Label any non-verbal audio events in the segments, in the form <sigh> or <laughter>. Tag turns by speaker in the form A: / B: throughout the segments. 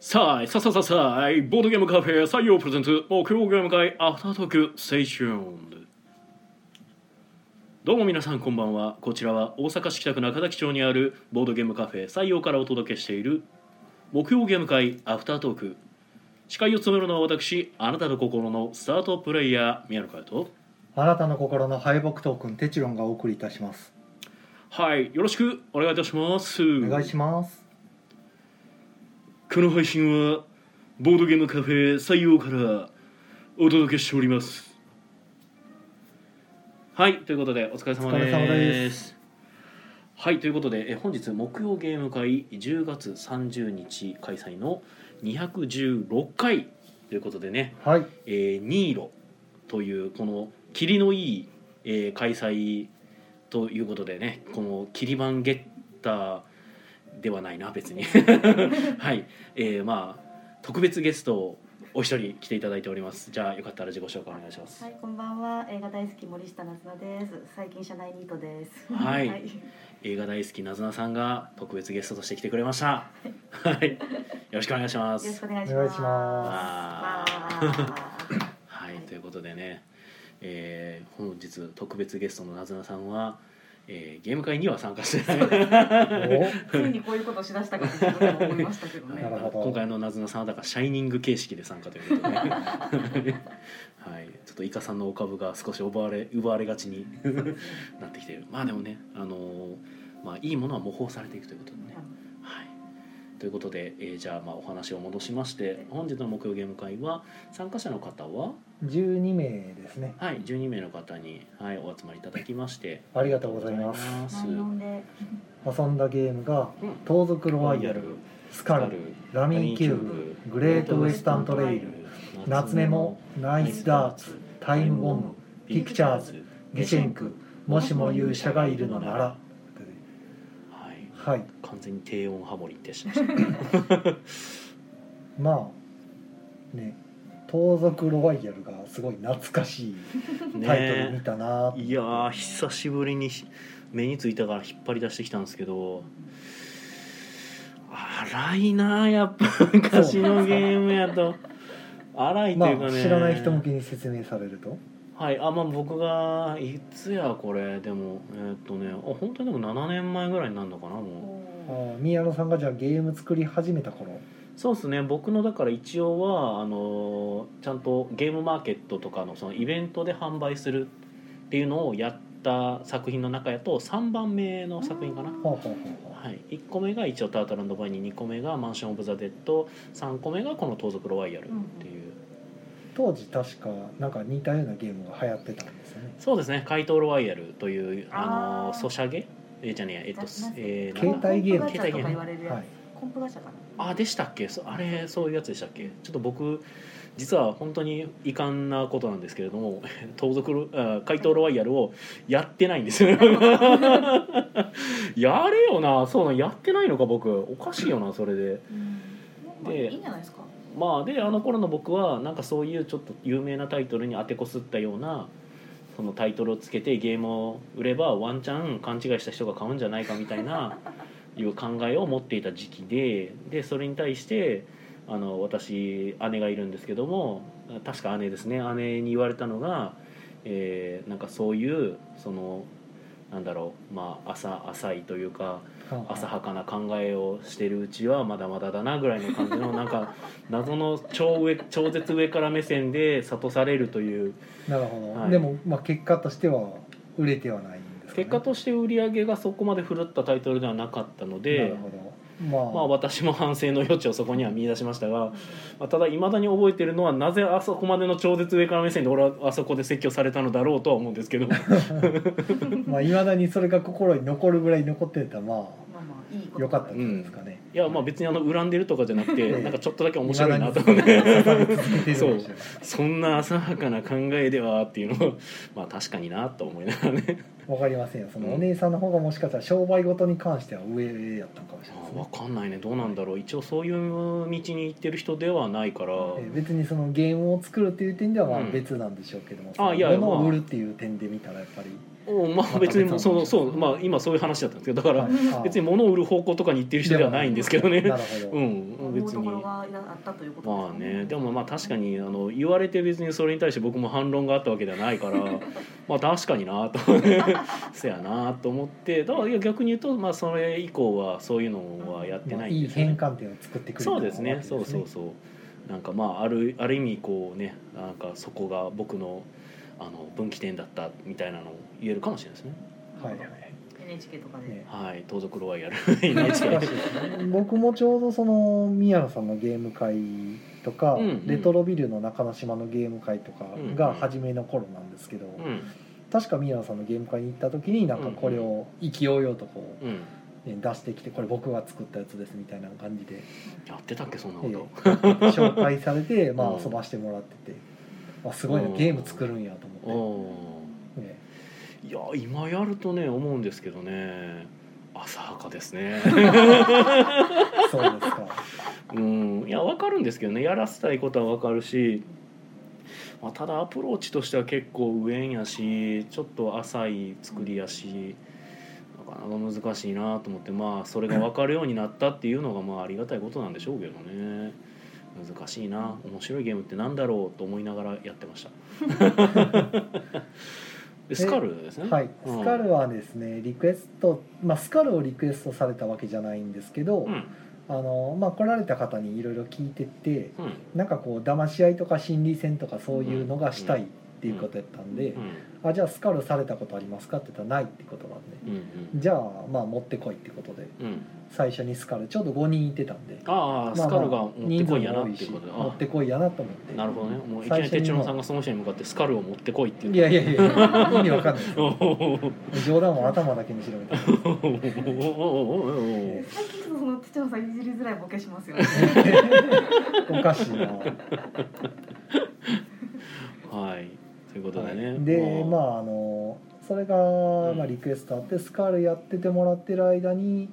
A: さあ、さあさあさあ、ボードゲームカフェ採用プレゼンツ、木曜ゲーム会アフタートークセッション。どうも皆さんこんばんは。こちらは大阪市北区中崎町にあるボードゲームカフェ採用からお届けしている木曜ゲーム会アフタートーク。司会を務めるのは私、あなたの心のスタートプレイヤー、宮野佳代と。
B: あなたの心の敗北トークンテチロンがお送りいたします。
A: はい、よろしくお願いいたします。
B: お願いします。
A: この配信はボードゲームカフェ採用からお届けしておりますはいということでお疲れ様です
B: お疲れ様です
A: はいということでえ本日木曜ゲーム会10月30日開催の216回ということでね、
B: はい、
A: えー、ニーロというこの霧のいい、えー開催ということでねこの霧版ゲッターではないな別に <laughs> はい、えー、まあ特別ゲストをお一人来ていただいておりますじゃあよかったら自己紹介お願いします、
C: はい、こんばんは。映画大好き森下夏菜です。最近社内ニートです。
A: はい映画大好きなずなさんが特別ゲストとして来てくれましたはいよろしくお願いしま
C: よろし
A: す
C: くお願いし
B: お願
C: ま
B: い
C: す。
B: しま
A: わ
C: わー
A: はいということでね、えー、本日特別ゲストのなずなさんは、えー、ゲーム会には参加してない
B: お、
C: ついにこういうことしだしたかと自分でも思いましたけど
A: は
C: ね。
A: い
B: なるほど
A: 今回のなずなさんはだからシャイニング形式で参加ということ
B: <laughs>
A: で、はい、ちょっとイカさんのお株が少し奪われ奪われがちに <laughs> なってきているまあでもね、あのーまあ、いいものは模倣されていくということでね。はいということで、えーじゃあまあお話を戻しまして本日の木曜ゲーム会は参加者の方は、
B: 十二名ですね。
A: はい、12名の方に、はい、お集まりいただきまして
B: ありがとうございます
A: ありがとうござい
C: 内
A: ま
C: 容で
B: 遊んだゲームが
A: すうん
B: 盗賊ロワ
A: ロイ
B: イ
A: ヤ
B: ヤ
A: ル
B: ル、スカル、ラミーキューブ、グレートウエスタントレイル、夏メモ、ナイスダーツ、タイムボム、ピクチャーズ、ゲシェンク、もしも勇者がいるのなら。
A: はい、
B: はい、
A: 完全に低音ハモリンってし
B: <laughs>
A: ました
B: まあね、盗賊ロワイヤルがすごい懐かしいタイトル見
A: ね
B: たなと
A: えいやー久しぶりにし目についたから引っ張り出してきたんですけど荒いなーやっぱ昔のゲームやと荒いと
B: ま
A: いうか
B: あ
A: ね、
B: 知らない人向けに説明されると、
A: はいあまあ僕がいつやこれでもえーっとねあ本当にでも7年前ぐらいになるのかなもう
B: あ
C: お
B: ー宮野さんがじゃあゲーム作り始めた頃
A: そうですね僕のだから一応はあのちゃんとゲームマーケットとかのそのイベントで販売するっていうのをやった作品の中やと3番目の作品かな、
B: ほうほうほうほ
A: はい、1個目が一応「タートルバイニー」2個目が「マンション・オブ・ザ・デッド」3個目がこの「盗賊ロワイヤル」っていう、
B: う当時確かなんか似たようなゲームが流行ってたんですよね
A: そうですね「怪盗ロワイヤル」というあの
C: あー
A: ソシャゲえーじゃねえやえっと
C: なな
A: えー
C: ー
A: なんだ
B: 携帯ゲーム
C: コンプガチャとか言われるやつ。
B: はい
C: コンプガチャかな。
A: あでしたっけそあれそういうやつでしたっけちょっと僕実は本当に遺憾なことなんですけれども <laughs> 盗賊ロあ怪盗ロワイヤルをやってないんですよやれよなそうなんやってないのか僕おかしいよなそれで
C: うんまあ
A: で
C: いいんじゃないですか。
A: まあであの頃の僕はなんかそういうちょっと有名なタイトルに当てこすったようなそのタイトルをつけてゲームを売ればワンチャン勘違いした人が買うんじゃないかみたいないう考えを持っていた時期ででそれに対してあの私姉がいるんですけども確か姉ですね姉に言われたのが、えーなんかそういうそのなんだろうまあ浅浅いというか浅はかな考えをしてるうちはまだまだだなぐらいの感じのなんか <laughs> 謎の超上超絶上から目線で諭されるという
B: なるほど、
A: はい
B: でも、まあ、結果としては売れてはないんですか、ね、
A: 結果として売り上げがそこまで振るったタイトルではなかったの
B: な
A: で
B: る。ほど
A: ま
B: ま
A: あ、
B: あ、
A: 私も反省の余地をそこには見出しましたが、まあ、ただいまだに覚えてるのはなぜあそこまでの超絶上から目線で俺はあそこで説教されたのだろうとは思うんですけど
B: まあいまだにそれが心に残るぐらい残ってたらま
C: まあまあいいこ
B: あ
C: と。
B: よかったんじゃないですかね、
A: いやまあ別にあの恨んでるとかじゃなくてなんかちょっとだけ面白いなと
B: <laughs>
A: 思
B: 未
A: っ
B: だ
A: て
B: にそう
A: そんな浅はかな考えではっていうのをまあ確かになと思いながらね
B: わかりませんよそのお姉さんの方がもしかしたら商売事に関しては上やったのかもしれないですね
A: 分かんないねどうなんだろう一応そういう道に行ってる人ではないから、
B: えー別にそのゲームを作るっていう点ではま
A: う
B: あ
A: ん
B: 別なんでしょうけども、
A: あいや
B: その物
A: まあ
B: を売るっていう点で見たらやっぱり
A: おまあ別にもうそのそうまあ今そういう話だったんですけどだから別に物を売る方向とかに行ってる人ではないんですけどね
B: なるほど、
A: う
C: 思
A: ん
C: う
A: 別
C: とこ
A: に
C: ろがあったということ
A: まあねで
C: も
A: もまあ確かにあの言われて別にそれに対して僕も反論があったわけではないからまあ確かになと <laughs> せやなと思ってだからいや逆に言うとまあそれ以降はそういうのはやって
B: ま
A: な
B: あ
A: いん
B: いい
A: ですよね
B: 変換点を作ってくれる
A: そうです
B: わ
A: ね
B: け
A: そうそうそうなんかまああるある意味こうねなんかそこが僕のあの分岐点だったみたいなのを言えるかもしれないですね
B: はいはい
C: NHK とかで、
B: ね
A: はい盗賊ロワイヤル NHK
B: 難しいですね僕もちょうどその宮野さんのゲーム会とか、
A: うんうん
B: レトロビルの中之島のゲーム会とかが初めの頃なんですけど、
A: うん
B: 確か宮野さんのゲーム会に行った時になんかこれを勢いよとこ
A: うん
B: う、ね、出してきてこれ僕が作ったやつですみたいな感じで、
A: やってたっけそんなこ
B: え
A: と、
B: え紹介され
A: <laughs>
B: て、ま
A: う
B: あ、
A: ん
B: 遊ばしてもらってて、あ、すごいな
A: うん
B: ゲーム作るんやと思
A: お
B: って、ね、
A: ーいや今やるとね思うんですけどね浅はかですね
B: そうです
A: <laughs>
B: か。
A: うんいや分かるんですけどねやらせたいことは分かるし、まあ、ただアプローチとしては結構上んやしちょっと浅い作りやしなかなか難しいなと思ってまあそれが分かるようになったっていうのがまあありがたいことなんでしょうけどね難しいな面白いゲームってなんだろうと思いながらやってました <laughs> でスカルですね
B: はい、
A: うん
B: スカルはですねリクエスト、まあ、スカルをリクエストされたわけじゃないんですけど、
A: うん
B: あのまあ、来られた方にいろいろ聞いてて
A: うん
B: なんかこう騙し合いとか心理戦とかそういうのがしたいっていうことやったんで、
A: うん
B: あじゃあスカルされたことありますかって言ったらないってことなんで、
A: うん
B: じゃあまあ持ってこいってことで
A: うんうん
B: 最初にスカルちょうど5人いてたんで。
A: ああスカルが持ってこいやなっていうことで、あ
B: 持ってこいやなと思って
A: なるほどねもういきなり
B: 最初に
A: 哲郎さんがその人に向かってスカルを持ってこいって言う
B: いやいやいや意味わかんないで
A: おー
B: す冗談を頭だけにしろみたいな
A: おーおーおー
C: 最近ちょっとその父さんいじりづらいボケしますよね
B: おかしいな
A: おーはいということでね、
B: はいでまああのそれが、まあ、
A: うん
B: リクエストあってスカールやっててもらってる間に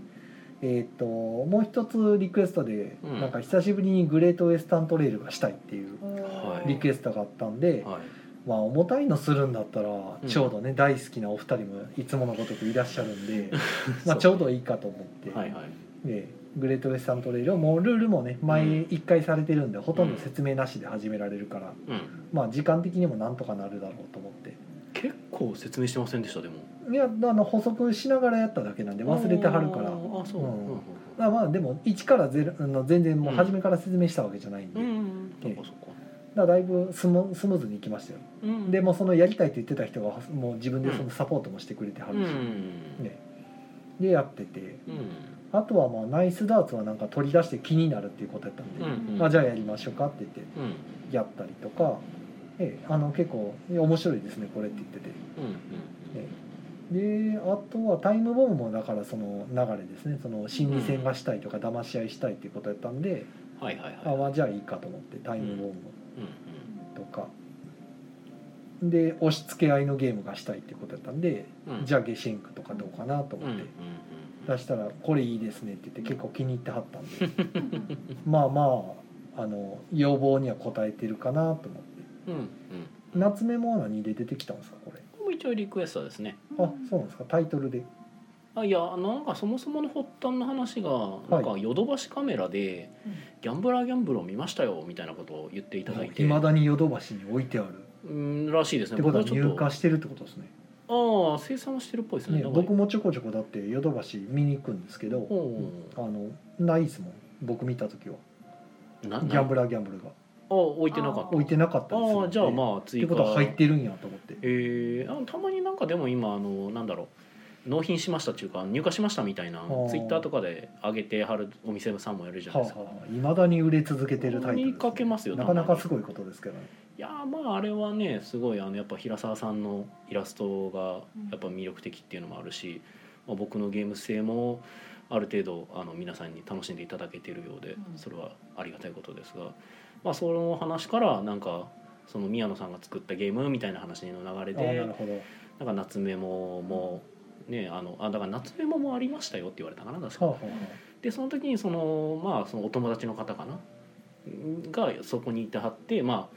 B: えー、ともう一つリクエストで、
A: うん
B: なんか久しぶりにグレートウエスタントレイルがしたいっていう
A: はい
B: リク
C: エ
B: エストがあったんで、
A: はい
B: まあ重たいのするんだったら、
A: うん
B: ちょうどね大好きなお二人もいつものごとくいらっしゃるんでま
A: <laughs> そ
B: あ
A: う
B: ちょうどいいかと思って、
A: はいはい
B: でグレートウエスタントレイルをもうルールもね前
A: うん
B: 1回されてるんで、ほとんど説明なしで始められるから、
A: うん
B: まあ時間的にもなんとかなるだろうと思って
A: 結構説明してませんでしたでも
B: いやあの補足しながらやっただけなんで忘れてはるか
A: あ
B: ら
A: ーあそう、
B: うん
A: うん
B: まあまあでも1から0あの全然もう初めから説明したわけじゃないんで、
A: う
B: だか
A: んそっかそっから
B: だいぶスムスムーズにいきましたよ
A: うん
B: でもうそのやりたいって言ってた人がもう自分でそのサポートもしてくれては
A: う
B: る
A: ん
B: し、ね、でやってて
A: うん
B: あとはまあナイスダーツはなんか取り出して気になるっていうことやったんで、
A: うん
B: まあ、じゃあやりましょうかって言って
A: うん
B: やったりとか、ええあの結構いや面白いですねこれって言ってて。
A: うんうん
B: ねであとはタイムボムもだからその流れですねその心理戦がしたいとか騙し合いしたいっていうことやったんで、
A: はいはい
B: あ
A: はい
B: まあじゃあいいかと思ってタイムボ
A: う
B: ム
A: ん
B: とか、で押し付け合いのゲームがしたいっていうことやったんで、
A: うんうん
B: じゃあゲシェンクとかどうかなと
A: うんう
B: 思っ
A: ん
B: て、
A: うん
B: 出したら「これいいですね」って言って結構気に入ってはったんでまあまああの要望には応えてるかなと思って
A: うんうん
B: 夏目も何で出てきたんですかこれ
A: これも一応リクエストですね
B: あそうなんですかタイトルで
A: あいやなんかそもそもの発端の話が
B: い
A: なんかヨドバシカメラで
C: うん
A: 「ギャンブラーギャンブルを見ましたよ」みたいなことを言っていただいて
B: いまだにヨドバシに置いてある
A: うんらしいです
B: っ
A: ね
B: てこ
A: 僕はち
B: とは入
A: ょっ
B: 荷
A: と
B: してるってことですね
A: ああ生産はしてるっぽいですね
B: ね
A: だから
B: 僕もちょこちょこだってヨドバシ見に行くんですけど、
A: うん
B: あのないですもん僕見た時は
A: な
B: ギャンブ
A: ラ
B: ラーギャンブルが
A: あ置いてなかった
B: 置いてなかった
A: あ
B: りするんで
A: あじゃあまあ
B: っ
A: 追
B: て
A: 加
B: ことは入ってるんやと思って
A: えーあたまになんかでも今あのなんだろう納品しましたっていうか入荷しましたみたいな
B: ー
A: ツイッターとかで上げてはるお店さんもやるじゃない
B: は
A: ですか
B: いまだに売れ続けてるタイトルですね
A: 見かけますよ
B: なかなかすごいことですけどね
A: いやーまああれはねすごいあのやっぱ平沢さんのイラストがやっぱ魅力的っていうのもあるし、まあ、僕のゲーム性もある程度あの皆さんに楽しんでいただけてるようで
C: うん
A: それはありがたいことですが、まあ、その話からなんかその宮野さんが作ったゲームみたいな話の流れ
B: ああな
A: で
B: るほど
A: なんか夏メモも。ね、あのあだから夏メモもありましたよって言われたかな確か
B: はあは
A: でその時にそのまあそのお友達の方かながそこにいてはってま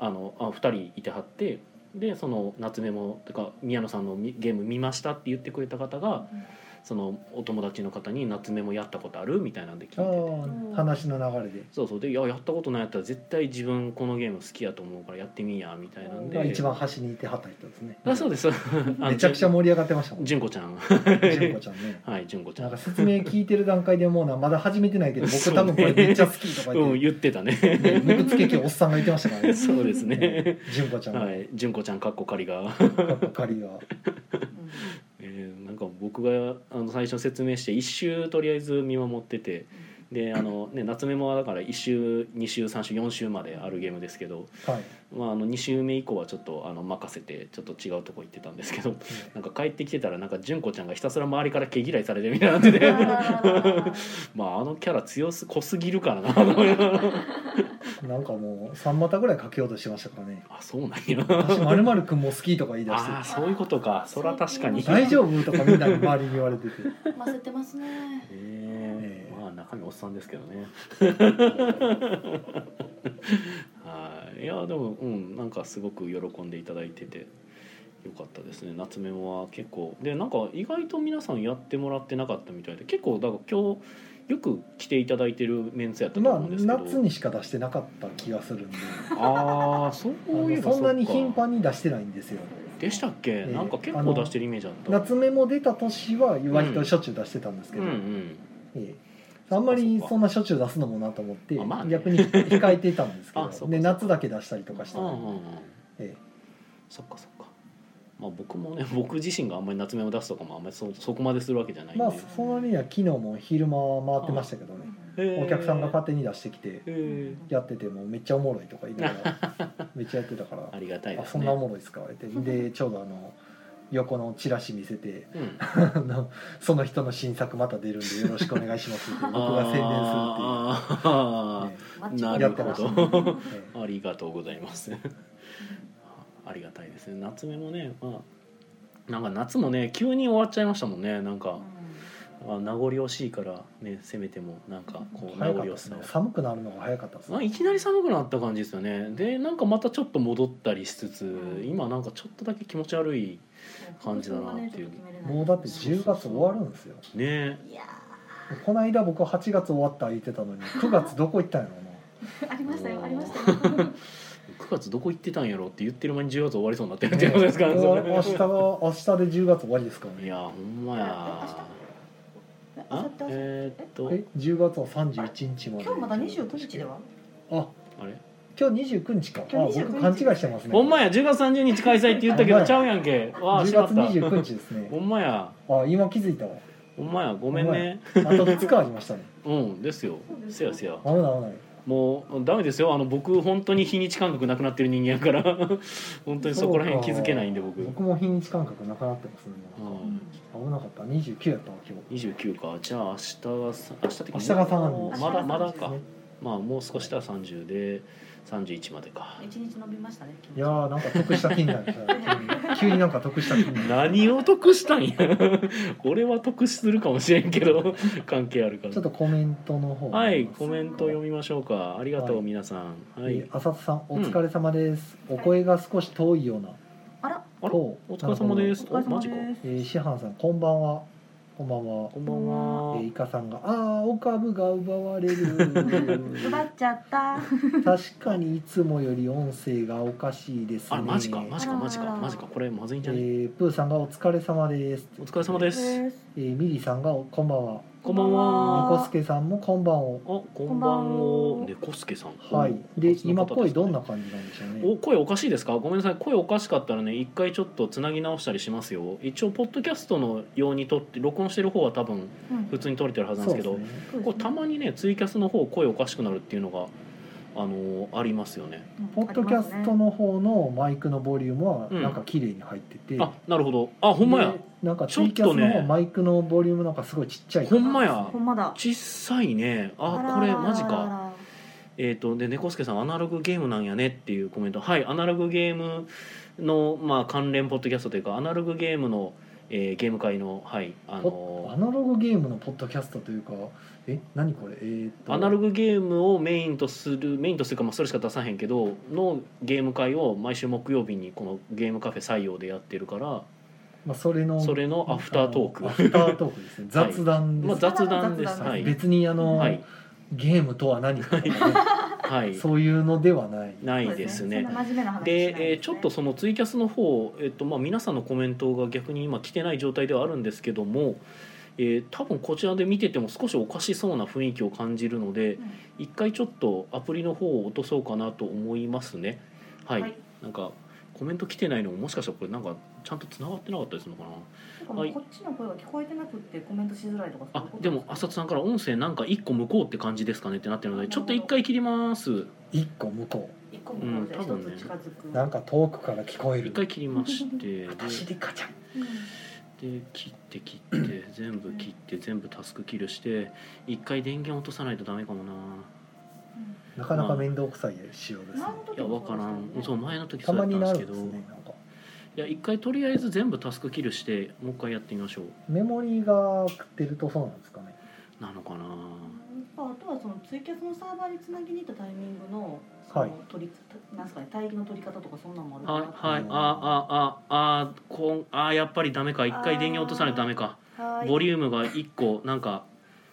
A: ああのあ2人いてはってでその夏目もとか宮野さんのみゲーム見ましたって言ってくれた方が
C: うん
A: そのお友達の方に夏目もやったことあるみたいなんで聞い
B: あ
A: てて
B: ー話の流れで
A: そうそうでいややったことないやったら絶対自分このゲーム好きやと思うからやってみいやみたいなん
B: まあ
A: で
B: 一番端にいてはった人ですね
A: あそうです <laughs>
B: めちゃくちゃ
A: も
B: 盛り上がってましたもん
A: 純子ちゃん <laughs>
B: 純子ちゃんね
A: はい純子ちゃ
B: なんんか説明聞いてる段階でもうなまだ始めてないけど
A: <laughs> そ
B: 僕
A: う
B: 多分これめっちゃ好きとか言
A: う
B: っ
A: ん
B: て
A: 言ってたね <laughs>
B: ねムクつけ系おっさんが言ってましたからね
A: そうですね
B: 純子ちゃん
A: は
B: の
A: い純子ちゃんかっこ仮が、
B: ばっかりは
A: えーなんか僕があの最初説明して一周とりあえず見守っててであの、ね、夏メモはだから1周2周3周4周まであるゲームですけど、
B: はい
A: まあ、あの2周目以降はちょっとあの任せてちょっと違うとこ行ってたんですけど <laughs> なんか帰ってきてたらなんか純子ちゃんがひたすら周りから毛嫌いされてるみたいになってて <laughs> まああのキャラ強す濃すぎるからなと思いながら
B: なんかもう3股ぐらいかけようとしてましたからね
A: あそうなんや
B: 私まるまるくんも好きとか言い出して
A: ああそういうことかそら確かに
C: ー
B: 大丈夫とかみんなに周りに言われ
A: <laughs>
B: てて
C: ませてますね。
A: ええ
B: ええ
A: まあ中身おっさんですけどねはいいやでもうんなんかすごく喜んでいただいててよかったですね夏メモは結構でなんか意外と皆さんやってもらってなかったみたいで結構だから今日よく来ていただいてるメンツやったと
B: まあ
A: 思うんですけど、
B: 夏にしか出してなかった気がするんで
A: ああそう
B: あ
A: いえ
B: の
A: ば
B: そんなに頻
A: っか
B: 繁に出してないんですよ
A: でしたっけ、
B: え
A: なんか結構出してるイメージあった
B: 夏メモ出た年は割としょっちゅう出してたんですけ
A: う
B: ど、
A: んうん
B: ええあんまりそんなしょっちゅう出すのもなと思って
A: あまあね
B: 逆に控えてたんですけ
A: <laughs> あそうか
B: どで夏だけ出したりとかした
A: うん
B: ら
A: うんうん
B: え
A: そっかそっかまあ僕もね <laughs> 僕自身があんまり夏目を出すとかもあんまりそそこまでするわけじゃない
B: え
A: んで、
B: まあその割には昨日も昼間回ってましたけどね
A: へー
B: お客さんが勝手に出してきて
A: へー
B: やっててもうめっちゃおもろいとか言いなが
A: <laughs>
B: らめっちゃやってたから
A: ありがたいで
B: あ
A: す
B: そ
A: ね
B: んなおもろいですか
A: <laughs>
B: 言ってでちょうどあの横のチラシ見せて <laughs>
A: うん、
B: あのその人の新作また出るんでよろしくお願いしま
A: <laughs>
B: すって僕が宣伝
A: あ
B: する
C: マッチ
A: な
B: る
C: ポ
B: ほど
C: やって
B: っ
C: まし
B: ていう、え
A: ー <laughs> ありがとうございます <laughs> ありがたいですね夏目もねまあなんか夏もね急に終わっちゃいましたもんねなん
C: た
A: か
C: うん、
A: まあ名残惜しいからねせめてもなんかこ
B: え
A: う名
B: 早
A: 残
B: かった
A: 惜
B: で
A: し
B: す
A: さ
B: ね
A: を
B: 寒くなるのが早かったです
A: あい
B: ね
A: きなり寒くなった感じですよねでなんかまたちょっと戻ったりしつつ、
C: うん
A: 今なんかちょっとだけ気持ち悪い感じだなっていう
C: そこがねちょと決めれない
B: もうだって10月終わるんですよ
A: ね
C: いや
B: この間僕8月終わった言ってたのに9月どこ行ったんやろ
A: <laughs>
B: うな
C: ーありました
A: お
C: よ
A: ー
C: ありましたよ。
A: 9月どこ行ってたんやろって言ってる間に10月終わりそうになってるっていうことですからねそれ
B: <laughs> 明日が明日で10月終わりですから
A: い
B: ね
A: やほんまや
C: あさ
A: あ
C: ってあさって
A: えーっと
B: え10月は31日まで
C: 今日まだ29日では。
B: あ
A: あれ
B: 今日29日かあ
C: 今日29
B: 僕勘違いしてますね
A: ほんまや10月30日開催って言ったけ
B: ほ
A: ど
B: んまや
A: ちゃうやんけわあし
B: 10
A: まっ
B: 月
A: た
B: 29日ですね
A: ほんまや
B: あ今気づいたわ
A: ほんまやごめんね
B: あと2日あり
A: <laughs>
B: ましたね
A: うんですよ
C: そうです
A: せやせや
B: 危ない危ない
A: もうダメですよあの僕本当に日にち感覚なくなってる人間やから <laughs> 本当にそこら辺気づけないんで僕
B: 僕も日にち感覚なくなってますね
A: うん
B: 危なかった29やったわ今日
A: 29かじゃあ明日がさ明日ってか
B: 明日が30
A: もうまだまだか
B: ね
A: まあもう少したら30で31までか
C: 一日伸びましたね。
B: いやーなんか得した気になる
A: <laughs>
B: 急に急になんか得した気になる
A: 何を得したんや <laughs> 俺は得するかもしれんけど関係あるか
B: ちょっ
A: ら
B: とコメントの方
A: はい
B: ます
A: コメント読みましょうかありがとう、
B: はい
A: 皆さんはい、
B: えー浅田さんお疲れ様です、お声が少し遠いような
C: あら
A: あら
B: と
A: お疲れ様です
C: お疲れ
A: おマ
C: 様
A: ジか
C: です。
B: えー、師範さんこんばんはこんばんは
A: こんばんは、
B: えー、イカさんが「ああお株が奪わ
A: <laughs>
B: れる」
C: 奪っちゃった。
B: 確かにいつもより音声がおかしいです
A: あ
B: ね
A: らマジかマジか
C: あら
A: マジかマジかこれまずいんじゃね、
B: えープーさんが「お疲れ様です」
A: お疲れ様です、
B: えーミリさんがお「こんばんは」
A: こんばん
C: あー
A: は
B: 猫助さんも「こんばんを
A: あこんばん
C: こんばん
A: は
C: は
A: 猫助さん」
B: はいで今声どんな
A: 声
B: 感じなんでしょうね
A: お声おかしいですかごめんなさい声おかしかったらね一回ちょっとつなぎ直したりしますよ一応ポッドキャストのように撮って録音してる方は多分
C: うん
A: 普通に撮れてるはずなんですけど
B: そうですね
A: これたまにねツイキャスの方声おかしくなるっていうのがあのーありますよね
B: ポッドキャスト
C: の
B: の方のマイクのボリュームは
A: うん
B: なんか綺麗に入ってて、
A: あなるほどあほんまや
B: でなんか
A: ちょ
B: ツ
A: っ
B: イキャ
A: と
B: ス
A: ね
B: の方マイクのボリュームなんかすごいちっちゃい
A: ほんまや
C: ほんまだ。
A: 小さいねあこれマジか。えっ、とで猫助さんアナログゲームなんやねっていうコメントはいアナログゲームのまあ関連ポッドキャストというかアナログゲームの、えーゲーム会のはいあ
B: ポ
A: の
B: ア
A: ー
B: ナログゲームのポッドキャストというかえ何これえーっと
A: アナログゲームをメインとするメインとするか、まあ、それしか出さへんけどのゲーム会を毎週木曜日にこのゲームカフェ採用でやってるから
B: まあ、それの
A: それのアフタートーク
B: あのアフタートークですね雑談です、
A: まあ、雑談です
C: 雑談
A: はい
B: 別にあの、
A: はい、
B: ゲームとは何かとかね、
A: はい、
B: そういうのではない
A: ないですね
C: そんな真面目な話しない
A: で
C: ですね
A: えーちょっとそのツイキャスの方、えっとまあ、皆さんのコメントが逆に今来てない状態ではあるんですけども、えー多分こちらで見てても少しおかしそうな雰囲気を感じるので
C: うん
A: 一回ちょっとアプリの方を落とそうかなと思いますねはい、
C: はい
A: なんかコメント来てないのももしかしたらこれなんかちゃんと繋がってなかったりするのかな
C: なんかもうこっちの声が聞こえてなくってコメントしづらいとかそう
A: あ
C: いうこと
A: でも浅津さんから音声なんか一個向こうって感じですかねってなってるのでちょっと一回切ります
B: 一個向こ
C: 一個も一
A: うん多分ね
C: つ近づく、
B: うなんか遠くから聞こえ
A: 一
B: る
A: 回切りましてで
B: 私でかちゃん
C: うん
A: で切って切って全部切って全部タスクキルして一回電源落とさないとダメかもな
B: なかなか面倒くさい仕様ですね
C: 前の時もそうでし
A: いやわからんそう前の時
B: た
A: そうや
B: ま
A: った
B: に
A: んで
B: な
A: す
B: る
A: け
B: ん
A: ど
B: ですねなんか
A: いや一回とりあえず全部タスクキルしてもう一回やってみましょう
B: メモリーが食ってるとそうなんですかね
A: なのかな
C: あとはそのツイキャスのサーバーにつなぎに行ったタイミングのそ
B: はい
C: の取り、なんすかね帯域の取り方とかそんなのもあるか
A: はい
C: なと
A: はいああああこんあやっぱりダメか一回電源落とさないとダメか
C: はい
A: ボリュームが1個なんか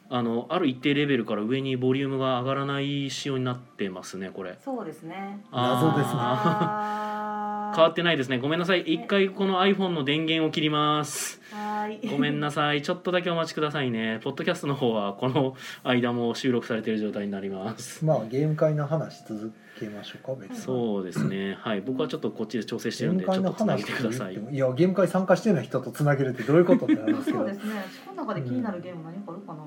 A: あのある一定レベルから上にボリュームが上がらない仕様になってますねこれ
C: そうですね
A: あー
B: 謎ですね
C: あー
A: 変わってないですねごめんなさい一回この iPhone の電源を切ります
C: はい
A: ごめんなさいちょっとだけお待ちくださいねポッドキャストの方はこの間も収録されてる状態になります
B: まあゲーム会の話続けましょうか別に
A: そうですねはい僕はちょっとこっちで調整して
B: ゲ
A: るん
B: ーム
A: でちょ
B: 会
A: っ
B: の
A: とつなげ
B: 話
A: てくださ
B: っ
A: い
B: てもいやゲーム会参加してない人とつなげるってどういうことってなるんですけ
C: <laughs>
A: <laughs>
C: そ
B: ど
C: う
B: う
C: ですねこの中で気になるゲーム何かあるかな、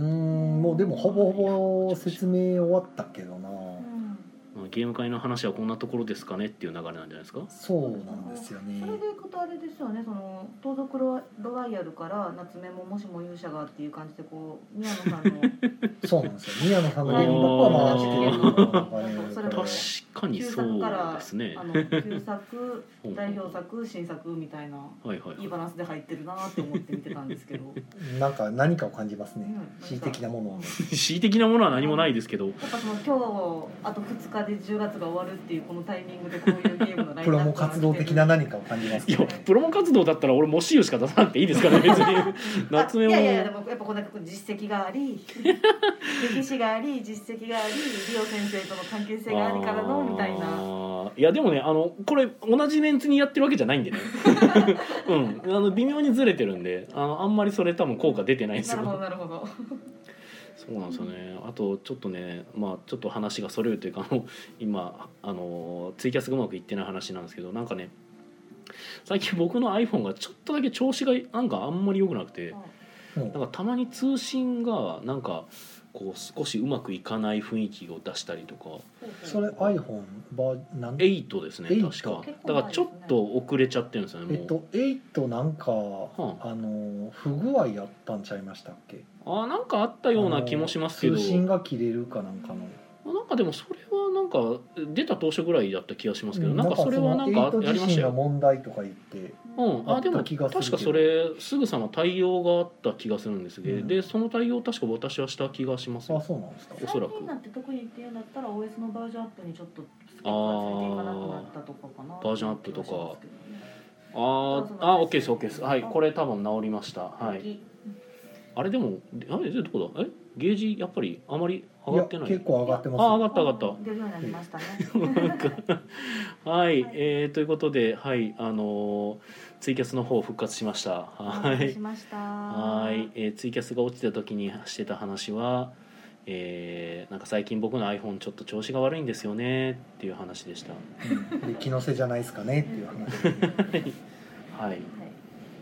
B: ーんもうでもほぼほぼ説明終わったけどな
C: うん
A: まあゲーム会の話はこんなところですかねっていう流れなんじゃないですか
B: そうなんですよね
C: それでいくとあれですよねその盗賊ロワロワイヤルから夏目ももしも勇者がっていう感じでこう宮野さんの
A: <laughs>
B: そうなんですよ宮野さんのゲーム
A: あ
B: パ
A: ー
B: パはまあ知ってるの
A: 確
B: が
A: かに
C: 旧
A: そ
C: 作か
A: う
C: ら
A: ですね
C: あの旧
A: <laughs>
C: 作
A: ほうほう
C: 代表作新作みたいな
A: はいはいはい
C: いいバランスで入ってるなって思って見てたんですけど、
A: <laughs>
C: う
B: なんか何かを感じますね
C: ん、
B: 恣意的なものをね
A: 恣意的なものは何もないですけど
C: やっぱその今日あと2日で10月が終わるっていうこのタイミングでこういうゲームのライ
B: プ
C: ンナップ
B: ロモ活動的な何かを感じます
A: いや
B: ね
A: プロモ活動だったら俺もしゆしか出さなくていいです
C: <laughs>
A: からね別に夏目も
C: あいやいやでもやっぱこうなんかこう実績が
A: <laughs>
C: あり歴史があり実績がありリオ先生との関係性がありからのみたいな。
A: あーいやでもねあのこれ同じメンツにやってるわけじゃないんでね <laughs> うんあの微妙にずれてるんであのあんまりそれ多分効果出てないんです
C: なるほど
A: よ
C: なるほど。
A: そうなんですよねあとちょっとねまあちょっと話がそれるというかあの今あのツイキャスがうまくいってない話なんですけどなんかね最近僕の iPhone がちょっとだけ調子がなんかあんまり良くなくて、
B: うん
A: なんかたまに通信がなんかこう少しうまくいかない雰囲気を出したりとか
B: それ iPhone バーなんえ
A: 8ですね
B: 8
A: 確かだからちょっと遅れちゃってるんですよねもう、
B: っと8なんか、
A: ん
B: あの不具合やったんちゃいましたっけ
A: あーなんかあったような気もしますけど
B: 通信が切れるかなんかの
A: なんかでもそれはなんか出た当初ぐらいだった気がしますけど、
B: う
A: なんかそれはなんか
B: その
A: やり
B: 8
A: ま
B: 自
A: した
B: 身の
A: よ
B: 問題とか言って
A: うん、
B: あ
A: あ
B: っ
A: でも確
B: た気がするけど
A: かそれすぐさま対応があった気がするんですけど、
B: うん
A: でその対応を確か私はした気がします
B: あ
A: よ
B: そうなんですか
A: おそらく
C: 最近になって特にっていうんだったら OS のバージョンアップにちょっとスケープがついていかなくなったとかかな。
A: あーバージョンアップとか
C: 気がしますけどね。
A: あーあ OK です OK ですはいこれ多分治りましたはい
C: い。
A: あれでもあれどこだえゲージやっぱりあまり上がってない
B: や結構上がってます
A: あ上がった上がった
C: 出るようになりましたね。
A: <laughs> はい、
C: はい
A: えーということではいあのーツイキャスの方復活しましたは
C: 失礼
A: い
C: しました。
A: はい、えーツイキャスが落ちた時にしてた話はえーなんか最近僕の iPhone ちょっと調子が悪いんですよねっていう話でした
B: うんで気のせいじゃないですかねっていう話
A: はい
C: はい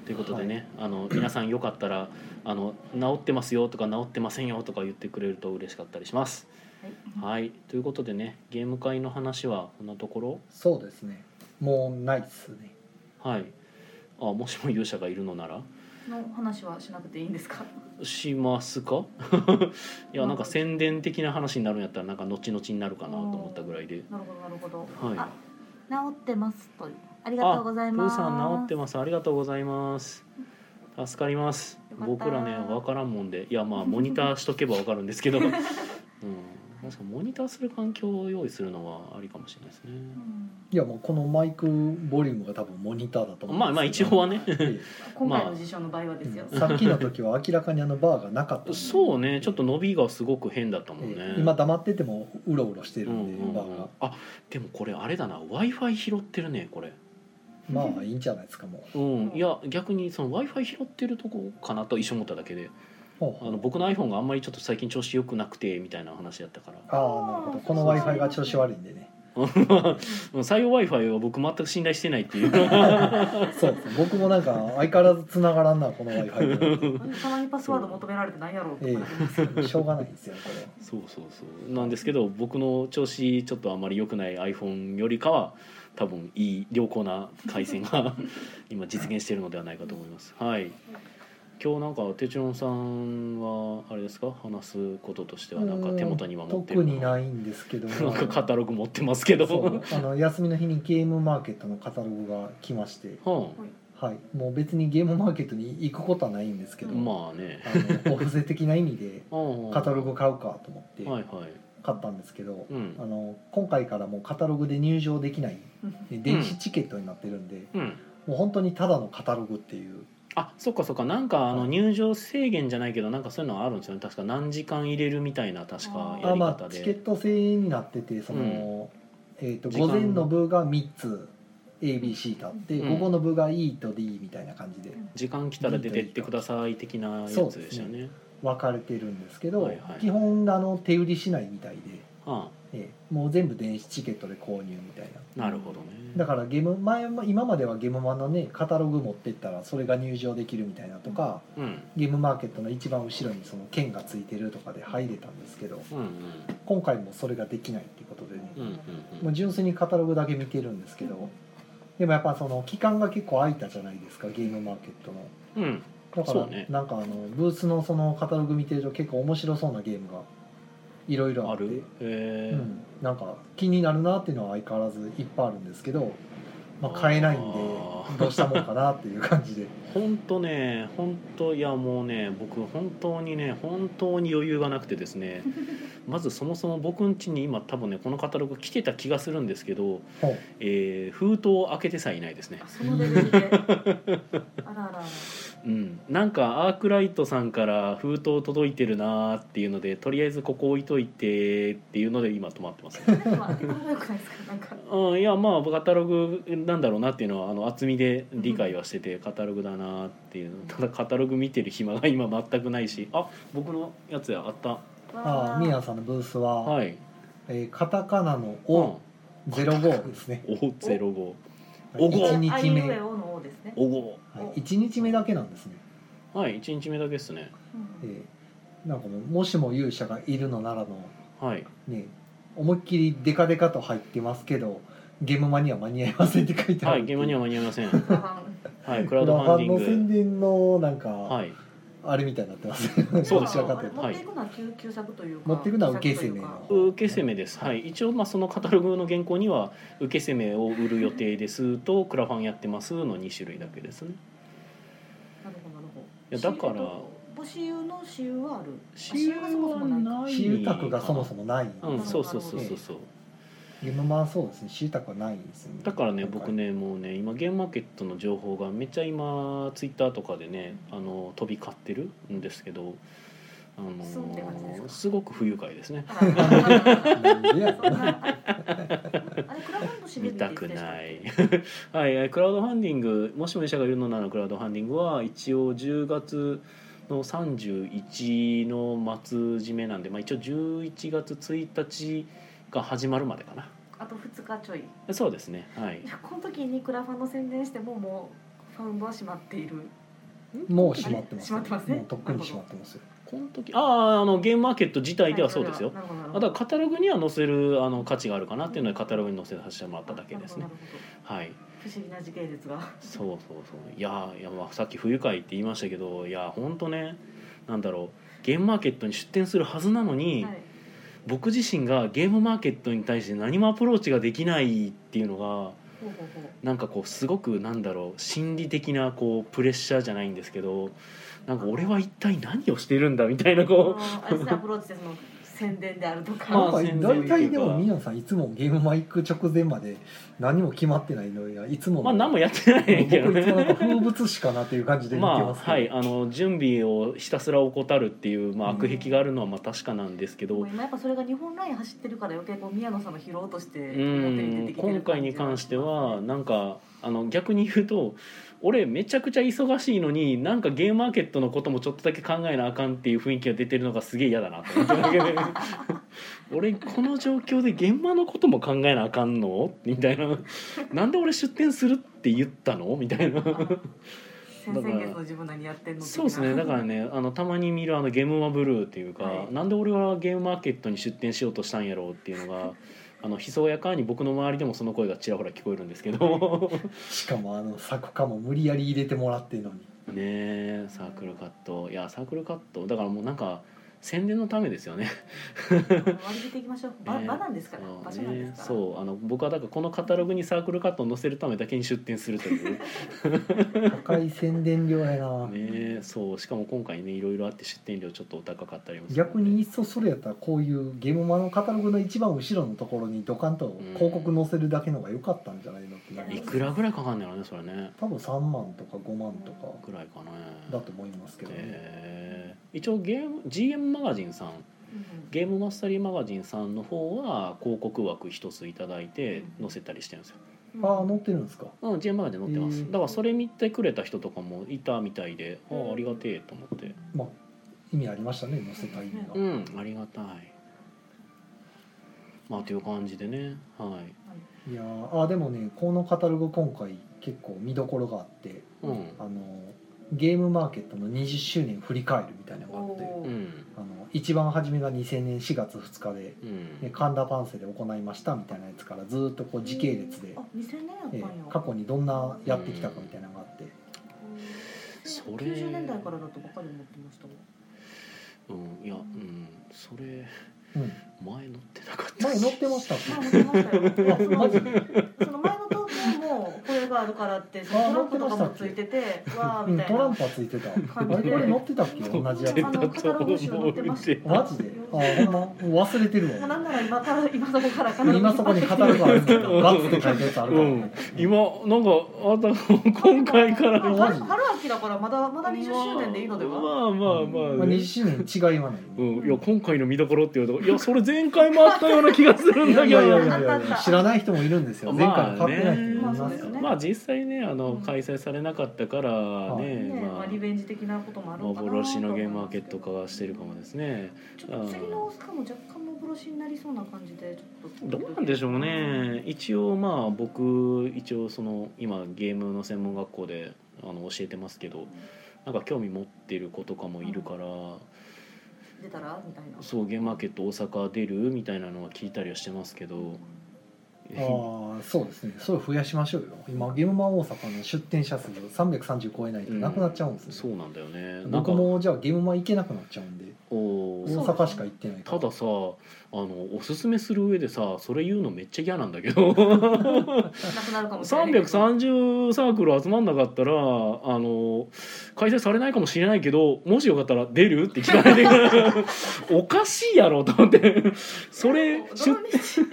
A: ということでね、あの皆さんよかったらあの治ってますよとか治ってませんよとか言ってくれると嬉しかったりします
C: はい
A: はいということでねゲーム会の話はこんなところ
B: そうですねもうないっすね
A: はいあもしも勇者がいるのなら
C: の話はしなくていいんですか。
A: しますか <laughs> いやなんか宣伝的な話になるんやったらなんか後々になるかなと思ったぐらいで
C: なるほどなるほど。
A: はい
C: あ治ってますという。あり
A: あ
C: がとうございます。
A: プーさん治ってますありがとうございます助かります
C: よかった
A: 僕らね分からんもんでいやまあモニターしとけば分かるんです
C: <laughs>
A: けど、うん、確かにモニターする環境を用意するのはありかもしれないですね
C: うん
B: いやもうこのマイクボリュームが多分モニターだと思うんですけど
A: まあまあ一応はね
B: え
C: 今回の事象の場合はですよ。
B: えさっきの時は明らかにあのバーがなかったんで
A: そうねちょっと伸びがすごく変だったもんね、
B: ええ今黙っててもうろうろしてる
A: うん
B: んで、
A: うんう
B: バー
A: ん
B: が、
A: あでもこれあれだな w i f i 拾ってるねこれ
B: まあいいんじゃないですかもう
A: うんいや逆にその w i f i 拾ってるとこかなと一緒思っただけで
B: ほ
A: あ
B: うほう
A: の僕の iPhone があんまりちょっと最近調子良くなくてみたいな話やったから
B: ああなるほどこの w i f i が調子悪いんでね
A: うん採用 w i f i を僕全く信頼してないって
B: <laughs>
A: いうう
B: そうですね僕もなんか相変わらず繋がらんなこの w i f i
C: たまにパスワード求められてないやろうとか
B: え
C: なりますよね。
B: えしょうがないんですよこ
A: そうそうそうなんですけど僕の調子ちょっとあんまり良くない iPhone よりかは多分いい良好な回線
B: <laughs>
A: が今実現しているのではないかと思いますはい今日なんかテチロンさんはあれですか話すこととして
B: れ
A: はなんか手元に今持って
B: 特
A: る <laughs>
B: に
A: な
B: ないんですけど
A: んかカタログ持ってますけど
B: そうあの休みの日にゲームマーケットのカタログが来まして、
A: は
B: はい、もう別にゲームマーケットに行くことはないんですけ
A: あ
B: ど、
A: まあね
B: あのお布施的な意味
A: <laughs>
B: でカタログ
A: は
B: 買うかと思っ
A: い
B: て
A: はい
B: 買ったんですけど、
A: うん
B: あの今回からもうカタログで入場できない電子チケットになってるんで、
A: うん
B: もう本当にただのカタログっていう
A: あそっかそっかなんかあ
B: は
A: の
B: い
A: 入場制限じゃないけどなんかそういうのあるんですよね確か何時間入れるみたいな確かや
B: あ
A: り
B: ま
A: 方
B: あ、
A: で
B: チケット制になっててその、
A: うん
B: えー、と
A: 時間
B: 午前の部が3つ ABC とあって、
A: うん
B: 午後の部が E と D みたいな感じで
A: 時間来たら出てってください的なやつでしたよね。
B: 分かれてるんですけど、
A: はいはい
B: 基本あの手売りしないみたいで。
A: は
B: ええもう全部電子チケットで購入みたいな
A: あ、なるほどね。
B: だからゲーム前も今まではゲームマンのねカタログ持ってったらそれが入場できるみたいなとか、
A: うん
B: ゲームマーケットの一番後ろにその券がついてるとかで入れたんですけど
A: うんうん
B: 今回もそれができないっていうことでね
A: うんうんう
B: もうん純粋にカタログだけ見てるんですけどでもやっぱその期間が結構空いたじゃないですかゲームマーケットの
A: うん
B: だか
A: そ
B: ら、
A: うね
B: なんかあのブースのそのカタログ見てると結構面白そうなゲームがいろいろあ
A: あ
B: って
A: る。
B: う
A: えー
B: ん、なんか気になるなっていうのは相変わらずいっぱいあるんですけど、まあ、買えないんで
A: あー
B: どうしたもんかなっていう感
A: <laughs>
B: じで
A: 本当ね本当いやもうね僕本当にね本当に余裕がなくてです
B: <laughs>
A: ねまずそもそも僕ん家に今多分ねこのカタログ来てた気がするんですけど、
B: ほう
A: えー封筒を開けてさえいないですね
C: あ。そのレベルで。あらあら。
A: うん、なんかアークライトさんから封筒届いてるなーっていうのでとりあえずここ置いといてっていうので今止まってます、
C: でも当て方が良くないですか。なんか。
A: うん、いやまあカタログなんだろうなっていうのはあの厚みで理解はしててカタログだなーっていう <laughs> ただカタログ見てる暇が今全くないしあ僕のやつやあった
B: ああみやさんのブースは、
A: はい
B: えーカタカナの「
A: うん
B: お」05ですね
A: お05おご
B: 1
C: あ
B: 日
C: いう
B: 目、
C: え
B: は
C: おのおですね。
A: おご
B: い、1日目だけなんですね、
A: はい1日目だけですね
C: うん
B: えーなんかもうもしも勇者がいるのならの
A: はい
B: ね思いっきりデカデカと入ってますけどゲームマには間に合いませんって書いてある
A: はい現場には間に合いませんは
C: クラファン
A: いク
B: ク
A: ラウ
B: ラフ
A: ドファンデ
B: ァンの
A: ィ
B: 宣
A: ング
B: 伝のなんか、
A: はい
B: あれみたいになってます
A: そう
B: ど
A: で
B: ち
A: す
B: ら
A: よ
B: かというと
C: 持っていくのは旧旧作というか。
B: 持っていくのは受け攻めの
C: 旧作というか
A: 受け攻めです、はい、一応まあそのカタログの原稿には「受け攻めを売る予定です」と「クラファンやってます」の2種類だけですね
C: なるほどなるほど。
A: いやだから
C: 私えっと募集の私有はある。あ
A: 私有
C: がそもそもないか。
A: はう
B: 私有宅がそもそもない、
A: んそうそうそうそうそう
B: ゲームマンそうですね私有宅はないですね
A: だからね僕ねもうね今ゲームマーケットの情報がめっちゃ今ツイッターとかでねあの飛び交ってるんですけどあ
C: そうって感じです
A: の
C: か
A: すごく不愉快ですね
C: あらあらあら
B: なんでや
C: そんなあれクラファンの締
A: 見
C: め切り
A: た
C: って
A: く
C: 言ってた
A: ない
C: っ
A: <laughs>
C: け
A: はいえークラウドファンディングもしも医者がいるのならクラウドファンディングは一応10月の31の末締めなんで、まあ、一応11月1日が始まるまでかな
C: あと2日ちょい
A: そうですねはい
C: いやこの時にクラファンの宣伝してももうファウンドは閉まっている
B: もう閉まってます
C: 閉まってますね
B: もうとっくに閉まってますよ
A: この時あああのゲームマーケット自体ではそうですよ
C: なるほどなる
A: あ
C: ほ
A: だ
C: ど
A: からカタログには載せるあの価値があるかなっていうのでカタログに載せさせてもらっただけですね
C: なるほどなるほ
A: はい
C: ど不思議な時系列が
A: そうそうそういやーいやまあさっき不愉快って言いましたけどいや本当ねなんだろうゲームマーケットに出店するはずなのに、
C: はい
A: 僕自身がゲームマーケットに対して何もアプローチができないっていうのが
C: ほうほうほう
A: なんかこうすごくなんだろう心理的なこうプレッシャーじゃないんですけどなんか俺は一体何をしてるんだみたいなこ
C: あのあいつのアプローチでその宣伝であるとか、
A: まあ
B: なんか
A: 宣伝
B: 大体で
A: という
B: も
A: か
B: ミノさんいつもゲームマイク直前まで何も決まってないのやいつ
A: う
B: も、
A: まあ何もやってないけど
B: 僕いつもなんか
A: ね。
B: 風物詩かなという感じで見て
A: ま
B: ま
A: あ
B: すけど、
A: はい、あの準備をひたすら怠るっていう、まあ、悪癖があるのはまあ確かなんですけど、
C: もう今やっぱそれが日本ライン走ってるから余計こう宮野さんの拾おうとして
A: う
C: 表に出て
A: ん
C: きてる感じ
A: 今回に関してはなんかあの逆に言うと俺めちゃくちゃ忙しいのになんかゲームマーケットのこともちょっとだけ考えなあかんっていう雰囲気が出てるのがすげえ嫌だなと思ってるだけ
C: <laughs>
A: で俺この状況で現場のことも考えなあかんのみたいななんで俺出店するって言ったのみたいな
C: あの先々月の自分何やってんの
A: そうですね
C: <laughs>
A: だからねあのたまに見るあのゲームマブルーっていうか、
C: はい
A: なんで俺はゲームマーケットに出店しようとしたんやろうっていうの
C: <laughs>
A: があのひそやかに僕の周りでもその声がちらほら聞こえるんですけ
C: <laughs>
A: ど
B: しかもあの作家も無理やり入れてもらってるのに
A: ねえサークルカットいやサークルカットだからもうなんか宣伝のためですよね
C: 割り切っていきましょう場,、
A: ね
C: 場なんですから
A: そう
C: 場所なんですから、
A: ねそうあの僕はだからこのカタログにサークルカットを載せるためだけに出店すると
C: <laughs>
A: いう
B: 高い宣伝量やな、
A: ねねそうしかも今回ねいろいろあって出店料ちょっとお高かったりもするので
B: 逆にいっそそれやったらこういうゲームマのカタログの一番後ろのところにドカンと広告載せるだけのが良かったんじゃないのってなり
A: い
B: ます
A: くらぐらいかかんねやろねそれね
B: 多分3万とか5万とか
A: ぐらいかね
B: だと思いますけどね、
A: えー一応ゲーム GM マガジンさん
C: うん
A: ゲームマスタリーマガジンさんの方は広告枠一ついただいて載せたりしてるんですよ、
C: うん
B: ああ載ってるんですか
A: うん、GM マガジン載ってます、
B: へー
A: だからそれ見てくれた人とかもいたみたいで、あ
C: うん
A: あありがてえと思って
B: まあ意味ありましたね載せた意味が、
A: うんありがたいまあという感じでねはい
B: いやーあーでもねこのカタログ今回結構見どころがあって
A: うん
B: あのゲームマーケットの20周年振り返るみたいなのがあっ
C: お
B: て
C: ー
A: うん
B: あの一番初めが2000年4月2日で、
A: う
B: ね、
A: ん
B: 神田パンセで行いましたみたいなやつからずーっとこう時系列で
C: あ、2000年やったん
B: え
C: や、
B: ー過去にどんなやってきたかみたいなのがあって
A: それ
C: 90年代からだとばかり思ってましたわ
A: うんいやうんそれ
B: うん
A: 前載ってなかった
B: 前載ってましたっ
A: <laughs>
B: け
C: 前思ってました
B: <laughs>
C: よ
B: マジ
C: そのその前の投稿もこれがあるからってそのトランプとかもついててわー
B: うん
C: みたい
B: トラン
C: な
B: プはついてたあ
C: 感じ
B: れ
C: で
B: これ載ってたっけ同じやつ
A: 載ってたと思うけど
B: マジであーほんま忘れてる
C: もう
B: わ
C: なんなら今から今そこからか
B: 今そこにカタログある
A: <laughs>
B: んですけどガッツって書いたやつある
A: う
B: から、
A: ん、今なんかあた
C: <laughs>
A: 今回から
C: まあ
B: マジ
C: 春春秋だからまだまだ20周年でいいのでは、
A: まあまあまあ、
B: まあ、20周年違いはない、
A: うん、いや今回の見どころっていうといやそれ前回もあったような気がするん
B: いや
A: だ
B: い
A: け
B: やい
A: ど
B: やいやいや知らない人もいるんですよ、
A: まあ
B: 前回買ってない人もいますよ、
C: ね
A: まあ実際ねあ
C: う
A: の
C: ん
A: 開催されなかったからね,、
C: ねま
A: ま
C: あ、リベンジ的なこともあ
A: あ、
C: るのかな
A: 幻のゲームマーケット化はしてるかもですね
C: ちょっと次のオスカも若干幻になりそうな感じでちょっと
A: どうなんでしょうね一応まあ僕一応その今ゲームの専門学校であの教えてますけどなんか興味持ってる子とかもいるから、
C: 出たらみたいな
A: そうゲームマーケット大阪出るみたいなのは聞いたりはしてますけど
B: ああそうですねそれ増やしましょうよ今ゲームマン大阪の出店者数330超えないとなくなっちゃうんです
A: そ
B: よ、
A: うなんだよねなん
B: 僕
A: か
B: もじゃあゲームマン行けなくなっちゃうんで
A: お
B: 大
A: ー
B: 阪しか行ってないから
A: たださあのおすすめする上でさそれ言うのめっちゃ嫌なんだけど
B: <laughs>
C: なくなるかもしれないけど
A: 330サークル集まんなかったらあの開催されないかもしれないけどもしよかったら出るって聞かれて <laughs> おかしいやろと思ってそれ
C: どの <laughs>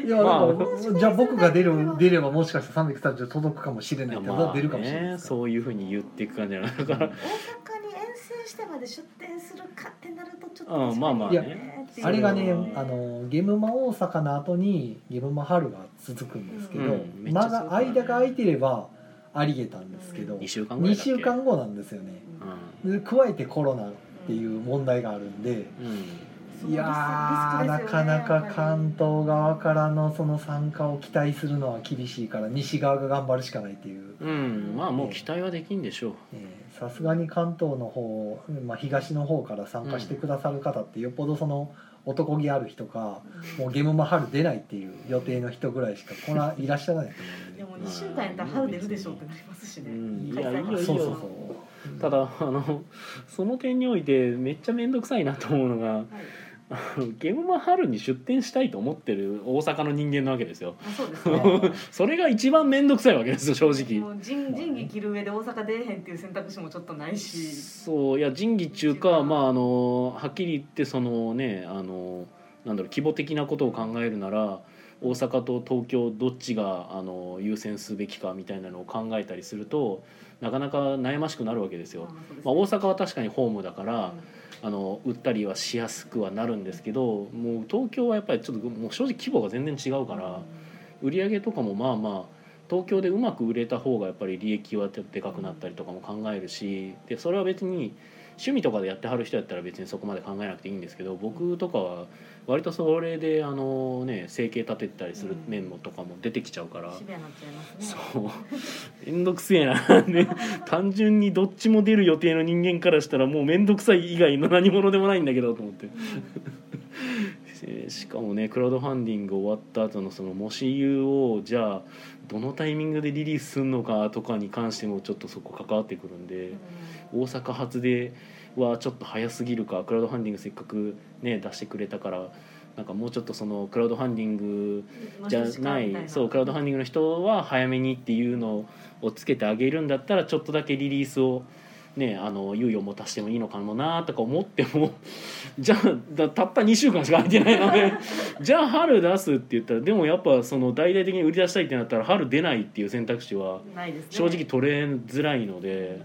A: 出
B: いやだから、
A: ま
B: じゃあ僕が出る出ればもしかして330届くかもしれないって
A: まあ
B: 出るかもしれない
A: ね
B: ですから
A: そういうふうに言っていく感じなのだから
C: 大阪に遠征してまで出店するかってなるとちょっと
A: うんまあまあ
B: ね
C: ね
A: いや
B: あれがね
A: そう
B: あのゲームマ大阪の後にゲームマ春が続くんですけど、
A: うんうん
B: 間
A: めっちゃ続
B: が
A: くね
B: 間が空いてればありげたんですけど、
A: 2週間ぐら
B: 2
A: いだっけ
B: 週間後なんですよね
A: う
B: で加えてコロナっていう問題があるんで、
A: ん、うん
B: いやー、なかなか関東側からのその参加を期待するのは厳しいから西側が頑張るしかないっていう
A: うん、まあもう期待はできんでしょう。
B: えーさすがに関東の方、まあ、東の方から参加してくださる方ってよっぽどその男気ある人かもうゲームも春出ないっていう予定の人ぐらいしかこらいらっしゃらないと
C: で
B: 思
C: も
B: うん
C: 2
B: で
C: 週間やったら春出るでしょうってなりますし
A: う
C: ね、
A: ん、い
C: 開
A: やい
C: 催
A: いよいい
B: そうそう
A: よ。
B: そう
A: ただあのその点においてめっちゃ面倒くさいなと思うのが
C: はい
A: あのゲームマン春に出店したいと思ってる大阪の人間なわけですよ
C: あそうですね
A: それが一番面倒くさいわけですよ <laughs> 正
C: も
A: 直
C: う人人技着る上で大阪出えへんっていう選択肢もちょっとないし
A: そういや仁義中かまああのはっきり言ってそのねあのなんだろう規模的なことを考えるなら大阪と東京どっちがあの優先すべきかみたいなのを考えたりするとなかなか悩ましくなるわけですよ。まあ、大阪は確かにホームだから、あの売ったりはしやすくはなるんですけどもう東京はやっぱりちょっともう正直規模が全然違うから売り上げとかもまあまあ東京でうまく売れた方がやっぱり利益はでかくなったりとかも考えるしでそれは別に趣味とかでやってはる人やったら別にそこまで考えなくていいんですけど僕とかは割とそれであのね生計立てたりする面もとかも出てきちゃうから。
C: シビアになっちゃいます
A: そ
C: ね
A: <laughs> う面倒くせえな、ね、単純にどっちも出る予定の人間からしたらもう面倒くさい以外の何者でもないんだけどと思って <laughs> えーしかもねクラウドファンディング終わった後のその模試 U をじゃあどのタイミングでリリースするのかとかに関してもちょっとそこ関わってくるんで、大阪発ではちょっと早すぎるかクラウドファンディングせっかくね出してくれたからなんかもうちょっとそのクラウドファンディング
C: うん
A: じゃないそうクラウドファンディングの人は早めにっていうのをつけてあげるんだったらちょっとだけリリースを。ね、あの猶予も足してもいいのかもなとか思ってもじゃあだたった2週間しか空いてないの <laughs> でじゃあ春出すって言ったらでもやっぱその大々的に売り出したいってなったら春出ないっていう選択肢は
C: ないですね
A: 正直取れづらいので、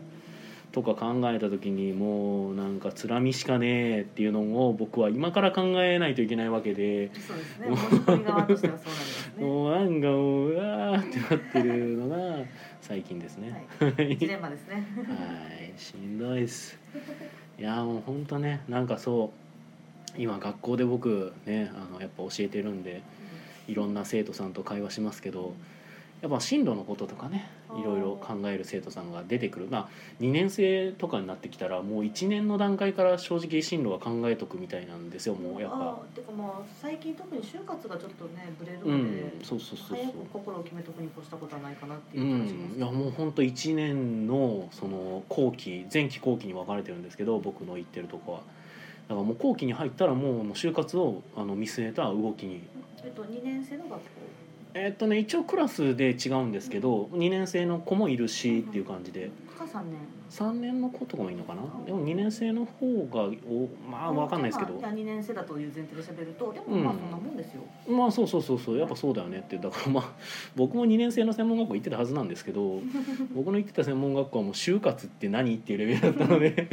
A: とか考えた時にもうなんかつらみしかねえっていうのを僕は今から考えないといけないわけで。
C: そうですね。申し込み側としてはそうなんですね。
A: もうなんかもううわーってなってるのが
C: <laughs>
A: 最近ですね。
C: はい、ジレンマですね。
A: はい、しんどいです。いやーもう本当ね、なんかそう今学校で僕ね、あのやっぱ教えてるんで、いろんな生徒さんと会話しますけど、やっぱ進路のこととかね、いろいろ考える生徒さんが出てくる。まあ2年生とかになってきたら、もう1年の段階から正直進路は考えとくみたいなんですよ。もうやっぱ
C: あ、てかまあ最近特に就活がちょっとねブレるの
A: う
C: で、
A: ん、そうそうそう
C: 早
A: そ
C: く
A: う。
C: 心を決めとくに越したことはないかなって
A: う
C: いう感じま
A: ん、
C: す。
A: いやもうほんと1年のその後期前期後期に分かれてるんですけど僕の行ってるとこはだからもう後期に入ったらもうもう就活をあの見据えた動きに
C: えっと二年生の学校。
A: えーっとね一応クラスで違うんですけど2年生の子もいるしっていう感じで
C: か三年。
A: 3年の子とかもいいのかなでも2年生の方がおまあ分かんないですけど
C: まあ二年生だという前提で喋ると、でもまあ
A: うん
C: そんなもんですよ。
A: まあそうそうそうそうやっぱそうだよねってだからまあ僕も2年生の専門学校行ってたはずなんですけど僕の行ってた専門学校はもう就活って何っていうレベルだったので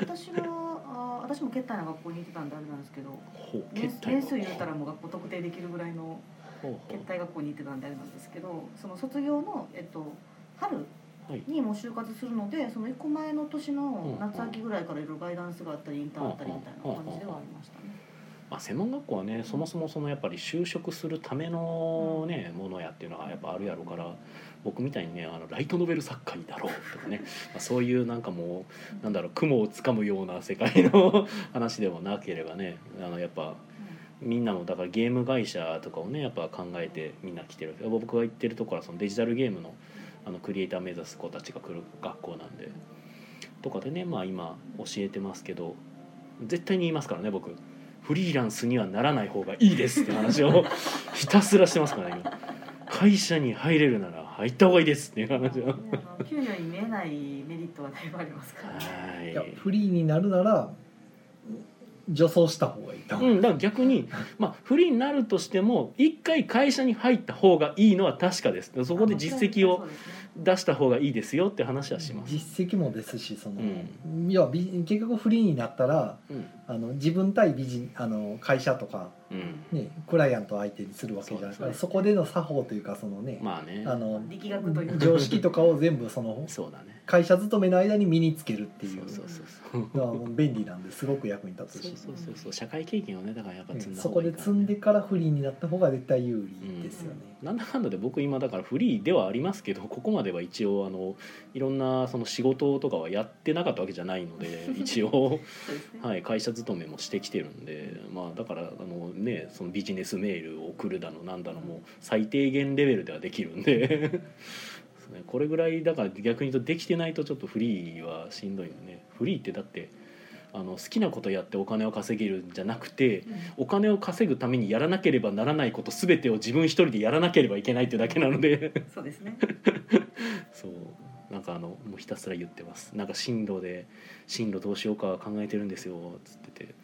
C: 私はあ私も決体な学校に行ってたんであれなんですけど、
A: ほう
C: 年
A: 決体
C: 年数言ったらもう学校特定できるぐらいの
A: ほうほう
C: 決体学校に行ってたんであれなんですけど、その卒業のえっと春。
A: はい
C: にもう就活するのでその1個前の年の
A: うん
C: 夏秋ぐらいからいろいろガイダンスがあったりインターンあったりみたいな感じではありましたね。
A: まあ、専門学校はねそもそもそのやっぱり就職するための、ねものやっていうのはやっぱあるやろうから僕みたいにねあのライトノベル作家になろうと
C: <laughs>
A: かね、まあ、そういうなんかもうなんだろう雲をつかむような世界の <laughs> 話でもなければねあのやっぱみんなもだからゲーム会社とかをねやっぱ考えてみんな来てる僕が行ってるところはそのデジタルゲームのあのクリエイター目指す子たちが来る学校なんでとかでねまあ今教えてますけど絶対に言いますからね僕フリーランスにはならない方がいいですって話
B: <laughs>
A: をひたすらしてますからね今会社に入れるなら入った方がいいですっていう話をは
C: ねあの給料に見えないメリットはだいぶありますから、ね、
A: い
B: いやフリーになるなら女装した方がいいな、
A: うん、だから逆に、まあ、不利になるとしても一回会社に入った方がいいのは確かですそこで実績
C: そ
A: を
C: うですね
A: 出した方がいいですよって話はします、
B: 実績もですしその、
A: う
B: いやび結局フリーになったら
A: うん
B: あの自分対美人あの会社とか、
A: うん、
B: ね、クライアント相手にするわけじゃないです
A: そう
B: か
A: ですね
B: そこでの作法というかそのね、
A: まあね
B: あ、の
C: 力学というか
B: 常識とかを全部その
A: そうだね
B: 会社勤めの間に身につけるってい
A: そううそうそうそう
B: のはもう便利なんですごく役に立つ
A: そう
B: し
A: そうそうそう社会経験をねだからやっぱ
B: うん
A: 積んだ
B: そ
A: 方がいい
B: こで
A: からね、
B: 積んでからフリーになった方が絶対有利ですよね。
A: なんだかんだで僕今だからフリーではありますけどここまでは一応あのいろんなその仕事とかはやってなかったわけじゃないの <laughs> で一応、
C: そうですね
A: はい、会社勤めもしてきてるんで、まあ、だからあの、ね、そのビジネスメールを送るだのなんだのもう最低限レベルではできるんで <laughs> そうねこれぐらいだから逆に言うとできてないとちょっとフリーはしんどいのねフリーってだってあの好きなことやってお金を稼げるんじゃなくてお金を稼ぐためにやらなければならないこと全てを自分一人でやらなければいけないっていうだけなので <laughs>
C: そうですね。
A: そうなんかあのもうひたすら言ってますなんか進路で進路どうしようか考えてるんですよつってて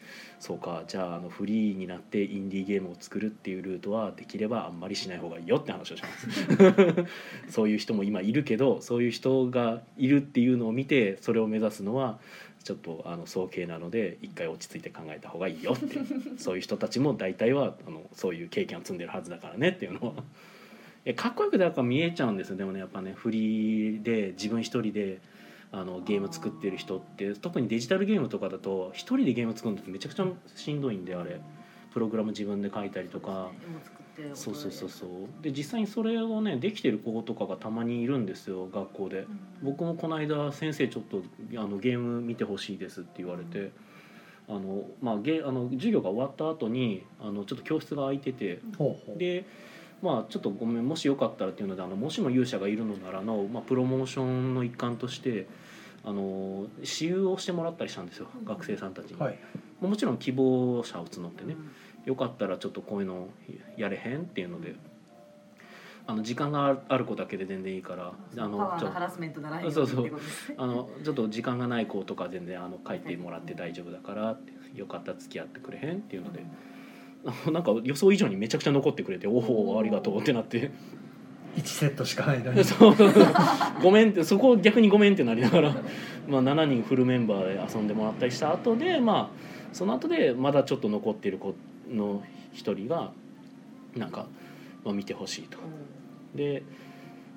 A: そうかじゃああのフリーになってインディーゲームを作るっていうルートはできればあんまりしない方がいいよって話をします <laughs> そういう人も今いるけどそういう人がいるっていうのを見てそれを目指すのはちょっとあの早計なので一回落ち着いて考えた方がいいよってそういう人たちも大体はあのそういう経験を積んでるはずだからねっていうのは。 <laughs> えかっこよくだから見えちゃうんですよでもねやっぱねフリーで自分一人であのゲーム作ってる人って特にデジタルゲームとかだと一人でゲーム作るのってめちゃくちゃしんどいんであれプログラム自分で書いたりとかそうそうそうそうで実際にそれをねできてる子とかがたまにいるんですよ学校で
C: うん。
A: 僕もこの間先生ちょっとあのゲーム見てほしいですって言われて、あのまあゲあの授業が終わった後にあのちょっと教室が空いてて
B: ほうほう
A: でまあちょっとごめんもしよかったらっていうのであのもしも勇者がいるのならの、まあ、プロモーションの一環としてあの私有をしてもらったりしたんですよ、
C: うん
A: 学生さんたちに、
B: はい
A: もちろん希望者を募ってね
C: う、ん
A: よかったらちょっとこういうのやれへんっていうのであの時間がある子だけで全然いいからあ
C: パワ
A: の
C: ー
A: ちょ
C: のハラスメントならへんよ
A: そうそう
C: ってことですね
A: あのちょっと時間がない子とか全然あの帰ってもらって大丈夫だからってよかったら付き合ってくれへんっていうのでなんか予想以上にめちゃくちゃ残ってくれて「おおありがとう」ってなって
B: 1セットしかないの
A: で
B: に
A: <laughs> そうごめんってそこ逆にごめんってなりながら、 <laughs> まあ、7人フルメンバーで遊んでもらったりした後でまあその後でまだちょっと残っている子の一人がなんか、まあ、見てほしいとで、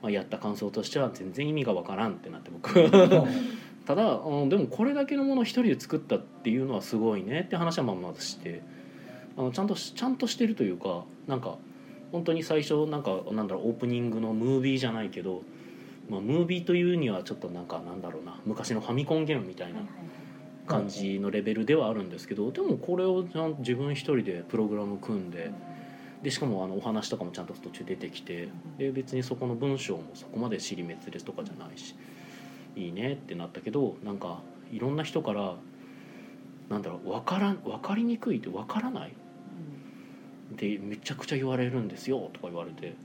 A: まあ、やった感想としては全然意味がわからんってなって僕はただあのでもこれだけのものを一人で作ったっていうのはすごいねって話はまあまずしてあのちゃんとしちゃんとしてるというかなんか本当に最初なんかなんだろうオープニングのムービーじゃないけど、まあ、ムービーというにはちょっとなんかなんだろうな昔のファミコンゲームみたいな感じのレベルではあるんですけどでもこれをちゃん自分一人でプログラム組んででしかもあのお話とかもちゃんと途中出てきてで別にそこの文章もそこまで尻滅裂とかじゃないしいいねってなったけどなんかいろんな人からなんだろう分からん分かりにくいって分からないでめちゃくちゃ言われるんですよとか言われて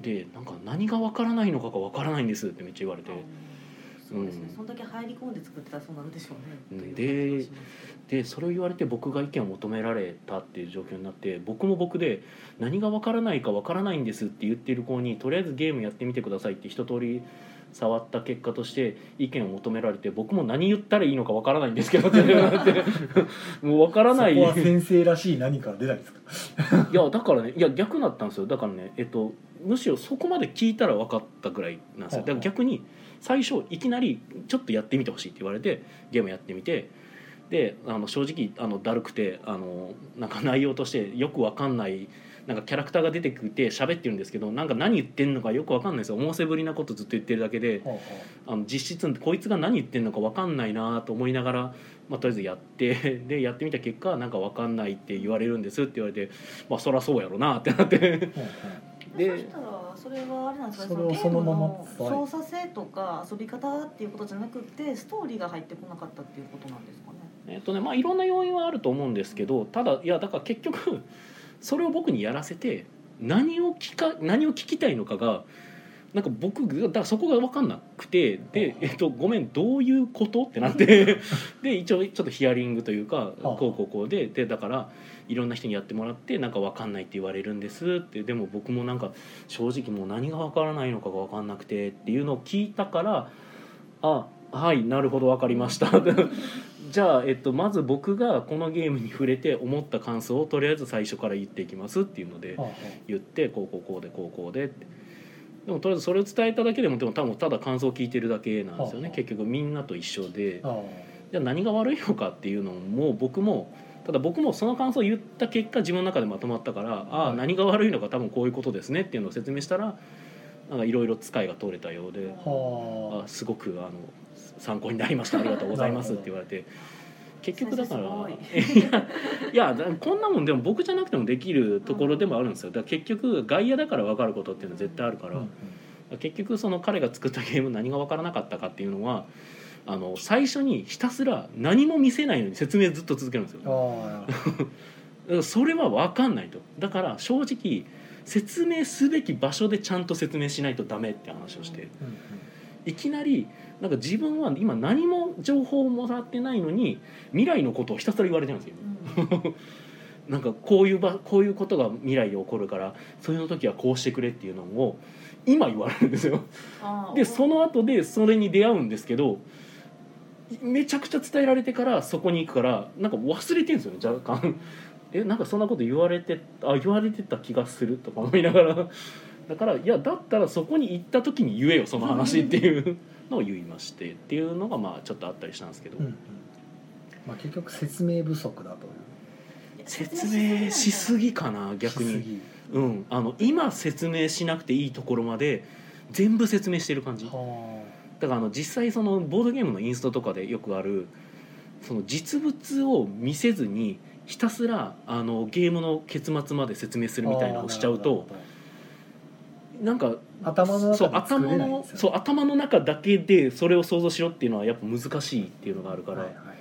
A: でなんか何が分からないのかが分からないんですってめっちゃ言われて
C: そうですね
A: うん
C: そのだけ入り込んで作ってたらそうなるでしょうね
A: うん
C: という感じがします
A: でそれを言われて僕が意見を求められたっていう状況になって僕も僕で何が分からないか分からないんですって言ってる子にとりあえずゲームやってみてくださいって一通り触った結果として意見を求められて僕も何言ったらいいのか分からないんですけどってなって
B: <laughs>
A: もう分からない
B: そこは先生らしい何か出ないですか
A: いやだからねいや逆だったんですよだからねえっとむしろそこまで聞いたら分かったぐらいなんですよだから逆に最初いきなりちょっとやってみてほしいって言われてゲームやってみてであの正直あのだるくてあのなんか内容としてよく分かんないなんかキャラクターが出てきて喋ってるんですけどなんか何言ってんのかよく分かんないんですよ思わせぶりなことずっと言ってるだけで
B: ほうほ
A: あの実質こいつが何言ってんのか分かんないなと思いながら、まあ、とりあえずやってでやってみた結果なんか分かんないって言われるんですって言われてまあそりゃそうやろなってなって
B: うほう
A: で
C: そしたらそれはあれなんですかね
B: それを
C: そのゲームの
B: そのまま
C: 操作性とか遊び方っていうことじゃなくてストーリーが入ってこなかったっていうことなんですかね
A: えっとねまあいろんな要因はあると思うんですけどただいやだから結局それを僕にやらせて何を聞か何を聞きたいのかがなんか僕がだからそこが分かんなくてで、えっと、ごめんどういうことってなって <laughs> で一応ちょっとヒアリングというか
B: ああ
A: こうこうこうででだからいろんな人にやってもらってなんか分かんないって言われるんですってでも僕もなんか正直もう何が分からないのかが分かんなくてっていうのを聞いたからあはいなるほど分かりました <laughs> じゃあ、えっと、まず僕がこのゲームに触れて思った感想をとりあえず最初から言っていきますっていうので
B: ほうほう
A: 言ってこうこうこうでこうこうでってでもとりあえずそれを伝えただけでもでも多分ただ感想を聞いてるだけなんですよ
B: はあは
A: ね
B: あ
A: 結局みんなと一緒で
B: あ
A: じゃあ何が悪いのかっていうのも僕もただ僕もその感想を言った結果自分の中でまとまったからあ
B: は
A: あ
B: い
A: 何が悪いのか多分こういうことですねっていうのを説明したらなんかいろいろ使いが取れたようで
B: あは
A: あすごくあの参考になりましたありがとうございますっ
B: な
A: て言
B: るほ
A: われて結局だから
C: 先
A: いやいやだこんなもんでも僕じゃなくてもできるところでもあるんですよだから結局外野だから分かることっていうのは絶対あるか
B: あ
A: ら、結局その彼が作ったゲーム何が分からなかったかっていうのはあの最初にひたすら何も見せないのに説明ずっと続けるんですよだか
B: ああ
A: らそれは分かんないとだから正直説明すべき場所でちゃんと説明しないとダメって話をして
B: うんうん
A: いきなりなんか自分は今何も情報をもらってないのに未来のことをひたすら言われてるんですよなんかこういう場こういうことが未来で起こるからそういう時はこうしてくれっていうのを今言われるんですよでその後でそれに出会うんですけどめちゃくちゃ伝えられてからそこに行くからなんか忘れてるんですよね若干 <laughs> えなんかそんなこと言われてあ言われてた気がするとか思いながらだからいやだったらそこに行った時に言えよその話っていうのを言いましてっていうのがまあちょっとあったりしたんですけど、
B: うんうんまあ結局説明不足だという
A: 説明しすぎかな逆に。
B: し
A: うん、あの今説明しなくていいところまで全部説明してる感
B: す
A: じ
B: ぎは
A: だからあの実際そのボードゲームのインストとかでよくあるその実物を見せずにひたすらあのゲームの結末まで説明す
B: あ
A: るみたいなのをしちゃうとなんか
B: 頭の
A: そう
B: 中で作
A: 頭
B: れないん
A: の
B: ですよね
A: そう頭の中だけでそれを想像しろっていうのはやっぱ難しいっていうのがあるから、
B: はいはいはい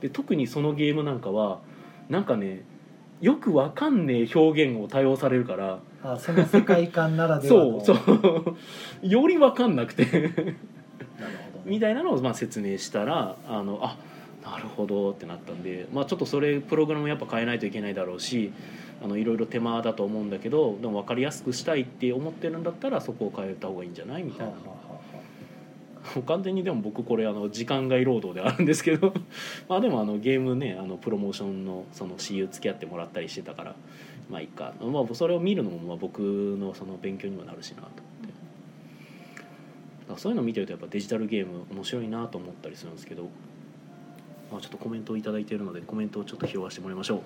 A: で特にそのゲームなんかはなんかねよくわかんねえ表現を多用されるから。
B: あその世界観ならでは
A: そ
B: の
A: うそう <laughs> より分かんなくて
B: なるほどね
A: みたいなのをまあ説明したらあのあなるほどってなったんで、まあ、ちょっとそれプログラムやっぱ変えないといけないだろうしあのいろいろ手間だと思うんだけどでも分かりやすくしたいって思ってるんだったらそこを変えた方がいいんじゃないみたい
B: は
A: な
B: あはあはあはあ
A: 完全にでも僕これあの時間外労働ではあるんですけど <laughs> まあでもあのゲームねあのプロモーションのその CU 付き合ってもらったりしてたからまあいいか、まあ、それを見るのもまあ僕のその勉強にもなるしなと。だからそういうの見てるとやっぱデジタルゲーム面白いなと思ったりするんですけど、まあ、ちょっとコメントを頂いただいているのでコメントをちょっと拾わせてもらいましょう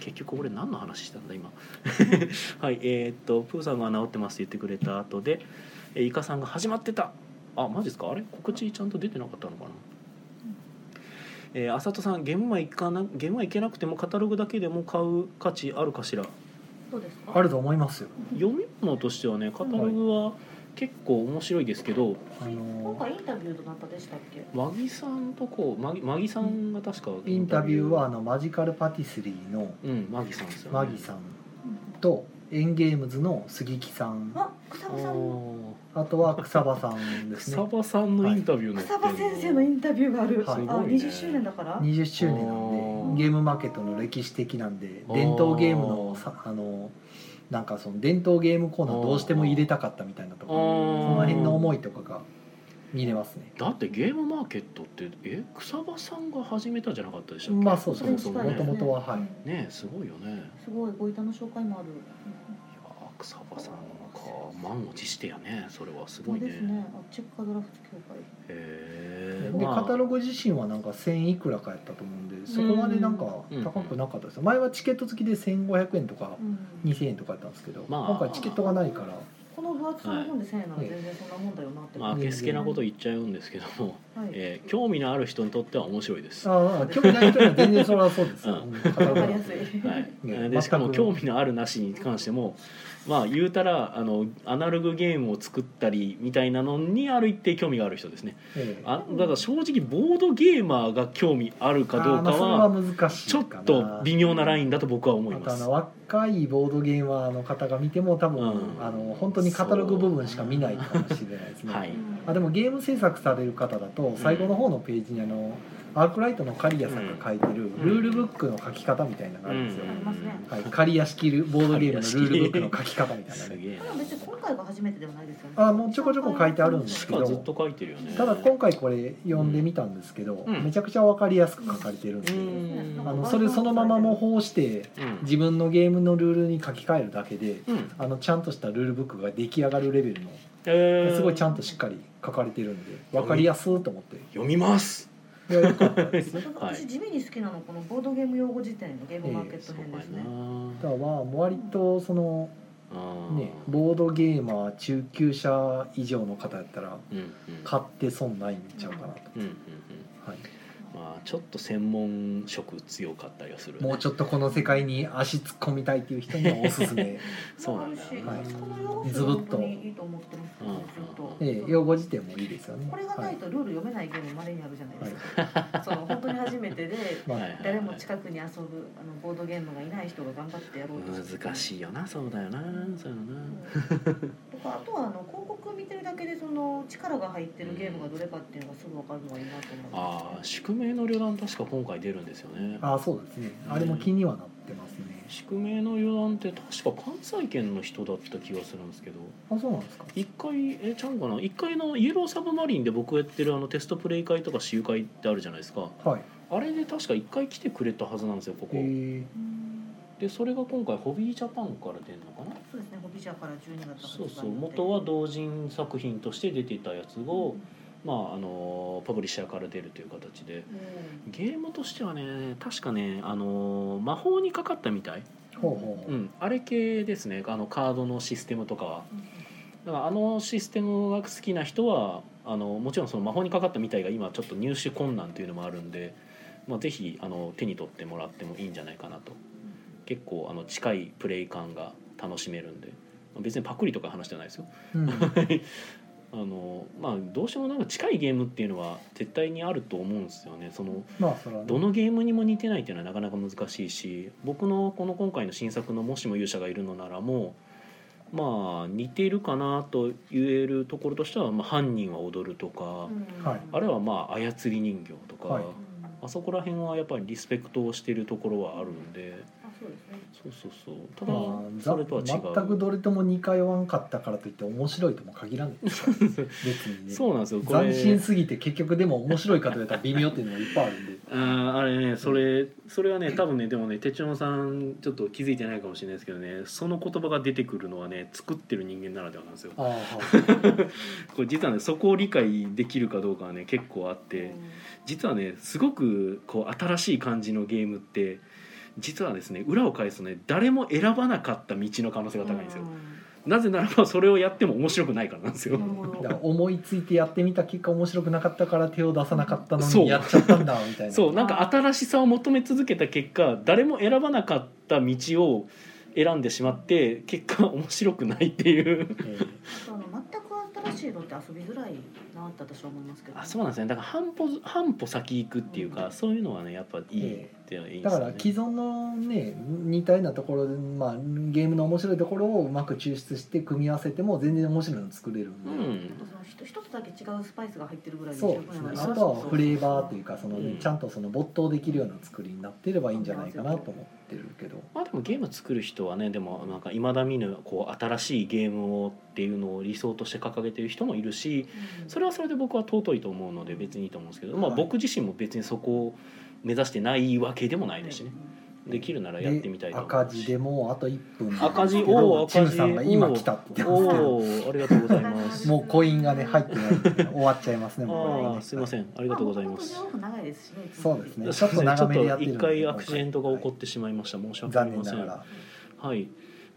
A: 結局俺何の話したんだ今 <laughs> はいえーっとプーさんが「治ってます」って言ってくれた後でえーイカさんが「始まってた」あマジですかあれ告知ちゃんと出てなかったのかなえー、あさとさんゲームは行かなゲームは行けなくてもカタログだけでも買う価値あるかしら
C: どうですか
B: あると思いますよ
A: 読み物としてはねカタログは結構面白いですけど、
B: あ
C: 今
B: の
C: 回インタビューとなったでしたっけ
A: マギさんとこうマギマギさんが確か
B: インタビューはあのマジカルパティスリーの
A: うんマギさんですよね
B: マギさんとエンゲームズの杉木さん
C: あ草
A: あ
C: 場さんの
A: ー
B: あとは草場さんです
A: 草
B: ね
A: 場さんのインタビューの
C: 草場先生のインタビューがある、
B: はい
C: あ
A: すごいね
C: 20周年だから
B: 20周年なんでゲームマーケットの歴史的なんで
A: あー
B: 伝統ゲームのさあのなんかその伝統ゲームコーナーどうしても入れたかったみたいなと
A: あ
B: こそ
A: ー
B: の辺の思いとかが見れますね
A: だってゲームマーケットってえ草場さんが始めたんじゃなかったでしたっけ
B: まあそうです
A: そもそも
B: もと
A: ね
B: もとははい
A: ねすごいよねいや
C: すごいご板の紹介もある、
A: ー草場さんか満を持してやねそれはす
C: そ
A: ご
C: う
A: いね
C: ですねあチェッカードラフト協会
A: へえ
B: でカタログ自身はなんか1000いくらかやったと思うんでそこまでなんか高くなかったですよ前はチケット付きで1500円とか
C: うん、
B: 2000円とかやったんですけど、
A: まあ
B: 今回チケットがないから
C: この分厚さの本で1000円なら全然そんなもんだよなって、
A: まあまあけすけなこと言っちゃうんですけども、
C: はい
A: えー興味のある人にとっては面白いです
B: ああ興味ない人には全然それはそうですよ、
A: う
B: カタログ
C: わか
B: な
C: りや
B: ん
C: すい
B: て、
A: はい、
B: ね
A: でしかも
B: 全く
A: 興味のあるなしに関してもまあ言うたらあのアナログゲームを作ったりみたいなのにある一定興味がある人ですね
B: ええ
A: あだから正直ボードゲーマーが興味あるかどうか
B: あーまあ
A: は
B: それは難しい
A: ちょっ
B: かな
A: と微妙なラインだと僕は思い
B: あと
A: ま
B: あ
A: す
B: の若いボードゲーマーの方が見ても多分、
A: うん
B: あの本当にカタログ部分しか見ないかもしれないですね、
A: はい
B: あでもゲーム制作される方だと最後の方のページにあのアークライトのカリアさんが書いてる
A: ん
B: ルールブックの書き方みたいなのがあるんですよ、
C: ありますね
B: はい、カリア式ルボードゲームのルールブックの書き方みたいな
A: す
B: ね
A: げえ
C: でも別に今回が初めてではないですよね
B: あもうちょこちょこ書いてあるんです
A: し
B: けど
A: かずっと書いてるよね
B: ただ今回これ読んでみたんですけど、
A: うん
B: めちゃくちゃ分かりやすく書かれてるんで、
A: うん
B: あのそれそのまま模倣して
A: うん
B: 自分のゲームのルールに書き換えるだけで
A: うん
B: あのちゃんとしたルールブックが出来上がるレベルの
A: えー
B: すごいちゃんとしっかり書かれてるんで分かりやすいと思って
A: 読みます
B: いやよかったですね
A: はい
C: 私地味に好きなのはこのボードゲーム用語辞典のゲームマーケッ
A: そ
C: ト
A: う
C: 編
A: か
C: ですね、
B: だからまあ割とその
A: な
B: ねボードゲーマー中級者以上の方やったら
A: うんうん
B: 買って損ないんちゃうかなと、
A: うんうんうん
B: はい、
A: まあちょっと専門職強かったりはする、
B: もうちょっとこの世界に足突っ込みたいっていう人にはおす
A: <laughs>
B: すめ
A: そうなんだよね、
B: はい
C: この用語
B: ずぶっと
C: いいと思ってます
A: うんうん
B: ええ
C: ずっと
B: 用語辞典もいいですよね
C: これがないとルール読めないゲームまれにあるじゃないですか、その本当に初めてで
B: はい、ま
A: はいはいはい
C: 誰も近くに遊ぶあのボードゲームがいない人が頑張ってやろうとして
A: 難しいよなそうだよなそういうのな
C: とかあとはあの広告見てるだけでその力が入ってるゲームがどれかっていうのがすぐ分かるのがいいなと思います
A: ああ宿命の旅団確か今回出るんですよね
B: ああそうですねあれも気にはなってますね、
A: 宿命の旅団って確か関西圏の人だった気がするんですけど
B: あそうなんですか
A: 一回えちゃうかな一回のイエローサブマリンで僕やってるあのテストプレイ会とか私有会ってあるじゃないですか
B: はい
A: あれで確か一回来てくれたはずなんですよここ、
B: えー、
C: うん
A: でそれが今回ホビージャパンから出るのかな
C: そうですねホビジャーから12月発売
A: そうそう元は同人作品として出てたやつを、まああのパブリッシャーから出るという形で
C: うん
A: ゲームとしてはね確かねあの魔法にかかったみたい、
B: ほうほう
A: う、
B: ほうん
A: あれ系ですねあのカードのシステムとかは
C: うん
A: だからあのシステムが好きな人はあのもちろんその魔法にかかったみたいが今ちょっと入手困難というのもあるんで、まあ、ぜひあの手に取ってもらってもいいんじゃないかなと結構あの近いプレイ感が楽しめるんでまあ別にパクリとか話じゃないですよ
B: うん、
A: <laughs> あのまあどうしてもなんか近いゲームっていうのは絶対にあると思うんですよねその
B: まあそれはね
A: どのゲームにも似てないっていうのはなかなか難しいし僕のこの今回の新作の「もしも勇者がいるのなら」もまあ似てるかなと言えるところとしては「まあ、犯人は踊る」とか、
C: うん
B: はい
A: あれはまあ「操り人形」とか、
B: はい
C: うん
A: あそこら辺はやっぱりリスペクトをしてるところはあるんで
C: あそうですね
A: そうそうそうただ、
B: まあ、ざ
A: それとは違う
B: 全くどれとも似通わんかったからといって面白いとも限らないです
A: <laughs>
B: から別にね
A: そうなんですよこれ
B: 斬新すぎて結局でも面白いかと言ったら微妙っていうのがいっぱいあるんで
A: あーあれねそれそれはね多分ねでもね手帳さんちょっと気づいてないかもしれないですけどねその言葉が出てくるのはね作ってる人間ならではなんですよ
B: <laughs> ああはい
A: これ実はねそこを理解できるかどうかはね結構あって
C: うん
A: 実はねすごくこう新しい感じのゲームって実はですね裏を返すとね誰も選ばなかった道の可能性が高いんですよなぜならばそれをやっても面白くないからなんです
C: う
A: よ
C: んなるほど
B: だから思いついてやってみた結果面白くなかったから手を出さなかったの
A: そう
B: にやっちゃったんだみたいな
A: そうなんか新しさを求め続けた結果誰も選ばなかった道を選んでしまって結果面白くないって
B: <laughs>
A: いう
B: えー
C: あの全く新しいのって遊びづらいなって私は思いますけど
A: あそうなんですねだから半歩半歩先行くっていうか、
C: うん
A: そういうのはねやっぱいい
B: え
A: っていうのはいいんで
B: だ
A: す
B: か
A: よね、
B: ら既存のね似たようなところで、まあ、ゲームの面白いところをうまく抽出して組み合わせても全然面白いの作れるんで、
A: うん
C: その一一つだけ違うスパイスが入ってるぐらい
B: そうですねあとはフレーバーというかその、
A: うん
B: ちゃんとその没頭できるような作りになってればいいんじゃないかなと思ってるけど
A: まあでもゲーム作る人はねでもなんか未だ見ぬこう新しいゲームをっていうのを理想として掲げてる人もいるしそれはそれで僕は尊いと思うので別にいいと思うんですけど、まあ、
B: はい
A: 僕自身も別にそこを目指してないわけでもないですしね、
B: うん
A: できるならやってみたいと思うし
B: 赤字でもうあと1分
A: 赤字
B: けど
A: おー
B: チムさんが今
A: 赤字
B: 来たって言ってますけど
A: おおありがとうございま
C: ー
A: す。
B: もうコインがね入ってないんで終わっちゃいますねもう
A: ああすいませんありがとうございます。
C: 元々長いですしね
B: そうですね
A: すいません
B: ちょっと長めでやってる
A: ちょ
B: ん
A: っ
B: で
A: と一回アクシデントが起こってしまいました申し訳あり
B: 残念
A: ませ
B: なが
A: ん。
B: ら
A: はい。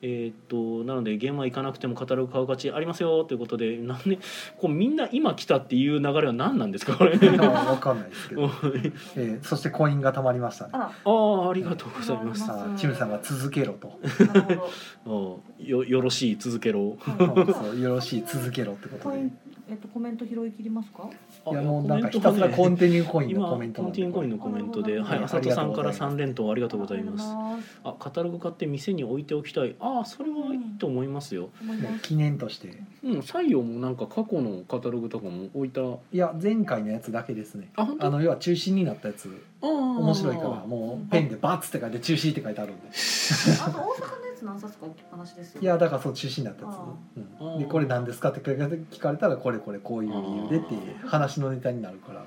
A: えーっとなのでゲームは行かなくてもカタログ買う価値ありますよということでなんでこうみんな今来たっていう流れは何なんですか <laughs> これ。
B: 分かんないですけど、えーそしてコインがたまりましたね
C: あら
A: ああありがとうございます。
B: さあチムさんが続けろ
C: <laughs>
B: と
C: なるほど
A: うんよよろしい続けろ。
B: うん <laughs> そうよろしい続けろってこと
C: コイ
B: で
C: ンえっとコメント拾い切りますか
B: いやもう
A: あ
B: なんかひたすらコ
A: コメン
B: ンティニューコ
A: ト
B: イ
A: ね
B: ン
A: 今
B: の
A: コ
B: コ
A: ン
B: メントなん
A: ティニ
B: で
A: ューコインのコメントで、
C: あ
A: は
C: り
A: い、
C: が
A: 浅
C: とうござ
A: 戸
C: います
A: さんから三連投ありがとうございます。
C: ます
A: あカタログ買って店に置いておきたいああそれはいいと思いますよ、
C: 思い
B: も
C: ま
B: う
C: す
B: 記念として
A: うん、採用もなんか過去のカタログとかも置いた
B: いや前回のやつだけですね
A: あ本当
B: あの要は中止になったやつ面
A: 面
B: 白いからもうペンでバツって書いて中止って書いてあるんで
C: あと大阪のやつ何冊か置きっぱなしですよ
B: いやだからそう中止になったやつね、
A: あー
B: うん、でこれ何ですかって聞かれたらこれこれこういう理由でっていう話のネタになるから
C: うん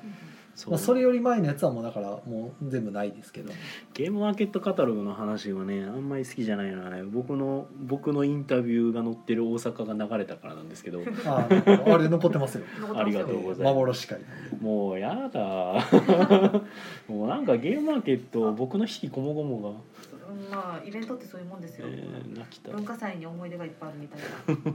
A: そ
B: まあ、それより前のやつはもうだからもう全部ないですけど
A: ゲームマーケットカタログの話はねあんまり好きじゃないのはね僕の僕のインタビューが載ってる大阪が流れたからなんです <laughs> けど
B: あーあれ残ってますよ
C: 残ってますよ
A: ありがとうございます
B: 幻会
A: もうや <laughs> だもうなんかゲームマーケット僕の引きこもごもが、
C: うんまあイベントってそういうもんです
A: え
C: よ
A: ー、泣きた <laughs>
C: 文化祭に思い出がいっぱいあるみたいな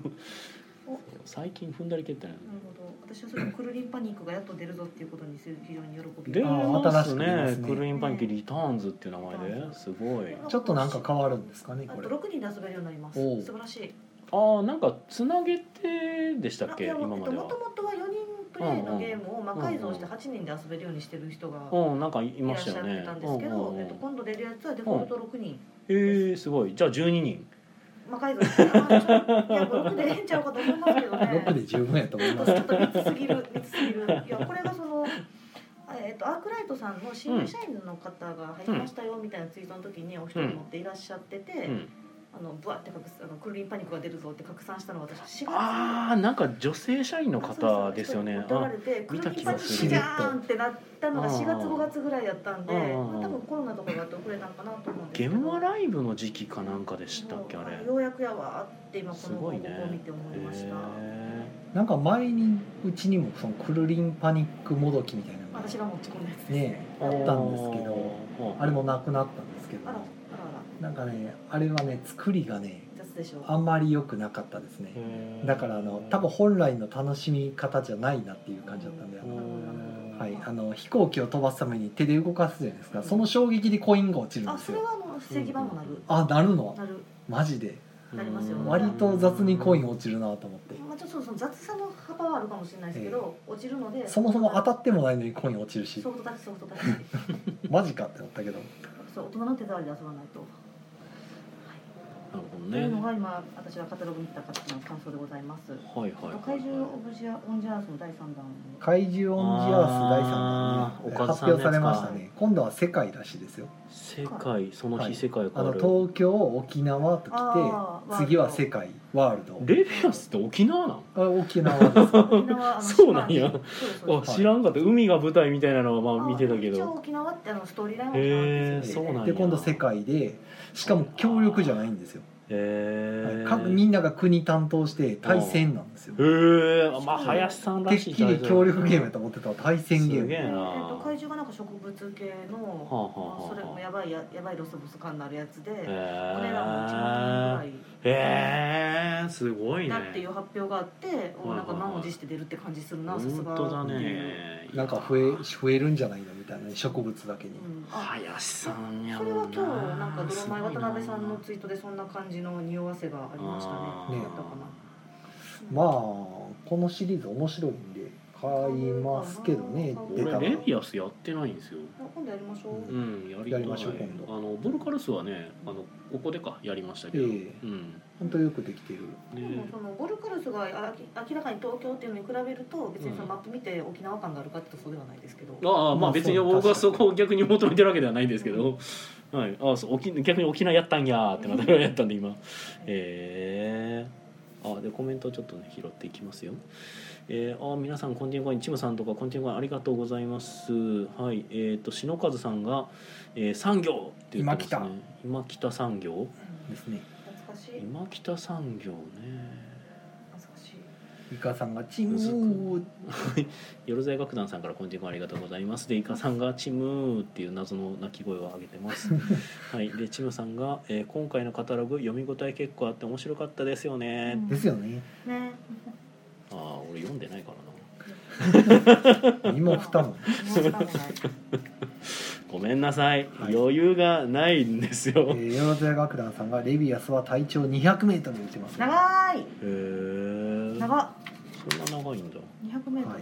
A: 最近踏んだり蹴ったりなの
C: なるほど。私はそれもクルリンパニックがやっと出るぞっていうことにする非常に喜び。
A: 出
B: あー
A: ます
B: 新しく出ま
A: ね
B: すね
A: クルインパンキーリターンズっていう名前ですごい
B: ちょっとなんか変わるんですかね
C: あ
B: ことれ
C: 六人で遊べるようになります。
B: おう
C: 素晴らしい。
A: ああなんかつなげてでしたっけ
C: あいや
A: 今までは
C: もともとは四人プレイのゲームを魔改造して八人で遊べるようにしてる人が
A: うんなんかい
C: いら
A: ま
C: っ
A: し
C: したゃ
A: よ
C: っ
A: ね
C: てたんですけ
A: うんう
C: ど、
A: んう
C: え
A: ん
C: っと今度出るやつはデフォルト六人。
A: えー、すごいじゃあ12人
C: 魔改造して、あちょっといやこれ六でええんちゃうかと思いますけ
A: <laughs>
C: どね。
B: 6で十分やと思い
C: ちょ
B: ま
C: っ
B: す
C: と密すぎる密すぎるいやこれがそのえっとアークライトさんの新入社員の方が入りましたよみたいなツイートの時にお一人持っていらっしゃってて、
A: うん
C: あのブワって拡散あのクルリンパニックが出るぞって拡散したの私4月
A: ああなんか女性社員の方ですよね
C: そうそう持っておら
A: あ
C: れてク
A: 見
C: ル
A: た
C: リン
A: 気
C: パ
A: が
C: ニッ
A: す
C: ク
B: る
C: じゃーんってなったのが4月
A: あー
C: 5月ぐらいやったんで、
A: うん
C: ま
A: うんうん
C: あ、多分コロナとかがあって遅れたのかなと思うんですけ
A: ゲ
C: ど
A: ームはライブの時期かなんかでしたっけあれ
C: もうようやくやわーって今こ
A: す
C: の
A: ご
C: 報
A: い
C: 告
A: ね
C: を見て思いました、
A: へ
B: なんか前にうちにもそのクルリンパニックもどきみたいなのが
C: 私が持ち込んだやつです
B: ね
A: ー
B: あったんですけど
A: うん
B: あれもなくなったんですけ
C: あらあ
B: ど
C: らあら
B: なんかねあれはね作りがね
C: 雑でしょう
B: あんまり良くなかったですね
A: へー
B: だからあの多分本来の楽しみ方じゃないなっていう感じだったんであの、
A: うん
B: はい、あの飛行機を飛ばすために手で動かすじゃないですかその衝撃でコインが落ちるん
C: あ
B: です
C: それ
B: よ
C: はあの防ぎ場もなる、
B: あなるの
C: なる
B: マジで
C: なりますよ
B: 割と雑にコイン
A: を
B: 落ちるなと思って
C: まあちょっとその雑さの幅はあるかもしれないですけど、落ちるので
B: そもそも当たってもないのにコイン落ちるし
C: ソフトタッチソフトタッチ
B: マジかって思ったけど
C: そう大人の手触りで遊ばないと、
A: なるほど
C: というの
A: ね
C: が今私がカタログ見た方の感想でございます
A: はいはいはい
C: 怪獣オブジアオンジャースの第三弾を
B: 怪獣オンジアース第3
A: あー
B: 弾、ね、
A: 岡田
B: 発
A: さんのや
B: 表
A: つか
B: されましたね今度は世界らしいですよ
A: 世界その日世界
B: あ
A: 変わ
B: の
A: る
B: 東京沖縄と来
C: あー
B: て次は
C: ワー
B: 世
C: ル
B: 界ワールド
A: レビアスって沖縄なん
B: あ沖縄です
C: ド沖縄あ
A: <laughs>
C: の
A: そうなんや
C: 島にそうですそう
A: あ
C: です
B: い
A: 知らんかった海が舞台みたいなのはまあ
C: あ
A: 見てたけ
C: 一応
A: ど
C: 沖縄ってあのストーリーラインは沖縄なんですよ
A: へーそうなんや
B: で今度世界でしかも協力じゃないんですよ、
A: へえ
B: 各みんなが国担当して対戦なんですよて
A: へえまあ林さんら
B: っ
A: しい
B: きり協力ゲームやと思ってたら対戦ゲー
A: すげえ
B: ム
C: え
A: な
C: ーと怪獣がなんか植物系の、
A: はあはあはあ
C: まあそれもやばいややばいロスボス感のあるやつで、これらも1万
A: へ
C: 人ぐらい
A: えすごいね
C: だっていう発表があって、お
A: はいはいはい
C: なんか満を持して出るって感じするな、さすが。
A: 本当だね
B: なんか増え増えるんじゃないのみたいな植物だけに
C: うんあ
A: 林さんや
C: それ
A: も
C: は
A: ん
C: 今日なんかドラマ
A: す
C: イ
A: ごいな
C: 渡辺さんのツイートでそんな感じの匂わせがありましたね。
B: ね
C: だったかな
B: まあこのシリーズ面白いんで買いますけどね出た
A: 俺
B: ら
A: レビアスやってないんですよ
C: あ今度やりましょう。
B: うん
A: うんやりたい
B: やりましょう今度
A: あのボルカルスはねあのここでかやりましたけど、
B: ええ
A: うん
B: 本当よくできてる
C: でも
A: ね
C: そのボルカルスがあ明らかに東京っていうのに比べると別にそのマップ見て沖縄感があるかっていうとそうではないですけど、
A: ああ
B: ま
A: ま
B: あ
A: あ別に
B: そう
A: 僕は
B: 確か
A: そ
B: に
A: こを逆に求めてるわけではないんですけど、はい、あそう沖逆に沖縄やったんやーってまたやったんで今えー、あでコメントをちょっとね拾っていきますよえー、あ皆さんコンティニューコインチムさんとかコンティニューコインありがとうございますはいえっ、と篠和さんが、えー、産業って言ってますね今北産業
B: ですね
C: 懐かしい
A: 今北産業ね
C: 懐かしい。
B: イカさんがチームー
A: よろざい楽団さんからこんにちはありがとうございますでイカさんが「チムー」っていう謎の鳴き声を上げてます
C: <laughs>
A: はいでチムさんが、えー今回のカタログ読み応え結構あって面白かったですよね」
C: うん
B: です
A: <laughs>
B: よね
C: ね。
A: ああ俺読んでないからな
B: 身も蓋も
C: もう時間もない
A: ごめんなさい、
B: はい
A: 余裕がないんですよ
B: え
A: へ
B: ー、ヨロゼ楽団さんがレビアスは体長 200m に打ちます、ね、
C: 長い。
A: え
C: 長っ。
A: そんな長いんだ
C: 二百メート
B: はい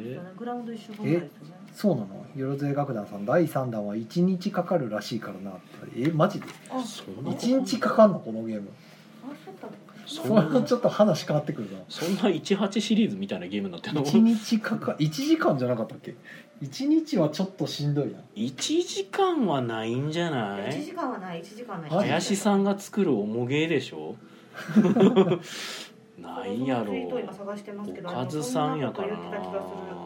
C: ル。
A: で
C: グラウンド一周分ぐらいですよね。
B: そうなのヨロゼ楽団さん第3弾は1日かかるらしいからなえマジで
C: あ、
A: そんな
B: 1日かかんのこのゲーム
C: あそうだった
A: そ
B: そうれはちょっと話変わってくるな
A: そんな18シリーズみたいなゲームになってんの
B: 1日かか1時間じゃなかったっけ1日はちょっとしんどいな
A: 1時間はないんじゃな
C: 一
A: い
C: 時間はない、一時間はない。
B: マジで
A: 林
C: ん。
A: さんが作るおもげでしょ
B: <laughs>
A: ないやろ
C: ツイートを今探してますけど。
A: おかずさんやからな
C: あのそんなこと言ってた気がする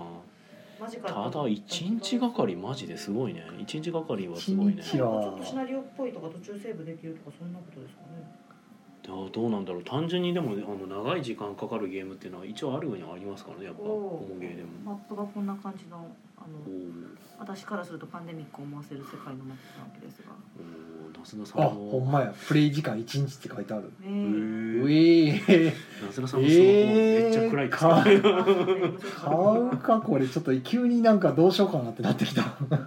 C: マジか
A: ただ一日がかりマジですごいね一日がかりはすごいね
B: 一
A: い
B: 日
C: な
A: や
B: は
C: んかちょっとシナリオっぽいとか途中セーブできるとかそんなことですかね。
A: どうなんだろう単純にでもあの長い時間かかるゲームっていうのは一応あるようにありますからねやっぱ
C: お
A: お
C: ー
A: もげでも
C: マップがこんな感じのあ
A: お
C: の
A: ー
C: 私からするとパンデミックを思わせる世界のマップなわけですが。
A: おー夏菜さん
B: あほ
A: も
B: んまやプレイ時間1日って書いてある
C: ね
B: う
A: へえ
B: えー、
A: 夏菜さんもすごいめっちゃ暗いですね
B: え買
C: 買
B: うかこれちょっと急になんかどうしようかなってなってきた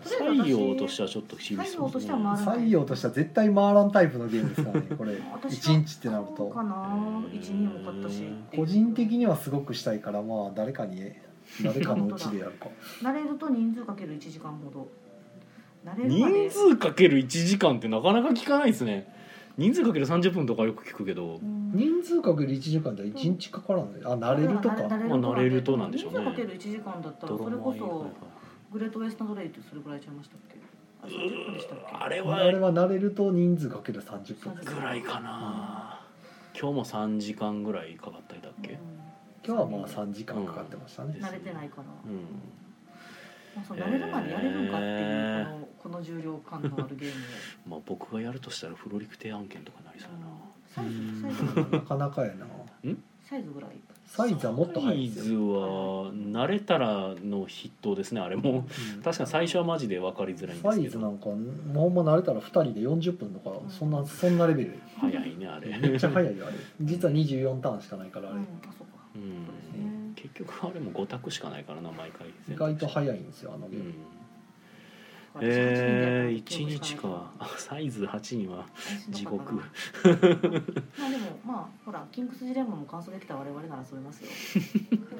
A: 採用としてはちょっと厳しそうですね
C: 採用としてはまあ
B: 採用としては絶対回らんタイプのゲームですからねこれ
C: 私は
B: 1日ってなる
C: 買おう
B: と
C: かな一にも買ったし
B: 個人的にはすごくしたいからまあ誰かに誰かのうちでやる <laughs> か
C: 慣れると人数かける一時間ほど慣れるまで
A: 人数かける1時間ってなかなか聞かないですね人数かける30分とかよく聞くけど
C: うん
B: 人数かける1時間で1日かからないあ慣れるとか
C: 慣
A: まあ慣れるとなんでしょうね
C: 人数かける一時間だったらそれこそグレートウェスタントレイってそれぐらいちゃいましたっけあれ30分でしたっけ
A: あれ
B: あれ
A: は
B: は慣れると人数かける30分
A: ぐらいかな今日も3時間ぐらいかかったりだっけ
B: 今日はまあ3時間かかってましたね、
A: うん
C: 慣れてないから、
A: う
C: ま
A: ん
C: あ、そう慣れるまでやれるんかっていう、
A: えー
C: あのこの重量感のあるゲーム
A: まあ僕がやるとしたらフロリクテ案件とかになりそうだ
C: サイズサイズ
B: なかなかやな
C: サイズぐらい
B: サイズはもっ
A: な
B: と
A: サ
B: 早い
A: イ
B: です
A: ズ
B: よ、
A: は慣れたらの筆頭ですねあれも
B: うん
A: 確かに最初はマジで分かりづらいんで
B: サ
A: す
B: イ
A: け
B: ズな
A: ど
B: んかもうほんま慣れたら2人で40分とかそんなそんなレベル
A: 早いねあれ
B: めっちゃ早いよあれ実は24ターンしかないからあ
C: う
B: れ
C: んあそうか
A: う
C: そうです
A: ん
C: ね
A: 結局あれも5択しかないからな毎回
B: 意外と
A: い、
B: 早いんですよあの
A: う
B: ゲーム
A: ん、えー、1日かあサイズ8には地獄
C: まあでもまあほらキングスジレンマも完走できた我々なら遊べますよ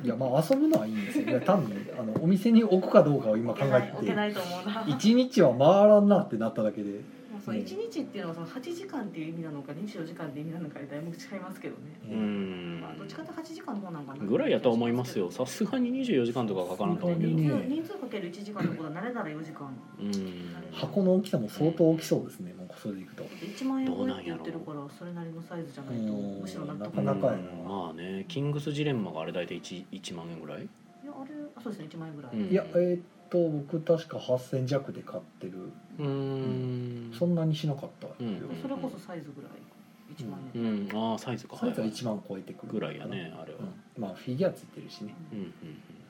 B: いやまあ遊ぶのはいいんですよいや単にあのお店に置くかどうかを今
C: 置
B: 考
C: けない
B: え
C: 置
B: て
C: け
B: て
C: ないと思うな
B: 1日は回らんなってなっただけで
C: まあそう1日っていうのはその8時間っていう意味なのか24時間っていう意味なのかでだいぶ違いますけどね、
A: う
C: まあ、どっ
A: ん
C: ちかって8時間の方なんかな
A: ぐらいやとは思いますよさすがに24時間とかかからんと思うけど
B: にね
C: 人数かける1時間のことは慣れたら4時間
A: うん
B: 箱の大きさも相当大きそうですねもうそれでいくと
C: 1万円超えって言ってるからそれなりのサイズじゃないと
B: うん
C: むしろ納得
B: なかなかやな
A: うんまあねキングスジレンマがあれ大体 1, 1万円ぐらい
C: いやあれあそうですね1万円ぐらい、
A: うん
B: いやえーっと僕確か8000弱で買ってる
A: うーん
B: そんなにしなかったよ、
A: うん
C: それこそサイズぐらい1万
A: う
C: 円、
A: んああサイズか
B: サイズは
A: はい
B: 1万超えてくる
A: ぐらいやねあれは
B: うんまあフィギュアついてるしね
A: うんうんうん、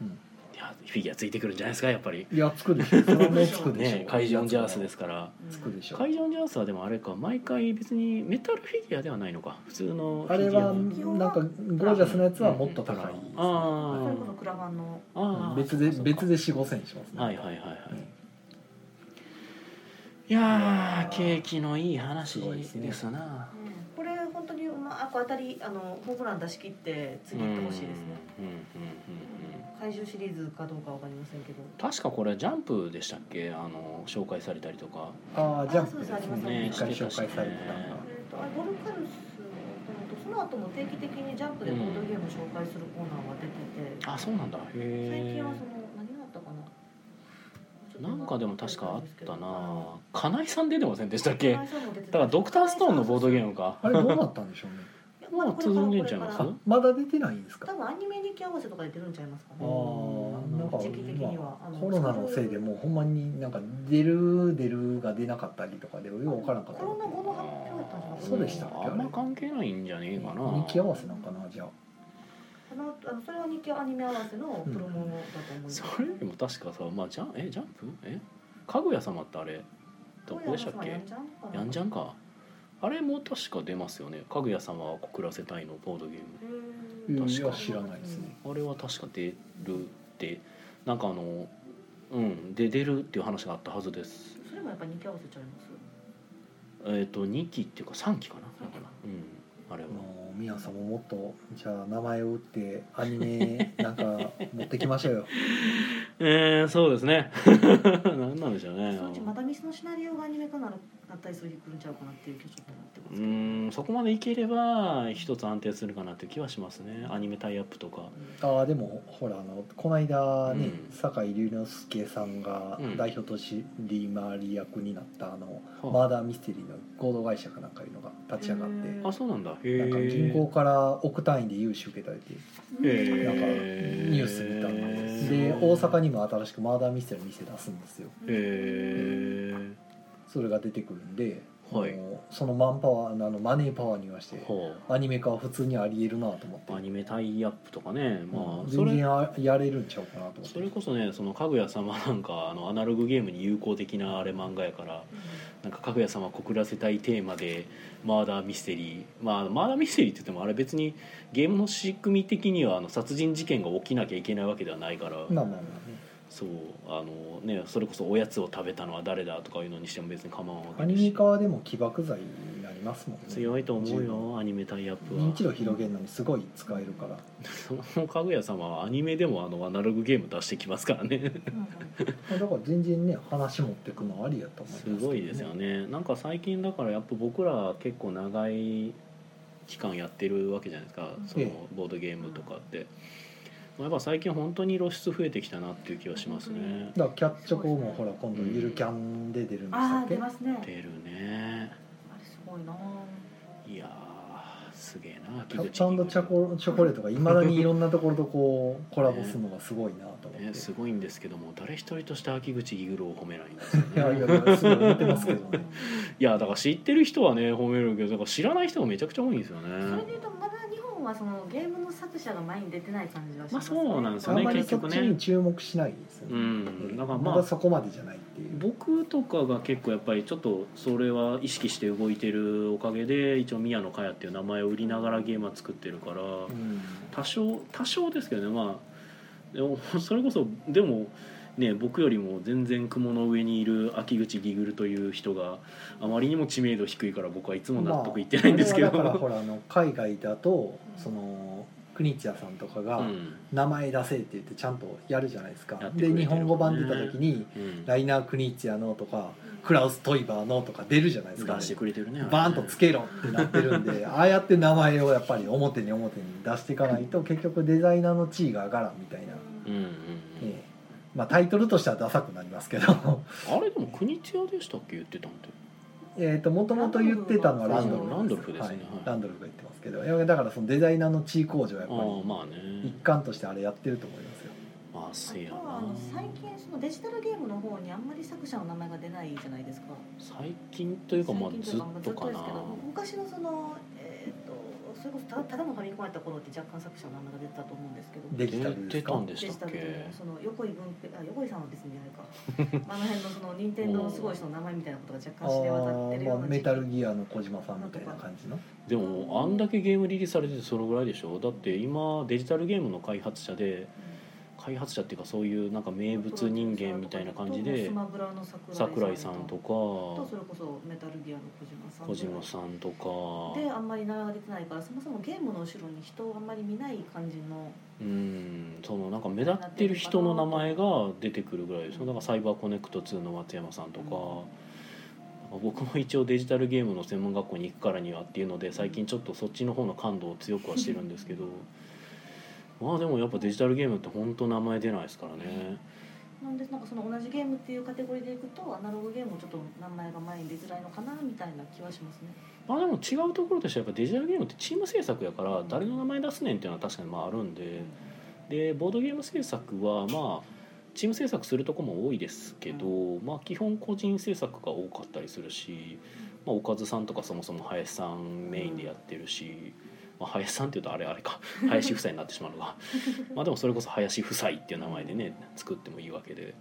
B: うん
A: いやフィギュアついてくるんじゃないですかやっぱり
B: いやつく
A: <laughs>
B: でしょそれもつくでしょ、
A: ねカイジョンジャースですから
C: うん
B: つくでしょ
A: カイジョンジャースはでもあれか毎回別にメタルフィギュアではないのか普通のフ
B: あ
A: ィギ
B: れ
A: ュア
B: はなんかゴージャスなやつはもっと高い、
A: ああ
C: それこそクラファンの
A: ああ
B: 別で
A: そうか
B: 別で4 5千しますね、
A: はいはいはいはい、
B: うん
A: いやー景気のいい話
B: すごいですね
A: ですな
C: これ本当にうまく当たりあのホームラン出し切って次行ってほしいですね
A: うんうんうんうんうん
C: 怪獣シリーズかどうかわかりませんけど
A: 確かこれジャンプでしたっけあの紹介されたりとか
B: ああジャンプで
C: あ
B: す
C: そうそう
B: ね
C: あり
B: 一
C: ます
B: 回
C: ね
B: 紹介されてたんだ
C: えーとあれボルカルスとその後も定期的にジャンプでボードゲームを紹介するコーナーが出てて、
A: あそうなんだ
C: 最
A: へ
C: 近はそ
A: え
C: の何があったかな
A: なんかでも確かあったな金井さん出てませんでしたっけ
C: だ
A: だからドクターストーンのボードゲームか
B: あれどうなったんでしょうね
A: もう続んでんちゃいます
C: 多
A: あ
B: まだ出てないんですかあ
C: 分アニメ日記合わせとかで出るんちゃいますか
B: あ
C: ね
B: ーなんか
C: 時期的にはあの
B: コロナのせいでもうほんまになんか出る出るが出なかったりとかでよくわからんかった
C: コロナ後の発表だったんじゃない
B: そうでしたっけあれ
A: あんま関係ないんじゃねえかな
B: 日記合わせなんかなじゃあ
C: あのあのそれは日記アニメ合わせのプロモだと思います、
A: それよりも確かさ、まあ、ジャンえジャンプえかぐや様ってあれどこでしたっけやんじ
C: ゃ
A: ゃんかあれも確か出ますよねかぐや様は告らせたいのボードゲーム
B: いや
A: 確かに
B: 知らないですね
A: あれは確か出るってなんかあのうんで出るっていう話があったはずです
C: それもやっぱ日記合わせちゃいます
A: えっ、と2期っていうか3期かなだからうんあれは
B: もう皆さんももっとじゃあ名前を打ってアニメなんか持ってきましょうよ
A: えー、そうですね <laughs> なんなんでしょうね
C: そのうちまたミスのシナリオがアニメ化ならなったりする日来るんちゃうかなっていう気がちょっとなってま
A: う
C: すけど、
A: んそこまでいければ一つ安定するかなっていう気はしますねアニメタイアップとか
B: ああでもほらあのこの間ね、
A: うん
B: 酒井龍之介さんが
A: うん
B: 代表取締役になったあの、マ
A: は
B: ーダーミステリーの合同会社かなんかいうのが立ち上がって、
C: へー
A: あ、あそうなんだへ
B: なんか
A: え
B: 銀行から億単位で融資受けたりって
A: へー
B: なんかニュース見たんですで
A: へー
B: 大阪にも新しくマーダーミステリーの店出すんですよ
A: へえ
B: それが出てくるんで、
A: はい
B: あのそのマンパワーあのマネーパワーにはして
A: ほ
B: アニメ化は普通にありえるなと思って
A: うアニメタイアップとかねまあそ
B: 全
A: れ
B: 然あやれるんちゃうかなと思って
A: それこそねそのかぐや様なんかあのアナログゲームに友好的なあれ漫画やからなんかかぐや様を告らせたいテーマでマーダーミステリー、まあ、マーダーミステリーって言ってもあれ別にゲームの仕組み的にはあの殺人事件が起きなきゃいけないわけではないから、
B: まあまあま
A: そうあの、ね、それこそおやつを食べたのは誰だとかいうのにしても別に構わんわ
B: あア
A: けだ
B: ニ
A: し
B: メ化はでも起爆剤になりますもんね
A: 強いと思う
B: 十分
A: よアニメタイアップは
B: 認知度広げるのにすごい使えるから
A: そのかぐや様はアニメでもあのアナログゲーム出してきますからね
B: だから全然ね話持ってくのありやと思います
A: すごいですよねなんか最近だからやっぱ僕ら結構長い期間やってるわけじゃないですかそ
B: え
A: のボードゲームとかって、まあやっぱ最近本当に露出増えてきたなっていう気はしますね
B: だからキャッチョコもほら今度ゆるキャンで出るんでした
C: あ
B: っ
C: あ
B: け、
C: 出ますね。
A: 出るね
C: あれすごいな。
A: いやーすげえな
B: キャッチャチョコチョコレートがいまだにいろんなところとこうコラボするのがすごいなと思って、
A: ね、すごいんですけども誰一人として秋口イグルを褒めないんですよ
B: <laughs> いやい
A: ね
B: やすごい言ってますけどね
A: いやだから知ってる人はね褒めるけどだから知らない人がめちゃくちゃ多いんですよ
C: それ
A: ね
C: でいうとまだ日本はそのゲームの作者が前に出てない感じがし
A: まあ
C: ます、
A: そうなんです
B: あ
A: よ
B: ん
A: ね
B: まり
A: 結
B: そっ
A: 局
B: ち
A: ね
B: に注目しないですよね、
A: うんだからまあ
B: まだそこまでじゃないっていう
A: 僕とかが結構やっぱりちょっとそれは意識して動いてるおかげで一応宮野佳也っていう名前を売りながらゲームは作ってるから
B: うん
A: 多少多少ですけどねまあでも <laughs> それこそでもね僕よりも全然雲の上にいる秋口ギグルという人があまりにも知名度低いから僕はいつも納得いってないんですけど、
B: まああれはだからほらあの海外だとそのクニチャさんとかが
A: うん
B: 名前出せって言ってちゃんとやるじゃないですか
A: やってくれて
B: で
A: るもんね
B: 日本語版出た時に
A: うん、
B: ライナー・クニチアのとかク
C: ラ
B: ラウス・トイバーのとか出るじゃないですか、
A: 出してくれてるね
B: バーンとつけろってなってるんでああやって名前をやっぱり表に表に出していかないと結局デザイナーの地位が上がらんみたいな、
A: うんうんうん
B: ええまあ、タイトルとしてはダサくなりますけど
A: あれでも国千代でしたっけ言ってたんて
B: えともともと言ってたのはランドルフ
A: ランドルフです
B: はい
A: ね、はい
B: ランドルフが言ってますけどいやだからそのデザイナーの地位向上はやっぱ
A: ああ
B: り
A: まあ
B: 一
A: ね
B: 貫としてあれやってると思いますよ
A: まあせや
C: あとはあ
A: な
C: の最近そのデジタルゲームの方にあんまり作者の名前が出ないじゃないですか。
A: 最近というかまあ
C: 最近
A: ずっ
C: まあ
A: とか
C: で
A: な
C: すけど昔のそのえっ、とそれこそたただのファミコンやった頃って若干作者の名前が出てたと思うんですけど。
B: デジタ
A: 出
B: ルで
A: て
B: すか
A: たん
B: は
A: で
C: デ
A: し
C: ジ
A: た
C: タ
A: っ
C: ル
A: け
C: のその横井文平あ横井さんは別にあ
A: <laughs>
C: れかあの辺のその任天堂のすごい人の名前みたいなことが
B: あ
C: 若干知れ渡ってる
B: ー
C: よう
B: まあ
C: な
B: メ
C: 時期
B: タルギアの小島さんみたいな感じの
A: でもあんだけゲームリリースされててそのぐらいでしょだって今デジタルゲームの開発者で開発者っていうかそういうなんか名物人間みたいな感じで
C: スマブラの桜
A: 桜井さんと
C: とそ
A: か
C: れこそメタルギアの小島さん
A: 小島さんと
C: で
A: か
C: あんまり名前が出てないからそもそもゲームの後ろに人をあんまり見ない感じの
A: うんそのなんか目立ってる人の名前が出てくるぐらいですよだからサイバーコネクト2の松山さんとか。僕も一応デジタルゲームの専門学校に行くからにはっていうので最近ちょっとそっちの方の感度を強くはしてるんですけどまあでもやっぱデジタルゲームって本当名前出ないですからね
C: なんでなんかその同じゲームっていうカテゴリーでいくとアナログゲームもちょっと名前が前に出づらいのかなみたいな気はしますね
A: まあでも違うところとしてはやっぱデジタルゲームってチーム制作やから誰の名前出すねんっていうのは確かにまああるんででボードゲーム制作はまあチーム制作するとこも多いですけど、まあ基本個人制作が多かったりするし、まあ、おかずさんとかそもそも林さんメインでやってるし、まあ、林さんっていうとあれあれか林夫妻になってしまうの
B: <laughs>
A: がまあでもそれこそ林夫妻っていう名前でね作ってもいいわけで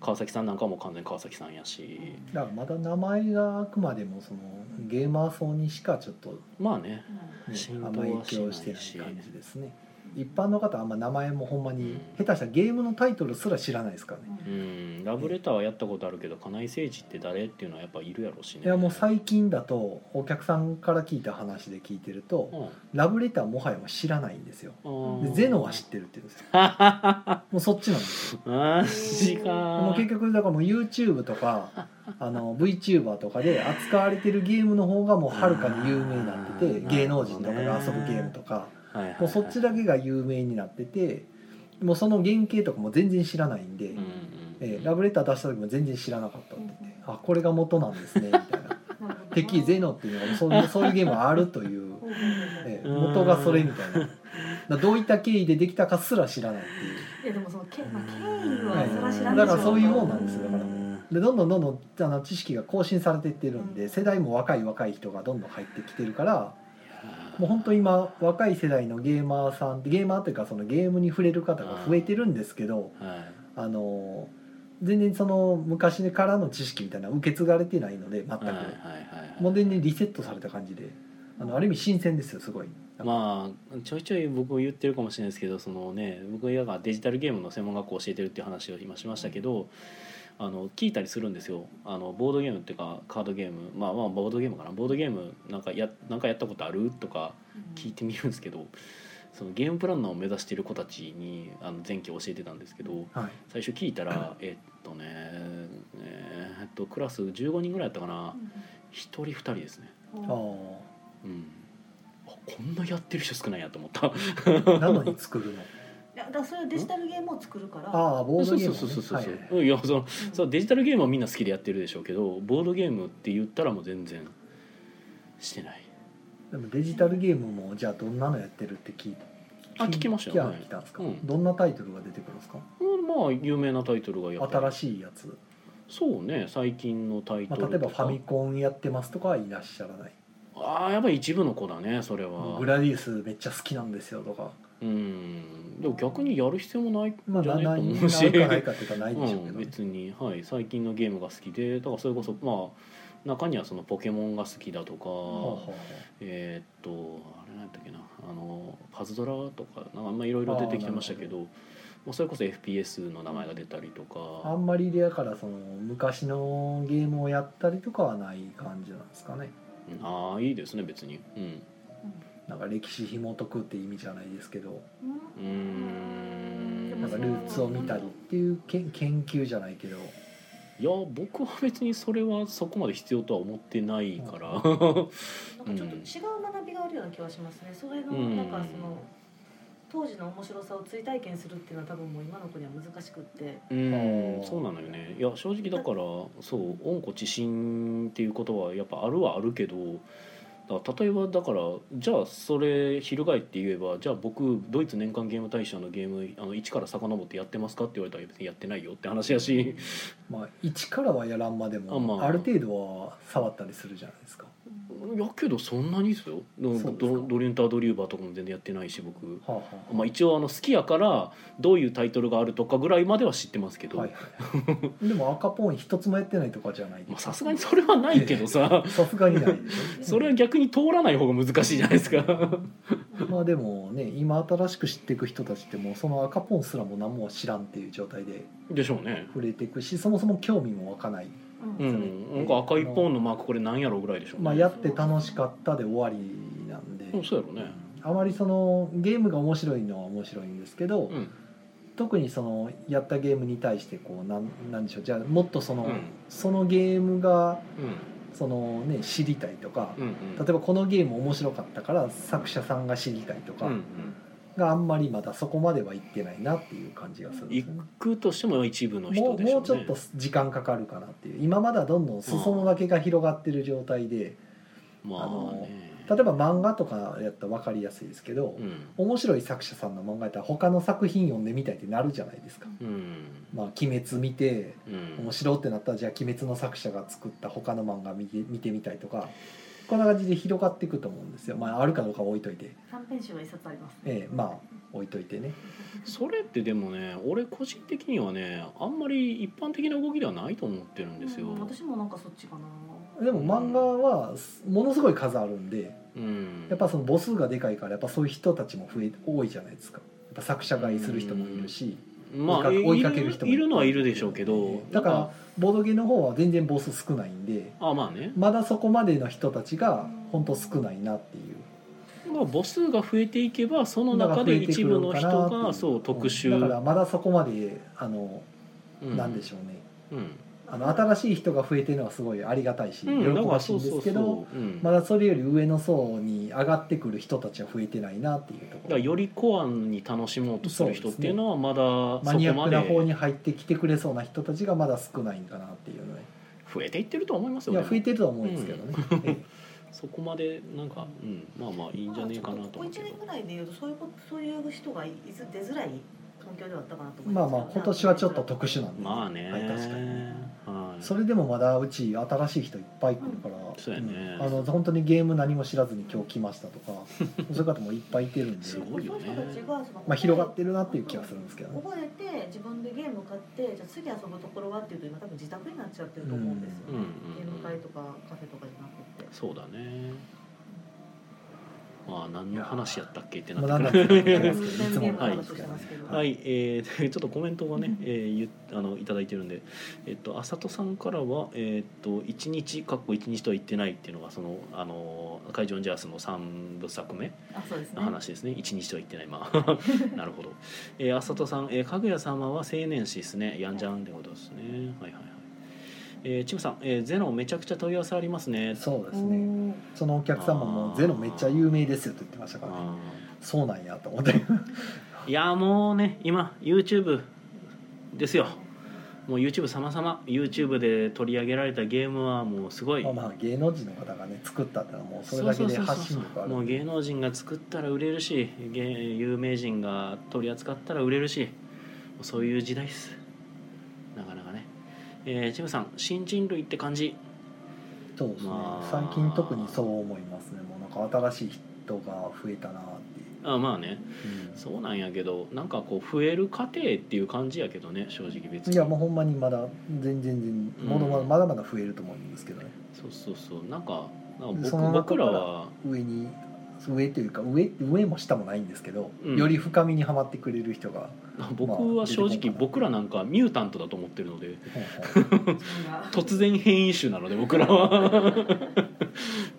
A: 川崎さんなんかはもう完全に川崎さんやし
B: だからまだ名前があくまでもそのゲーマー層にしかちょっと
A: まあね
B: ね
A: 浸
B: あん
A: 透
B: まり
A: はし
B: 影響
A: ない
B: し
A: して
B: ない感じですね一般の方はあんま名前もほんま
A: う
B: に
A: ん
B: 下手したらゲームのタイトルすら知らないですからね、
A: うんラブレターはやったことあるけど金井誠治って誰っていうのはやっぱいるやろうしね
B: いやもう最近だとお客さんから聞いた話で聞いてるとラブレターもはや知らないんですよ
A: うん
B: で
A: うん
B: ゼノは知ってるって言う
A: <laughs>
B: んですよもうそっちなんですよ
A: マジか
B: もう結局だからもう YouTube とかあの VTuber とかで扱われてるゲームの方がもうはるかに有名になってて
A: あー
B: 芸能人とかが遊ぶゲームとか
A: はいはいはい
B: もうそっちだけが有名になっててもうその原型とかも全然知らないんで、
A: うんうん
B: えーラブレター出した時も全然知らなかったって言って「あこれが元なんですね」みたいな「敵ゼノ」っていうのがそういうそういうゲームはあるという、えー
A: うん
B: 元がそれみたいなだからどういった経緯でできたかすら知らないっていう
C: いやでもそのけ、まあ、
A: う
C: 経緯
A: ん
C: はそれは知らん
B: だ
C: でし
B: か
C: ょ
B: らそういうもんなんですよだから
A: うん
B: でどんどんどんどんあの知識が更新されていってるんで世代も若い若い人がどんどん入ってきてるからもう本当今若い世代のゲーマーさんゲーマーというかそのゲームに触れる方が増えてるんですけど
A: はい
B: あの全然その昔からの知識みたいなの受け継がれてないので全く、
A: はいはいはい
B: も
A: は
B: う全然リセットされた感じであのある意味新鮮ですよすごい
A: いまあちょいちょい僕言ってるかもしれないですけどそのね僕がデジタルゲームの専門学校を教えてるっていう話を今しましたけどあの聞いたりするんですよあのボードゲームっていうかカードゲームまあまあボードゲームかなボードゲームなんかやなんかやったことあるとか聞いてみるんですけどそのゲームプランナーを目指している子たちにあの前期教えてたんですけど
B: はい
A: 最初聞いたらえっとねえーっとクラス15人ぐらいやったかな1人2人ですね
B: あ
A: うんあこんなやってる人少ないやと思った
B: あなのに作るの
C: だからそういうデジタルゲームを作るか
B: <laughs>
C: ら
B: ああボー
A: そ
B: ド
A: う
B: ゲー
A: そう
B: ム、ね、
A: そうそうそう、
B: はい
A: うんいやその
C: うん
A: そうデジタルゲームはみんな好きでやってるでしょうけどボードゲームって言ったらもう全然してない
B: でもデジタルゲームもじゃあどんなのやってるって聞い
A: あ聞きましたよ
B: 聞
A: はい
B: 聞いたんですか、
A: うん
B: どんなタイトルが出てくるんですか
A: うんまあ有名なタイトルがやっぱり
B: 新しいやつ、
A: そうね最近のタイ
B: ま
A: ト
B: あ、
A: ル
B: 例えば
A: と
B: フ
A: か
B: ァミコンやってますとかはいらっしゃらない
A: ああやっぱり一部の子だねそれは
B: グラディウスめっちゃ好きなんですよとか
A: うんでも逆にやる必要もない
B: まあ
A: じゃ
B: 何
A: ないと思
B: に
A: う
B: な
A: し
B: るかないかっていうかないでしょうけ
A: うん、
B: ど、ね
A: 別に、はい、最近のゲームが好きでだからそれこそまあ中にはそのポケモンが好きだとか、
B: はあはあは
A: えーっとあれなんだっけなあのパズドラとかなんかまあいろいろ出てきてましたけど
B: あー
A: まあ、それこそ FPS の名前が出たりと
B: ああ
A: か
B: んまりだからその昔のゲームをやったりとかはない感じなんですかね
A: うんああいいですね別にうん
B: なんか歴史紐解くって意味じゃないですけど
A: うーん
B: なんかルーツを見たりっていうけん研究じゃないけど
A: いや僕は別にそれはそこまで必要とは思ってないから
C: なんかちょっと違う学びがあるような気はしますね。それのなんかその当時の面白さを追体験するっていうのは多分もう今の子には難しくって。
A: うんそうなのよねいや正直だからそう温故知新っていうことはやっぱあるはあるけどだから例えばだからじゃあそれ翻って言えばじゃあ僕ドイツ年間ゲーム大賞のゲームあの一から遡ってやってますかって言われたら別にやってないよって話やし
B: まあ一からはやらんまでも
A: あ
B: あ,、
A: まあ
B: る程度は触ったりするじゃないですか
A: いやけどそんなにですよでも
B: そうですか
A: ドドリュンター・ドリューバーとかも全然やってないし僕。
B: はあは
A: まあ、一応あの好きやからどういうタイトルがあるとかぐらいまでは知ってますけ
B: あ
A: ど、
B: はいはいでも赤ポン一つもやってないとかじゃない
A: まあさすがにそれはないけどさ
B: さすがにないでしょ
A: それは逆に通らない方が難しいじゃないですか。
B: <laughs> まあでもね今新しく知っていく人たちってもうその赤ポンすらも何も知らんっていう状態で
A: <laughs> でしょうね。
B: 触れていくしそもそも興味も湧かない、
A: う
C: うん
A: ん、なんか赤いポーンのマークこれなんやろうぐらいでしょうね。
B: まあ、やって楽しかったで終わりなんで、
A: うん、そうやろうね。
B: あまりそのゲームが面白いのは面白いんですけど、
A: うん、
B: 特にそのやったゲームに対してこうなんなんでしょうじゃあもっとその、
A: うん、
B: そのゲームが
A: うん、
B: そのね知りたいとか、
A: うん、
B: 例えばこのゲーム面白かったから作者さんが知りたいとか
A: うん、
B: があんまりまだそこまではいってないなっていう感じがするんです
A: 行
B: よね。
A: くとしても一部の
B: も
A: 人
B: う
A: でし
B: も
A: ょうね。
B: うちょっと時間かかるかなっていう今まだどんどん裾野だけが広がってる状態で
A: ま
B: あ
A: あ
B: の
A: ね。
B: 例えば漫画とかやったら分かりやすいですけど、
A: うん、
B: 面白い作者さんの漫画やったら他の作品読んでみたいってなるじゃないですか。
A: うん、
B: まあ、鬼滅見て
A: うん
B: 面。白いってなったらじゃあ鬼滅の作者が作った他の漫画見て見てみたいとかこんな感じで広がっていくと思うんですよ、まあ、あるかどうかは置いといて、
C: 短編集は一冊あります。
B: ええまあ置いといてね
A: それってでもね、俺個人的にはね、あんまり一般的な動きではないと思ってるんですよ。
C: うん私もなんかそっちかな。
B: でも漫画はものすごい数あるんで
A: うん、
B: やっぱその母数がでかいからやっぱそういう人たちも増え多いじゃないですかやっぱ作者買いする人もいるし
A: まあ
B: 追いかける人も
A: いるいるのはいるでしょうけど、
B: だか
A: なん
B: らボードゲーの方は全然母数少ないんで
A: あまあね、
B: まだそこまでの人たちが本当少ないなっていう
A: まあ、母数が増えていけばその中で一部の人がそう特
B: だか
A: 殊
B: らまだそこまであの、
A: うん
B: なんでしょうね
A: うん
B: あの新しい人が増えてるのはすごいありがたいし、
A: うんだ
B: 喜
A: か
B: ば
A: ら
B: しい
A: そうん
B: で
A: そう
B: すけど
A: そう、うん
B: まだそれより上の層に上がってくる人たちは増えてないなっていうと
A: だ
B: こ
A: から
B: ろ
A: よりコアに楽しもうとする人っていうのはまだ
B: マ
A: そ
B: ニア
A: こ
B: ッ
A: ま
B: クな方
A: で
B: に入ってきてくれそうな人たちがまだ少ないんかなっていうのね
A: 増えていってると思います
B: い
A: よ
B: や
A: でも
B: 増えてるとは思うんですけどね、ええ
A: そこまでなんか、うん、まあまあいいんじゃねえかなと
C: まあちょっここ
A: 思う
C: 一
A: けど
C: 年ぐらいで言うとそういうことそういう人がいず出づらい環境ではあったかなと思い
B: ま
C: ま
B: あ
C: す。
B: まあ今年はちょっと特殊なんで、
A: まあね、
B: はい確かにね
A: は
B: それでもまだうち新しい人いっぱい来るから、
A: そうやね
B: んあの本当にゲーム何も知らずに今日来ましたと
A: <laughs>
B: かそういう方もいっぱいいてるんです
A: ごい
C: そういう人たちがその
B: まあ、広がってるなっていう気がするんですけどね
C: 覚えて自分でゲーム買ってじゃあ次遊ぶところはっていうと今多分自宅になっちゃってると思うんですよ、
A: うんうん
C: ゲーム会とかカフェとかじゃなくて
A: そうだねまあ何の話やったっけってな
B: まあなん
A: っ
B: だ
A: て
B: っ
A: く
B: て
A: る
B: 言ってますけどい
C: 全
B: つも
A: <laughs>
B: の
C: 然ゲーム
B: 話で
C: の
B: す
C: ことし
B: け
C: て
B: ど
C: ますけど、
A: はい、えー、 <laughs> ちょっとコメントがね、えー、ゆあのいただいてるんで、えっと、あさとさんからは、えーっと、一日、かっこ一日とは言ってないっていうのが、その、あの、会場ジャースの三部作目
C: あそうですね
A: の話ですね。一、日とは言ってない、まあ、 <laughs> なるほど。えー、あさとさん、えー、かぐや様は青年誌ですね。やんじゃんってことですね。はいはいはい。えー、ちむさん、えー、ゼロめちゃくちゃ問い合わせありますね。
B: そうですね
C: ね
B: そのお客様も「ゼロめっちゃ有名ですよ」と言ってましたから、ね、
A: あ
B: そうなんやと思って
A: ーいや、もうね、今、YouTube ですよ。もう YouTube 様々 YouTube で取り上げられたゲームはもうすごい
B: まあまあ芸能人の方がね作ったってのはもうそれだけで発信力ある
A: もうん
B: で
A: 芸能人が作ったら売れるし芸有名人が取り扱ったら売れるしもうそういう時代ですなかなかねえー、チムさん新人類って感じ
B: そうですね
A: まあ
B: 最近特にそう思いますねもうなんか新しい人が増えたなっていう、
A: あまあね
B: うん
A: そうなんやけどなんかこう増える過程っていう感じやけどね正直別に
B: いやもうほんまにまだ全然全然もの
A: うん
B: まだまだ増えると思うんですけどね
A: そうそうそうなんかなんか
B: その
A: 僕僕
B: 中からら
A: は
B: 上に上というか上上も下もないんですけど、
A: うん
B: より深みにはまってくれる人が
A: <laughs> 僕は正
B: 出て
A: 直
B: こんかな
A: 僕らなんかミュータントだと思ってるので
B: ほんほん
A: 突然変異種なので僕ら
B: <laughs>
A: は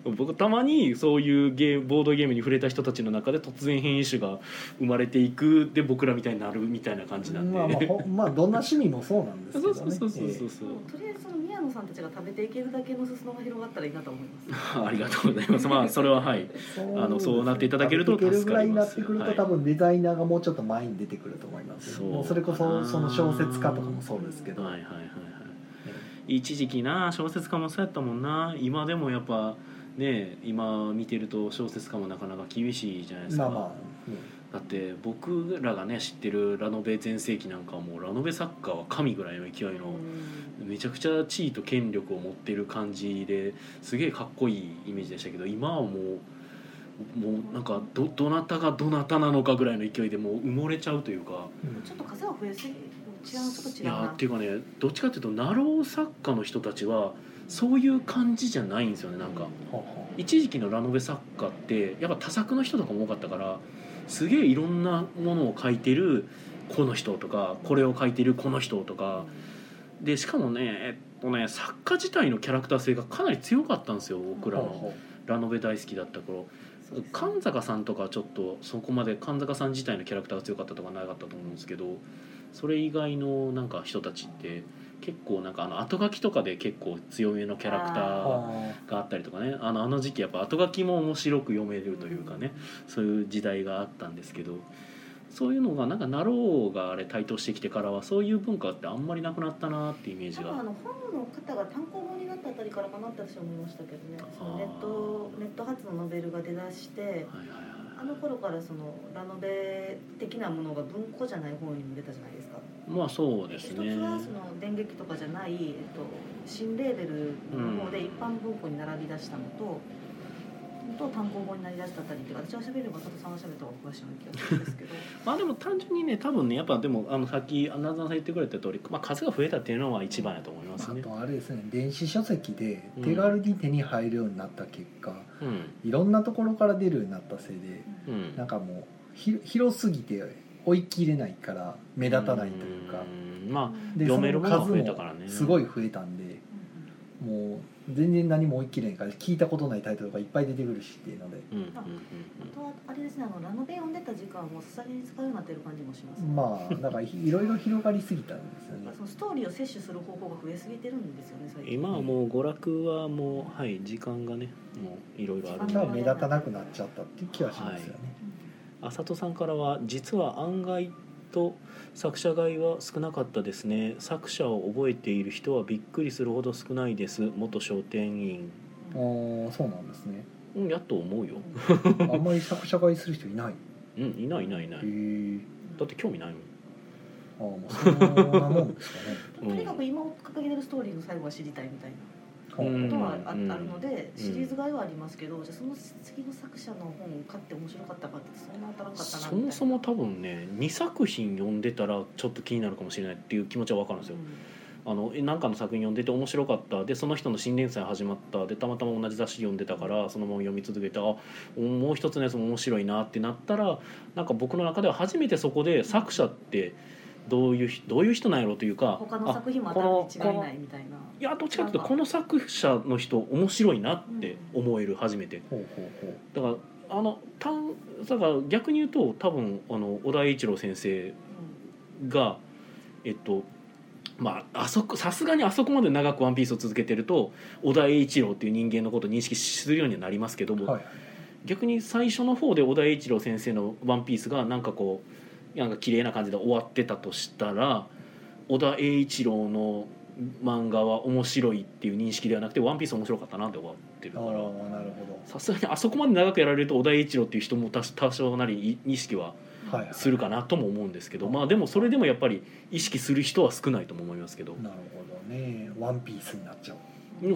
A: 僕たまにそういうゲーボードゲームに触れた人たちの中で突然変異種が生まれていくで僕らみたいになるみたいな感じなんで、
B: まあまあほんまあどんな趣味もそうなんですけ
A: そ
B: ど
A: う
B: ね
A: そうそうそうそうそう、
C: とりあえずその宮野さんたちが食べていけるだけのすすのが広がったらいいなと思います
A: ありがとうございますまあそれははい
B: ええそう
A: あのそうなっていただけると助
B: 助
A: かります
B: ぐらいになってくると、
A: はい
B: 多分デザイナーがもうちょっと前に出てくると思います
A: そう
B: もうそれこそその小説家とかもそうですけど、
A: はいはいはいはい一時期な小説家もそうやったもんな今でもやっぱね今見てると小説家もなかなか厳しいじゃないです
B: ま
A: か、
B: あまあ、ね
A: だって僕らがね知ってるラノベ全盛期なんかはもうラノベ作家は神ぐらいの勢いのめちゃくちゃ地位と権力を持ってる感じですげえかっこいいイメージでしたけど今はもうもうなんかどどなたがどなたなのかぐらいの勢いでもう埋もれちゃうというか
B: うん
C: ちょっと風は増えすぎ治安ちょっと違
A: いうやー
C: な
A: っていうかねどっちかっていうとナロー作家の人たちはそういう感じじゃないんですよねなんか。
B: ほうほう
A: 一時期のラノベ作家ってやっぱ多作の人とかも多かったからすげえいろんなものを書いてるこの人とかこれを書いてるこの人とかでしかもねえっとね作家自体のキャラクター性がかなり強かったんですよ僕ら
B: ほう
A: の
B: ほ
A: ラノベ大好きだった頃
C: そうです
A: 神坂さんとかはちょっとそこまで神坂さん自体のキャラクターが強かったとかなかったと思うんですけどそれ以外のなんか人たちって結構なんかあの後書きとかで結構強めのキャラクタ
B: う
A: ー
B: は
A: があったりとかねあのあの時期やっぱ後書きも面白く読めるというかねそういう時代があったんですけどそういうのがなんかナローがあれ台頭してきてからはそういう文化ってあんまりなくなったなってイメージ
C: 多分あ
A: が
C: の本の方が単行本になったあたりからかなって私は思いましたけどねそのネットネット発のノベルが出だして
A: はいはい
C: あの頃からそのラノベ的なものが文庫じゃない方にも出たじゃないですか
A: はいまあそうですね
C: 一つはその電撃とかじゃない、えっと、新レーベルの方で一般文庫に並び出したのと、と単行本になりだしたあたりっていうか私は喋るのが佐藤さんは喋った方が詳しいような気がするんですけど
A: まあでも単純にね多分ねやっぱでもあのさっき穴澤さん言ってくれた通りまあ数が増えたっていうのは一番やと思います
B: あ
A: ね。
B: とあれですね電子書籍で
A: うん
B: 手軽に手に入るようになった結果、
A: うん
B: いろんなところから出るようになったせいで
A: うん
B: なんかもうひ広すぎて追い切れないから目立たないというか
A: うんまあ
B: で
A: 読めるものが
B: そ
A: 増
B: の
A: え
B: 数
A: た
B: も
A: からね
B: すごい増えたんでもう全然何も追い切れないから聞いたことないタイトルがいっぱい出てくるしっていうので
A: うんうんうん
C: あとはあれですねあのラノベ読んでた時間をささげに使うようになってる感じもします、
B: まあだからいろいろ広がりすぎたんですよ
C: な
B: ね
C: んかそのストーリーを摂取する方法が増えすぎてるんですよね最近
A: 今はもう娯楽はもうはい時間がねもういろいろあるん
B: だ
A: で
B: から目立たなくなっちゃったっていう気はしますよね、
A: あさとさんからは「実は案外と作者買いは少なかったですね作者を覚えている人はびっくりするほど少ないです元商店員
C: う
A: <laughs>
C: んうん
B: ああそうなんですね
A: うんやっと思うよ
B: あんまり作者買いする人いないへ
A: うんいないいないいない
B: え
A: だって興味ないもん
B: あああまあそんなもんですかね
A: うん
C: とにかく今掲げてるストーリーの最後は知りたいみたいな
B: ほう
A: うん
C: ことはあ,、あるので
A: うん
C: シリーズ買いはありますけど、じゃあその次の作者の本を買って面白かったかってそんな当たらんかったなみた
A: そ
C: いな
A: もそも多分ね2作品読んでたらちょっと気になるかもしれないっていう気持ちは分かるんですよ。あのえなんかの作品読んでて面白かったでその人の新連載始まったでたまたま同じ雑誌読んでたからそのまま読み続けてあもう一つのやつも面白いなってなったらなんか僕の中では初めてそこで作者ってどういうひどういう人なんやろうという
C: うん
A: か
C: 他の作品も
A: あ
C: 当たるに違い
A: このこ
C: な
A: の
C: いみたいない
A: やどっちかというとこの作者の人面白いなって思える初めて。
B: ほうほうほう
A: だからあのたんだから逆に言うと多分あの小田栄一郎先生がえっとまああそこさすがにあそこまで長く「ワンピースを続けてると小田栄一郎っていう人間のことを認識するようにはなりますけども、
B: はい
A: 逆に最初の方で小田栄一郎先生の「ワンピースがなんかこうなんか綺麗な感じで終わってたとしたら小田栄一郎の漫画は面白いっていう認識ではなくて「ワンピース面白かったなって終わってる
B: あ
A: か
B: あ
A: ら。
B: なるほ
A: さすがにあそこまで長くやられると小田栄一郎っていう人も多多少なり意識は
B: どはいはい
A: するかなとも思うんですけどまあでもそれでもやっぱり意識する人は少ないとも思いますけど
B: なるほどねワンピースになっちゃう
A: 「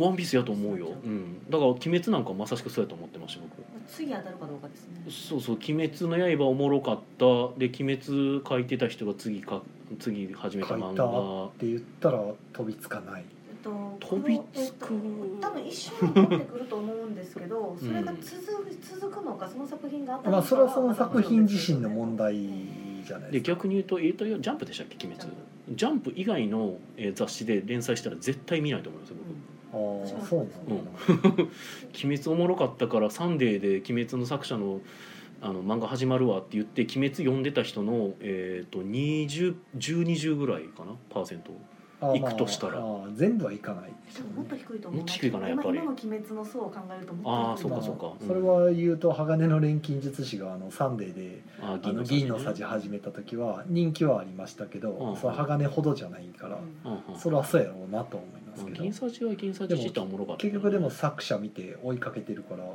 A: ワンピースやと思うよ、うん、だから「鬼滅」なんかまさしくそうやと思ってました僕
C: 次当たるかどうかですね
A: そうそう「鬼滅の刃」おもろかったで「鬼滅」書いてた人が次か次始めた漫画
B: って言ったら飛びつかない
C: えっと
A: 飛びつく
C: この多分一生残ってくると思うんですけど、それが続く続くのかその作品が当たる
B: ま
C: の
B: あ
C: か
B: それはその作品自身の問題
C: うん
B: じゃない
A: で
B: ですか
A: 逆に言うと「えーとジャンプ」でしたっけ「鬼滅」ジャンプ以外のえー雑誌で連載したら絶対見ないと思います僕。
B: ああそうなんだ、
A: 鬼滅おもろかったから「サンデー」で「鬼滅」の作者のあの漫画始まるわって言って「鬼滅」読んでた人の、えー、と201020ぐらいかなパーセント
B: ああまあ
A: 行くとしたら
B: ああ全部はいかない
C: 多分もっと低いと思う
A: もっと低いかなやっぱり
C: 今今の鬼滅の層を考えるともっと低い
A: あ
C: と
A: ーそ
C: 思
A: うか
B: まあそれは言うと鋼の錬金術師があのサンデーで
A: あ
B: あの銀のさじ始めた時は人気はありましたけ
A: う
B: ど
A: ん
B: その鋼ほどじゃないから
A: うんうん
B: それはそうやろうなと思います
A: まあ
B: けど
A: 銀さじは銀さじ自体おもろかったけ
B: 結
A: ど
B: 局でも作者見て追いかけてるから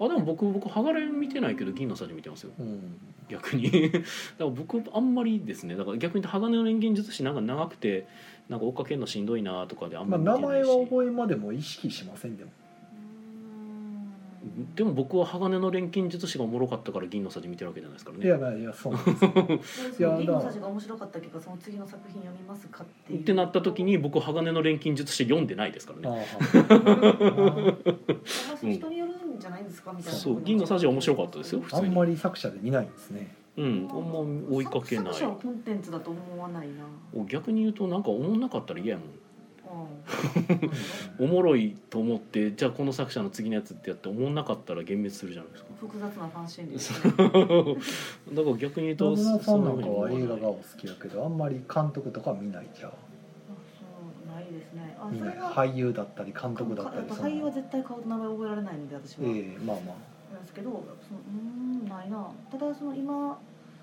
A: あでも僕僕ハガレン見てないけど銀のさじ見てますよ
B: うん
A: 逆に <laughs> だから僕あんまりですねだから逆に言うと鋼の錬金術師なんか長くてなんか追っかけるのしんどいなとかであん
B: ま
A: ま
B: あ
A: り見
B: 名
A: てな
B: 前
A: いし、
B: は覚えまでも意識しませんでも
C: う
A: でも僕は鋼の錬金術師がおもろかったから銀のさじ見てるわけじゃないですからね
B: いやまあいやそうなんですよ
C: その銀のさじが面白かった結果その次の作品読みますかっていう
A: ってなった時に僕鋼の錬金術師読んでないですから
B: ああ
A: ね
B: あ
C: 人によるんじゃないですかみたいな
A: そう銀のさじは面白かったですよ普
B: ああ
A: 通
B: ん
A: に
B: まり作者で見ないんですね
A: うんあんま追いかけな
C: 作者はいコンテンツだと思わない
A: <laughs>
C: な
A: 逆に言うとなんかおもんなかったら嫌やもんお
C: うん
A: もろいと思ってじゃあこの作者の次のやつってやっておもんなかったら幻滅するじゃないですか
C: 複雑なファン心理ですね
A: だから逆に言う
B: ド
A: と
B: ラムのファンなんか
A: そ
B: は
A: 風
B: 映
A: に
B: 画が
A: 思わ
B: お好きやけどあんまり監督とか見ないじゃん
C: そうないですねあ
B: 見
C: そ
B: ない
C: れが
B: 俳優だったり監督だ
C: か
B: った
C: やっ
B: り
C: ぱ
B: そ
C: 俳優は
B: の
C: 絶対顔と名前覚えられないので私は、
B: ええまあまあ
C: なんですけどそのうーんないなただその今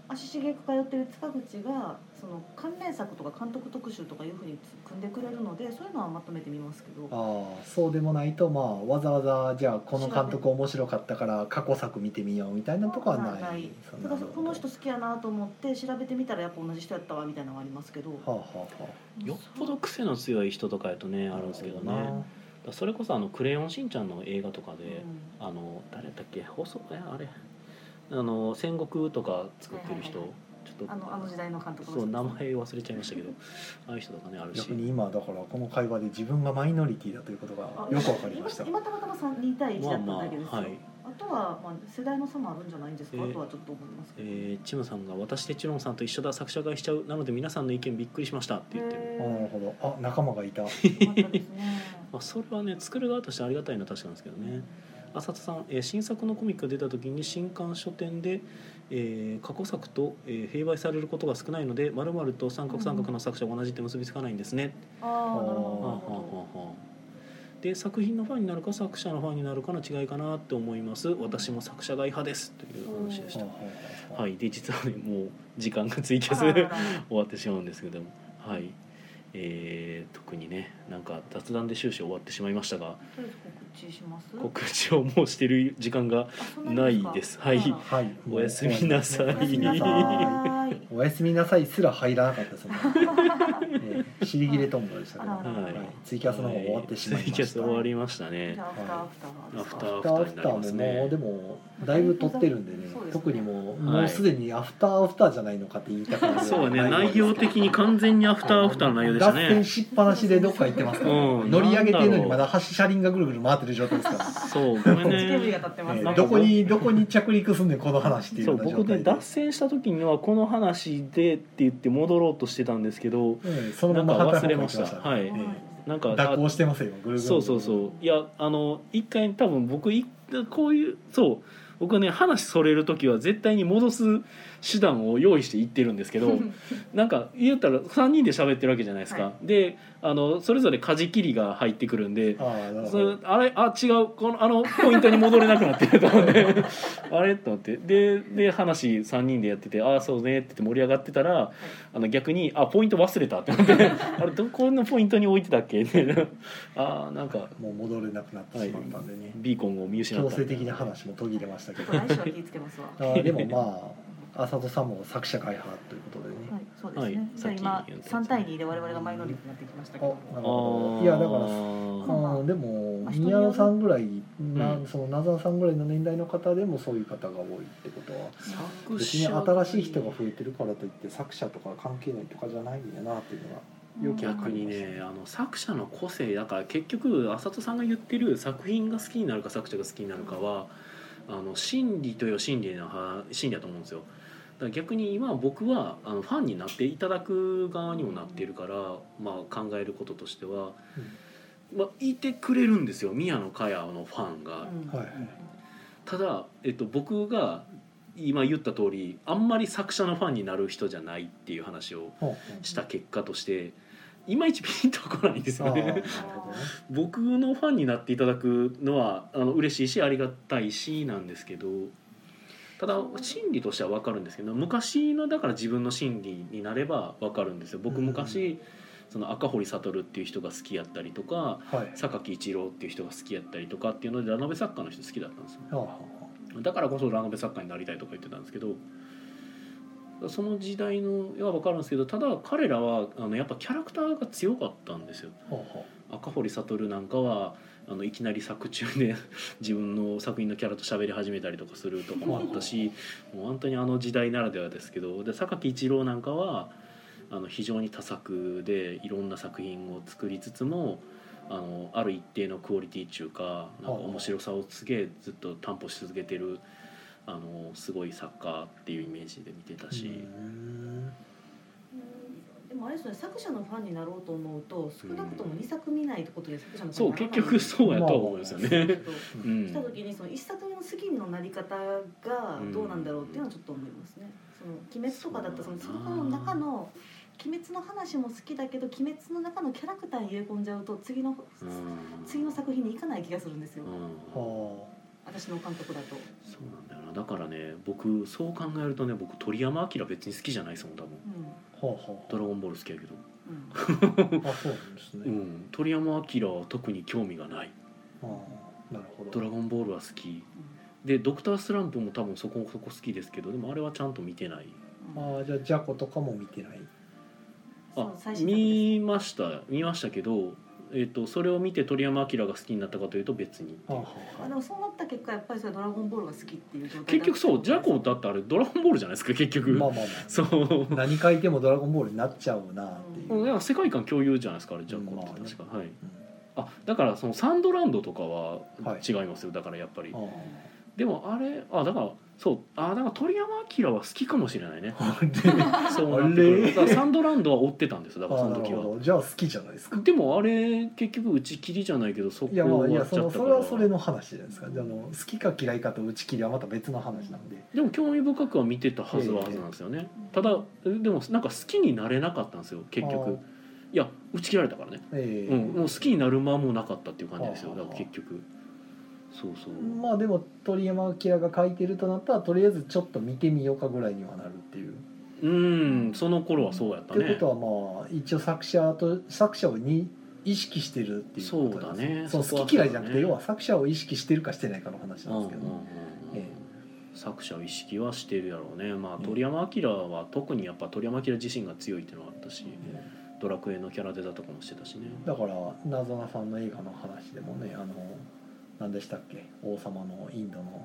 C: 足しげく通ってる塚口がその関連作とか監督特集とかいうふうに組んでくれるのでそういうのはまとめてみますけど
B: ああそうでもないとまあわざわざじゃあこの監督面白かったから過去作見てみようみたいなとこはない
C: ない
B: そん
C: た
B: な
C: だそこの人好きやなと思って調べてみたらやっぱ同じ人やったわみたいなのはありますけど
B: はあはあは
A: ないよっぽど癖の強い人とかやとねあ
B: あ
A: るんですけどねだ
B: な
A: か
B: るほ
A: らそれこそあの「クレヨンしんちゃん」の映画とか
C: う
A: で、
C: ん
A: あの誰だっけ細いあれあの戦国とか作ってる人、
C: はいは
A: ちょっ
C: あのあの時代の監督
A: と
C: の
A: そう名
C: 人ですね
A: 前忘れちゃいましたけどああいう人とかねあ
B: ど
A: るし
B: 逆に今だからこの会話で自分がマイノリティだということ
C: あ
B: がよくわかりました
C: 今今たまたま三二対一
A: ま
C: だ
A: あ
C: った
A: ま
C: だけです
A: あ
C: よ、
A: はい
C: あとはまあ世代の差もあるんじゃないんですか、
A: えー
C: とはちょっと思いますけど、
A: えー、チムさんが「私てチロンさんと一緒だ作者買いしちゃうなので皆さんの意見びっくりしました」って言ってる、
B: あなるほどあ仲間がいた
C: えよかったですね
A: まあ、それはね作る側としてありがたいのは確かなんですけどね浅田さん、えー新作のコミックが出た時に新刊書店で、えー過去作と、えー併売されることが少ないので〇〇と三角三角の作者が同じって結びつかないんですね、 <laughs>
C: ああなるほど
A: は
C: なる
A: あは
C: ほど
A: あはあで作品のファンになるか作者のファンになるかの違いかなって思います私も作者が派ですという話でし
B: は
A: た
B: あはあはあ
A: はいで実はねもう時間がツイキャス
C: あらあら
A: で
C: あら
A: 終わってしまうんですけどもはいえー特にねなんか雑談で終始終わってしまいましたが
C: とりあえず告知します
A: 告知をもうしてる時間が
C: あそん
A: な
C: に
A: いですはい
C: あら
B: はい
A: おやすみなさい
B: おや
C: おや
B: す
C: す
B: み
C: みな
B: な
C: さ
B: さ
C: い
B: い <laughs> おやすみなさいすら入らなかったですねええ尻切れトンボでしたけど、
C: あらあら
B: はいツイキャスの方終わってしまいま
A: ツ
B: した
A: イキャス終わりましたね
C: じゃあアフターアフターは
A: アフター
B: アフターアフターももうでもだいぶ撮ってるんでね
C: そうですね
B: 特にもう,、
A: はい
B: もうすでにアフターアフターじゃないのかって言いたくなる
A: そうね
B: 内
A: 内
B: 容
A: 容
B: です
A: 的に完全にアフターアフターの内容でした
B: 脱線
A: ね
B: しっぱなしでどっか行ってますから、
A: うん
B: 乗り上げてるのにまだ走車輪がぐるぐる回ってる状態ですから、
A: そうごめん
C: スケベが
A: ね
C: 立って
B: え
C: ます
B: え
A: なんか
B: どこにどこに着陸すんねんこの話っていう
A: そ
B: よ
A: う
B: うな状
A: 僕
B: 態で
A: ね脱線した時にはこの話でって言って戻ろうとしてたんですけど
B: ええそ
A: な
B: の
A: ん
B: ま
A: か
B: ま
A: 忘
B: 働く
A: れ
B: 方
A: ま
B: 行
A: し
B: き
A: た
B: ました、
A: は
C: はい
A: いなんか
B: 蛇行してますよぐるぐる
A: そうそうそういやあの一回多分僕いこういうそう僕ね話それる時は絶対に戻す手段を用意して言ってるんですけ
B: <laughs>
A: どなんか言ったら3人で喋ってるわけじゃないですか、
C: は
A: であのそれぞれ舵切りが入ってくるんで
B: ああなる
A: そ
B: ほ
A: れ
B: ど
A: あれあ違うこのあのポイントに戻れなくなってたので <laughs> あれと思ってでで話3人でやってて「ああそうね」って言って盛り上がってたら、あの逆に「あポイント忘れた」って思って <laughs> 「あれどこのポイントに置いてたっけ?」 <laughs> ってああなんか
B: もう戻れなくなってしまったんでね、
A: ビーコンを見失った
B: 強制的な話も途切れました
C: ち
B: け
C: ょっ
B: ど
C: と来週は気をつけますわ
B: あーでもまあ浅戸さんも作者会派ということでね、
C: はいそうですね、
A: はい
C: じゃあ
A: さっ
C: 今
A: き言ったやつ
C: 3対2で我々がマイノリティになってきましたけど
B: あなる
A: あ
B: ほどいやだから
A: ら
C: まあ
B: うんでも
C: まあ人に
B: 宮
C: よる
B: 野さんぐらい、な
A: うん
B: その謎さんぐらいの年代の方でもそういう方が多いってことは
A: 作
B: 別に新しい人が増えてるからといって作者とか関係ないとかじゃないんやなっていうのがよくわか
A: 逆
B: る
A: にねあの作者の個性だから結局浅戸さんが言ってる作品が好きになるか作者が好きになるかはあの心理という心理のは心理だと思うんですよ。だから逆に今僕はあのファンになっていただく側にもなっているから、まあ、考えることとしては、まあ、いてくれるんですよ宮野佳代のファンが。
C: うん
B: はい
A: ただ、えっと、僕が今言った通りあんまり作者のファンになる人じゃないっていう話を
B: ほうほう
A: した結果としていまいちピンとこないんです
B: あ
A: よ
B: ーな
A: ね
B: る。ほどね
A: <laughs> 僕のファンになっていただくのはあの嬉しいしありがたいしなんですけどただ心理としては分かるんですけど昔のだから自分の心理になれば分かるんですよ僕
B: うん
A: 昔、その赤堀悟っていう人が好きやったりとか
B: <laughs> はい
A: 榊一郎っていう人が好きやったりとかっていうのでラノベ作家の人好きだったんですよ
B: あー
A: だからこそラノベ作家になりたいとか言ってたんですけどその時代のは分かるんですけどただ彼らはあのやっぱキャラクターが強かったんですよ
B: ほうほ
A: 赤堀悟なんかはあのいきなり作中で <laughs> 自分の作品のキャラと喋り始めたりとかするとかもあったしもう本当にあの時代ならではですけどで榊一郎なんかはあの非常に多作でいろんな作品を作りつつもあのある一定のクオリティ中かなんか面白さをすげえずっと担保し続けてるあのすごい作家っていうイメージで見てた
B: う
A: し。
B: うん
C: でもあれですよね作者のファンになろうと思うと少なくとも2作見ないことで作者のファ
A: そ
C: ン
A: う
C: になら
A: 結
C: ない
A: 局そうやとは思うんですよね。う
C: し
A: ん
C: た時にその一作目の好きのなり方がどうなんだろうっていうのはちょっと思いますね。その鬼滅とかだったらその作品の中の鬼滅の話も好きだけど鬼滅の中のキャラクターに入れ込んじゃうと次の
A: うん
C: 次の作品に行かない気がするんですよ。
A: うん
B: あー
C: 私の感覚だと。
A: そうなんだよなだからね僕そう考えるとね僕鳥山明別に好きじゃないですもん多分
C: う
B: ほう
A: 「
B: ほ
A: ドラゴンボール」好きやけど、
C: んうん。
B: うあそうなんですね、
A: うん、鳥山明は特に興味がない
B: あーなるほ
A: 「
B: ど
A: ドラゴンボール」は好きで「ドクタースランプ」も多分そこそこ好きですけどでもあれはちゃんと見てない
C: うん
B: ああじゃあジャコとかも見てない
C: そ
A: あ
C: う最新作で
A: 見
C: す
A: ました見ましたけど、えっとそれを見て鳥山明が好きになったかというと別に
B: あーは
C: あでもそうなった結果やっぱりそれはドラゴンボールが好きっていう状態だった
A: 結局そうジャコだってあれ「ドラゴンボール」じゃないですか結
B: ーは
A: 局、
B: まあまあま
A: <laughs> そう
B: あ何書いても「ドラゴンボール」になっちゃうなっていう、
A: うん
B: う
A: なん
B: ん
A: か世界観共有じゃないですかあれジャコって確か、はいあだからそのサンドランドとかは
B: はい
A: 違いますよ、だからやっぱり
B: あ
A: でもあれあだからそうあだから鳥山明は好きかもしれないね
B: ああ
A: そうなってくる
B: あれ
A: だからサンドランドは追ってたんですよだから
B: あ
A: そ
B: な
A: の
B: る
A: 時は
B: ほどじゃあ好きじゃないですか
A: でもあれ結局打ち切りじゃないけどそこ
B: いやまあい
A: 終わ
B: や
A: っち
B: そ
A: ゃっ
B: の
A: た
B: そ
A: か
B: れ
A: ら
B: はそれの話じゃないですかあの好きか嫌いかと打ち切りはまた別の話なんで
A: でも興味深くは見てたはずははずなんですよね、ただでもなんか好きになれなかったんですよ結局
B: あ
A: いや打ち切られたからね、
B: ええ
A: うん、もう好きになる間もなかったっていう感じですよ
B: はあ
A: だ
B: はあ
A: から結局そうそう、
B: まあでも鳥山明が書いてるとなったらとりあえずちょっと見てみようかぐらいにはなるっていう
A: うんその頃はそうやった
B: という
A: ね
B: ことはまあ一応作者と作者をに意識してるっていうことなんです
A: そうだね
B: の
A: そこは
B: 好き嫌いじゃなくて、
A: そうだね
B: 要は作者を意識してるかしてないかの話
A: うん
B: な
A: う
B: んで
A: ん
B: すけど、
A: うんうん
B: え
A: 作者を意識はしてるやろうねまあ
B: うん
A: 鳥山明は特にやっぱ鳥山明自身が強いっていうのはあったしドラクエのキャラデザとかもしてたしね
B: だからなぞなさんの映画の話でもねあの何でしたっけ王様のインドの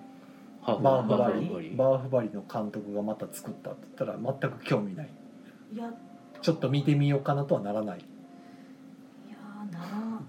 A: ハーフ
B: バーフバ
C: バー
B: リ
C: フ
A: バリ
B: バーフバリの監督がまた作ったって言ったら全く興味ない
C: いや
B: ちょっと見てみようかなとはなら <laughs> ない
C: いやーなら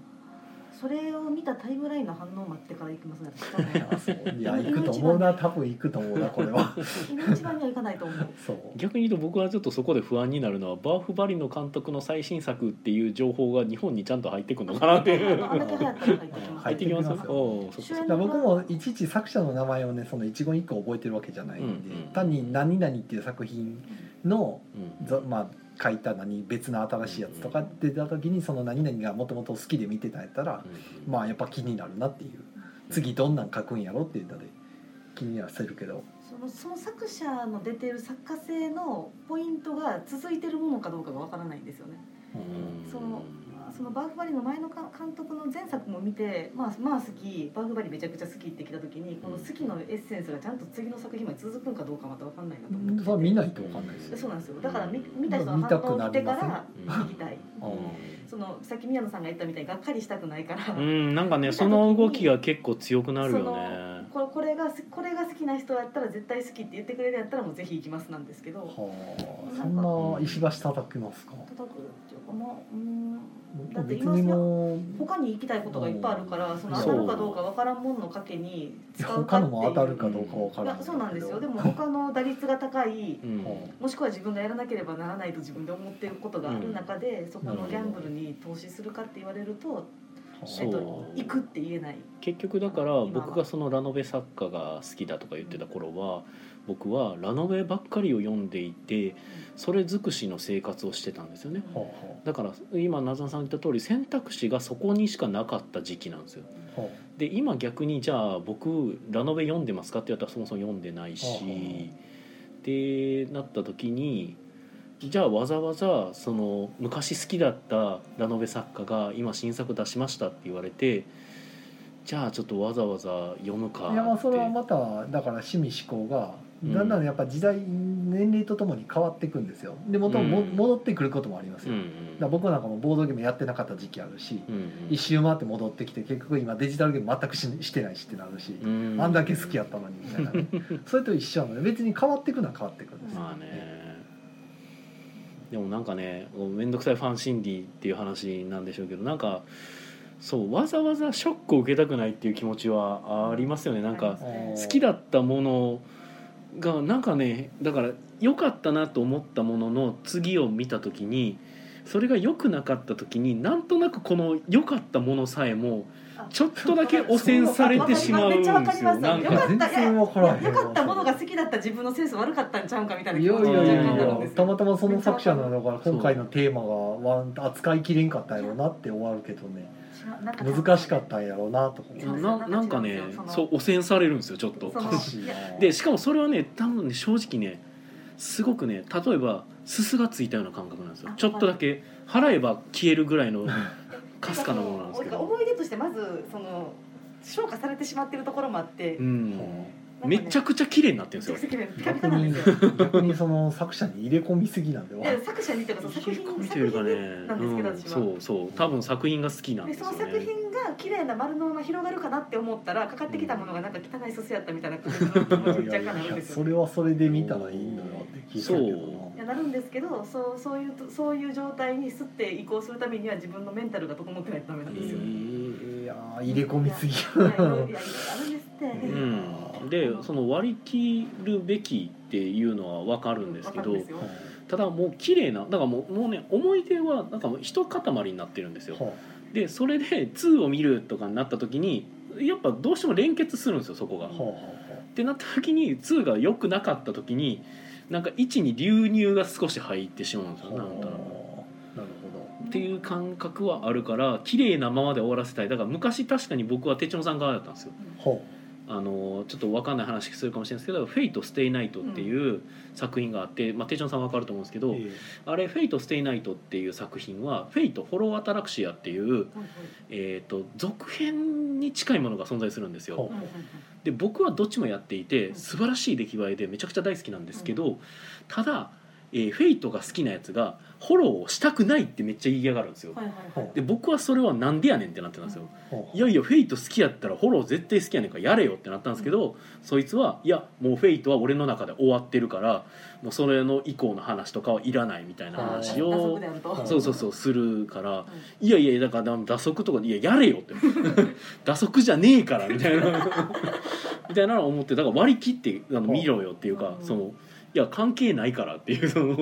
C: それを見たタイムラインの反応を待ってから行きますね
B: あそういや行くと思うな多分行くと思うなこれ <laughs> は
C: 今一番には行かないと思う
B: そう
A: 逆に言うと僕はちょっとそこで不安になるのはバーフバリの監督の最新作っていう情報が日本にちゃんと入ってくるのかなっていう
C: あんだけ流行ったら入ってきます
A: 入ってきます
B: 入ってきますよ
A: おうそっかそっか
B: だから僕もいちいち作者の名前をねその一言一句覚えてるわけじゃないんで、
A: うんうん
B: 単に「何々」っていう作品の、
A: うん
B: ざまあ、書いた何別の新しいやつとか出た時にその「何々」がもともと好きで見てたんやったら、
A: うん
B: まあやっぱ気になるなっていう次どんなん書くんやろっていうので気にはするけど
C: そのその作者の出てる作家性のポイントが続いてるものかどうかがわからないんですよね
A: うん
C: そのそのバーフバリの前のか監督の前作も見て、まあ、まあ好きバーフバリめちゃくちゃ好きって来た時にこの好きのエッセンスがちゃんと次の作品まで続くのかどうかまた分かんないなと思って
B: それ見ないと分かんないですよ
C: そうなんですよだから見見た人の反応を見
A: 見
C: てから
A: たくなりません
C: 聞きたい
A: うん
C: そのさっき宮野さんが言ったみたいにがっかりしたくないから、
A: うんなんかねその動きが結構強くなるよ
C: そ
A: ね
C: これこれがすこれが好きな人やったら絶対好きって言ってくれるやったらもうぜひ行きますなんですけど
B: はあそんな石橋叩きますか
C: 叩くっていうかまあうんだって
B: 別
C: 今
B: にもう
C: 他に行きたいことがいっぱいあるからその
B: そう
C: 当たるかどうかわからんもんの賭けに使う
B: 他
C: かってい
B: の
C: う
B: も当たるかどうか分か
C: い
B: ら
C: や
B: ない
C: そうなんですよで
B: も、
C: も他の打率が高い
A: うん
B: は
C: もしくは自分がやらなければならないと自分で思っていることがある中で、そこのギャンブルに投資するかって言われると、
B: あ
A: そ
C: えっ
A: う
C: と、行くって言えない
A: 結局だから
C: 今は
A: 僕がそのラノベ作家が好きだとか言ってた頃は僕はラノベばっかりを読んでいてそれ尽くしの生活をしてたんですよね
B: は
A: だから今なずなさんが言った通り選択肢がそこにしかなかった時期なんですよ
B: あは
A: で今逆にじゃあ僕ラノベ読んでますかって言ったらそもそも読んでない
B: ああ
A: しってなった時にじゃあわざわざその昔好きだったラノベ作家が今新作出しましたって言われてじゃあちょっとわざわざ読むか
B: あいやまあ
A: って
B: それはまただから趣味思考が
A: うん
B: だんだんやっぱ時代年齢とともに変わっていくんですよでもとも
A: うん
B: 戻ってくることもあります
A: うんう
B: よ、だか
A: ん
B: ら僕なんかもボードゲームやってなかった時期あるし、
A: うん
B: 一周回って戻ってきて結局今デジタルゲーム全くししてないしってなるし、
A: うん
B: あんだけ好きやったのにみたいなね、
C: <laughs>
B: それと一緒なので別に変わっていくのは変わっていくんですよ、
A: まあねでもなんかね面倒くさいファン心理っていう話なんでしょうけどなんかそうわざわざショックを受けたくないっていう気持ちはありますよねなん
C: ありま
A: か
C: すね
A: 好きだったものがなんかねだから良かったなと思ったものの次を見た時にそれが良くなかった時になんとなくこの良かったものさえもちょっとだけ汚染されてしまうん
C: めっちゃわか
A: です
C: りま
A: よ
C: す
A: なん
C: よ
A: か
C: かった
B: 全然分からへん
C: よかったものが好きだった自分のセンス悪かったんちゃうんかみたいない気
B: や
C: 持ち
B: い
C: に
B: やいや
C: 若干
B: い
C: なるん
B: や
C: です
B: た
C: よ
B: またまその作者のだから今回のテーマがわん扱いきれんかったんやろうなって終わるけどね
C: なんか
B: 難しかったんやろうなとか思
C: そうですよ
A: ななんかね
C: その
A: そう汚染されるんですよちょっと。
C: その
B: うしいな
A: でしかもそれはね多分ね正直ねすごくね例えばすすがついたような感覚なんですよ
C: あ
A: ちょっとだけ払えば消えるぐらいのかすかなものなんですけど、
C: 思い出としてまずその消化されてしまってるところもあって、
A: うん
C: なんかね
A: めちゃくちゃ綺麗になってるん
C: めちゃ
A: で
C: く
A: す
C: ち
A: よ
C: ゃ綺麗ピ
B: 逆
C: カピカなん
B: に
C: ですよ
B: 逆にその作者に入れ込みすぎなんでわ
C: で作者にというかその作
A: 入れ込
C: 品
A: みと
C: 作
A: いうかね
C: 品なんですけど、
A: うんそう
C: 私は
A: そう多分作品が好きなん
C: で
A: です
C: そ
A: よ
C: の
A: ね
C: 作品が綺麗な丸のまま広がるかなって思ったらかかってきたものがなんか汚いすすやったみたいな感じの気持ちに
B: いや
C: 若
B: いや
C: 干なるん
B: い
C: で
B: や
C: す
B: そ
C: よ
B: れ。はそれで見たらいいのよって聞いたけ
A: そう
B: ど
C: い
B: な
C: やなるんですけどそうそういうとそういう状態にすって移行するためには自分のメンタルが整ってないとダメなんですよ。い
B: いやー入れ込みすぎ
C: やいろいろいやいろいろあるんですって。
A: うん、でその割り切るべきっていうのは分かるんですけど
C: わかるんですよ
A: ただもう綺麗なだからもうもうね思い出はなんかもう一塊になってるんですよ
B: は
A: でそれで2を見るとかになった時にやっぱどうしても連結するんですよそこが。
B: あはあ
A: っ
B: は
A: てなった時に2が良くなかった時になんか1に流入が少し入ってしまうんです
B: あ
A: よ
B: はあ
A: なんだろ
B: なるほど
A: うっていう感覚はあるから綺麗なままで終わらせたいだから昔確かに僕は手帳さん側だったんですよ
B: ほ
A: あのちょっと分かんない話するかもしれないですけど「フェイト・ステイ・ナイト」っていう作品があって、まあ、手順さん分かると思うんですけど、
B: え
A: あれ「フェイト・ステイ・ナイト」っていう作品は「フェイト・フォロー・アタラクシア」っていう、えー、と続編に近いものが存在するんですよ。
B: ほ
A: で僕はどっちもやっていて
C: うん
A: 素晴らしい出来栄えでめちゃくちゃ大好きなんですけど、ただ、えーフェイトが好きなやつがフォローをしたくないってめっちゃ言いやがるんですよ、
C: はいはいはいはい
A: で僕はそれはなんでやねんってなってたんですよ、
B: うほう
A: いやいやフェイト好きやったらフォロー絶対好きやねんからやれよってなったんですけど、そいつはいやもうフェイトは俺の中で終わってるからもうそれの以降の話とかはいらないみたいな
C: はい
A: 話
C: 打足
A: を
C: でやると
B: はい
A: そうそうそうするから
C: はい
A: いやいやだから打足とかいややれよって <laughs> 打足じゃねえからみたいな <laughs> みたいなのを思ってだから割り切ってあの見ろよっていうか
C: うん
A: そのいや関係ないからっていうその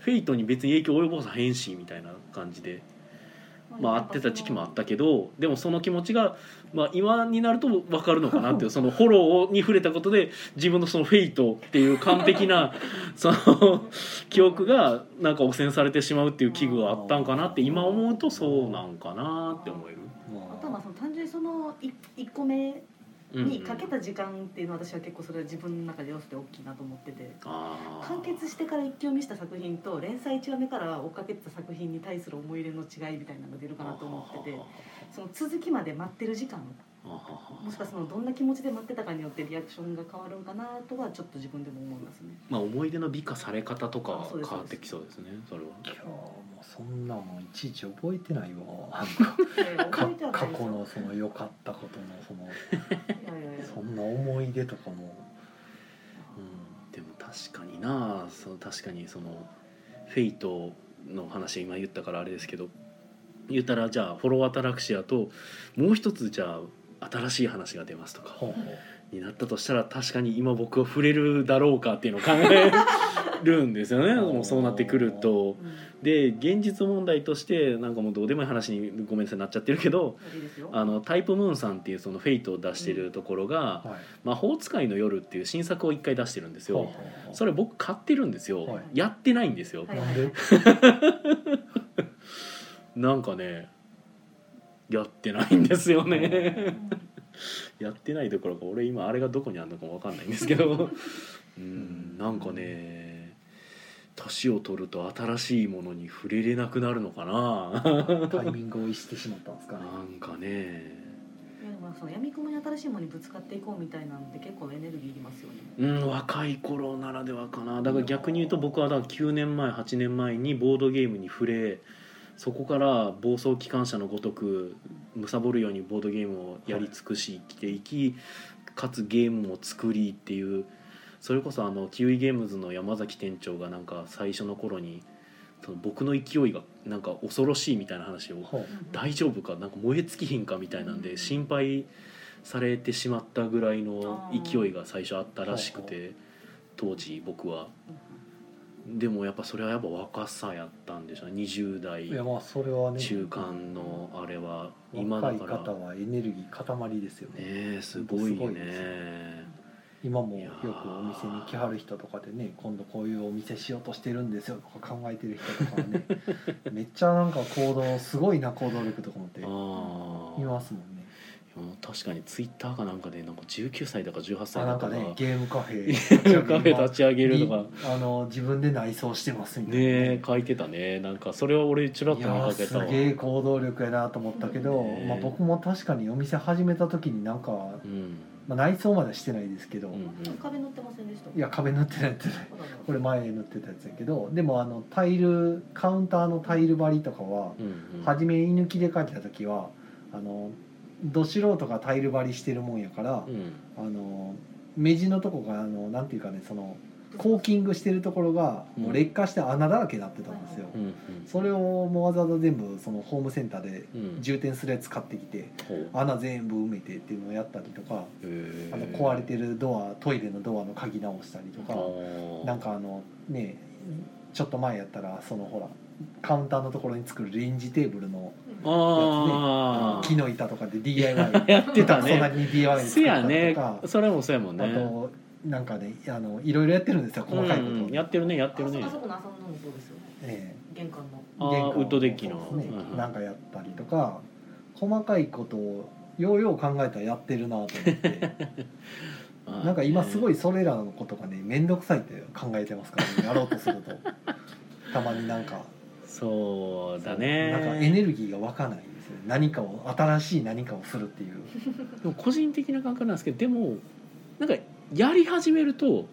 A: フェイトに別に影響及ぼさへんしみたいな感じで、まあ、会ってた時期もあったけどでもその気持ちが、まあ、今になると分かるのかなっていうそのフォローに触れたことで自分のそのフェイトっていう完璧
C: <laughs>
A: なその記憶がなんか汚染されてしまうっていう器具があったんかなって今思うとそうなんかなって思える。
C: あとはまあその単純にそのい一個目
A: うんうん
C: にかけた時間っていうのは私は結構それは自分の中で要素で大きいなと思ってて
A: あー
C: 完結してから一気読みした作品と連載1話目から追っかけてた作品に対する思い入れの違いみたいなのが出るかなと思っててその続きまで待ってる時間
A: あはは
C: もしかそのどんな気持ちで待ってたかによってリアクションが変わるんかなとはちょっと自分でも思いますね。
A: まあ思い出の美化され方とかは
C: あそ
A: 変
C: うです
A: わってきそうですねそれは
B: 今日もそんなのいちいち覚えてないわ
C: 覚えては
B: 過
C: な
B: 去
C: いですよ
B: のその良かったことのそ
A: <laughs>
B: の
C: いやいやいや
B: そんな思い出とかも
A: うんでも確かになその確かにそのフェイトの話今言ったからあれですけど言ったらじゃあフォローアタラクシアともう一つじゃあ新しい話が出ますとか
B: ほうほう
A: になったとしたら確かに今僕は触れるだろうかっていうのを考えるんですよねもうそうなってくると
C: うんい
A: で現実問題としてなんかもうどうでもいい話にごめんなさいなっちゃってるけど
C: やいいですよ。
A: あのタイプムーンさんっていうそのフェイトを出してるところが
B: はい
A: 「魔法使いの夜」っていう新作を一回出してるんです
B: ほう
A: よ
B: ほ。うほう
A: それ僕買ってるんですよ、
B: はい
A: やってないんですよ、
C: はい
B: なんで
A: なんかねやってないんですよ
C: う
A: ね
C: ん
A: やってないどころか俺今あれがどこにあるのかも分かんないんですけどうんなんかね年を取ると新しいものに触れれなくなるのかな
B: タイミングを逸してしまったんですかね
A: なんかね
C: いやまあその闇雲に新しいものにぶつかっていこうみたいなのって結構エネルギーいりますよね。
A: うん、若い頃ならではかなだから逆に言うと僕はだから9年前8年前にボードゲームに触れそこから暴走機関車のごとく貪るようにボードゲームをやり尽くし生きていきかつゲームも作りっていうそれこそあのキウイゲームズの山崎店長がなんか最初の頃にその僕の勢いがなんか恐ろしいみたいな話を
B: ほう
A: 大丈夫かなんか燃え尽きひんかみたいなんで心配されてしまったぐらいの勢いが最初あったらしくて当時僕はでもやっぱそれはやっぱ若さやったんでしょうね20
B: いや
A: 代
B: まあそれはね
A: 中間のあれは今
B: 若
A: だ
B: い
A: から
B: 方
A: ね
B: はエネルギー塊ですよね
A: えすごい
B: すご
A: よ
B: いです
A: ね
B: 今もよくお店に来はる人とかでね今度こういうお店しようとしてるんですよとか考えてる人とか
A: <laughs>
B: はねめっちゃなんか行動すごいな行動力とか持って
A: あ
B: い
A: あ
B: ますもんね
A: 確かにツイッターかなんかでなんか19歳だか18歳
B: あな
A: だ
B: ん
A: か
B: か
A: が
B: ねゲーム
A: <laughs>
B: カフェ
A: カフェ立ち上げるとか
B: あの自分で内装してますみたいな
A: ねえ書いてたねなんかそれは俺ちらっ
B: い
A: と
B: や
A: 見か
B: ー
A: け
B: す
A: たわ。
B: げえ行動力やなと思ったけど、
A: ねえ
B: まあ、僕も確かにお店始めた時になんか、
A: うん
B: まあ、内装まではしてないですけど、
A: うん
C: うん壁乗ってませんでした。
B: いや壁塗ってない塗ってない
C: そうだろう
B: これ前塗ってたやつやけどでもあのタイルカウンターのタイル張りとかは
A: うんうん
B: 初め居抜きで描いた時はあのど素人がタイル張りしてるもんやから
A: う、ん
B: あの目地のとこがあのなんていうかねそのコーキングしてるところがもう劣化して穴だらけになってたんですよ、
A: うんうん
B: それをもうわざわざ全部そのホームセンターで
A: うん
B: 充填するやつ買ってきて
A: ほう
B: 穴全部埋めてっていうのをやったりとか
A: へー
B: あの壊れてるドアトイレのドアの鍵直したりと
A: あ
B: か。
A: ー
B: なんかあのねちょっと前やったらそのほらカウンターのところに作る臨時テーブルの
A: あ
B: 木
A: ー
B: の板とかで DIY
A: やって <laughs> た
B: そんな
A: ね
B: に DIY
A: せ
B: 作った
A: や
B: り
A: ね
B: とか、
A: それもそうやもんね
B: あとなんかねあのいろいろやってるんですよ細かいことを
A: うんうんやってるねやってるね
C: あそこの浅野のもそうですよね。
B: え
C: 玄関の。
A: あー
B: え玄関
A: ウッドデッキの
B: そうですね
A: うんうん
B: なんかやったりとか細かいことをようよう考えたらやってるなと思って
A: <laughs>
B: なんか今すご
A: い
B: いそれらのことがね面倒くさいって考えてますから、ね、やろうとす
A: <laughs>
B: るとたまになんか
A: そうだね
B: なんかエネルギーが湧かないですね何かを新しい何かをするって <laughs> いう
A: でも個人的な感覚なんですけどでもなんかやり始めると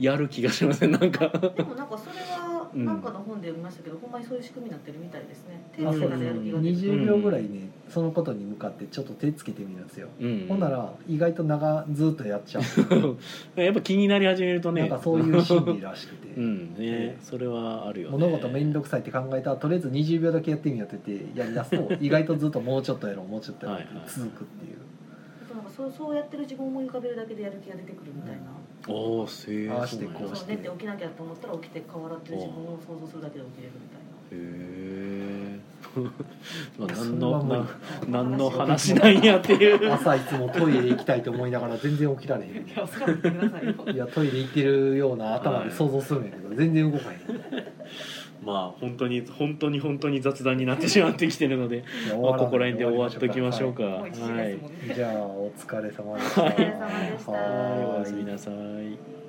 A: やる気がしませんなんか
C: でもなんかそれは
A: うん
C: なんかの本で読みましたけど、ほんまにそういう仕組みになってるみたいですね。手
B: あ
C: つ
B: そう
C: け
B: で
C: た
B: すね
C: らやる気が出る。
B: 20秒ぐらいねそのことに向かってちょっと手つけてみるんですよ、
A: うん
B: ほんなら意外と長ずっとやっちゃう、
A: <laughs> やっぱ気になり始めるとね
B: なんかそういう心理らしくて、
A: うんねそれはあるよね
B: 物事面倒くさいって考えたらとりあえず20秒だけやってみようって言ってやりだすと意外とずっともうちょっとやろうもうちょっとやろうって
A: はいはい
B: 続くっていう、
C: あとなんかそうそうやってる自分を思い浮かべるだけでやる気が出てくるみたいな。
A: おおせ
B: 合わせてこ
A: へ
B: う
C: そう
B: して
C: 寝て起きなきゃと思ったら起きて顔洗ってる自分を想像するだけで起きれるみたい
A: え
C: な。
A: <laughs> まあ
B: いや
A: 何
B: それは
A: の
B: もう
A: 何の話なんやっていう
B: 朝いつもトイレ行きたいと思いながら全然起きられへん
C: いや、お疲れてくださいよ。
B: <laughs> いやトイレ行ってるような頭で想像するんやけど全然動かへん
A: <laughs> まあ本当に本当に本当に雑談になってしまってきてるので、
B: いや終
A: まあ、
B: わらない
A: ここら辺で終わっときましょうか。
C: も
A: は
C: う
A: い
C: 一時ですもんね。
B: じゃあお疲れ様でした。
C: お疲れ様でした
A: はい
C: は
A: おやすみなさい。
C: はい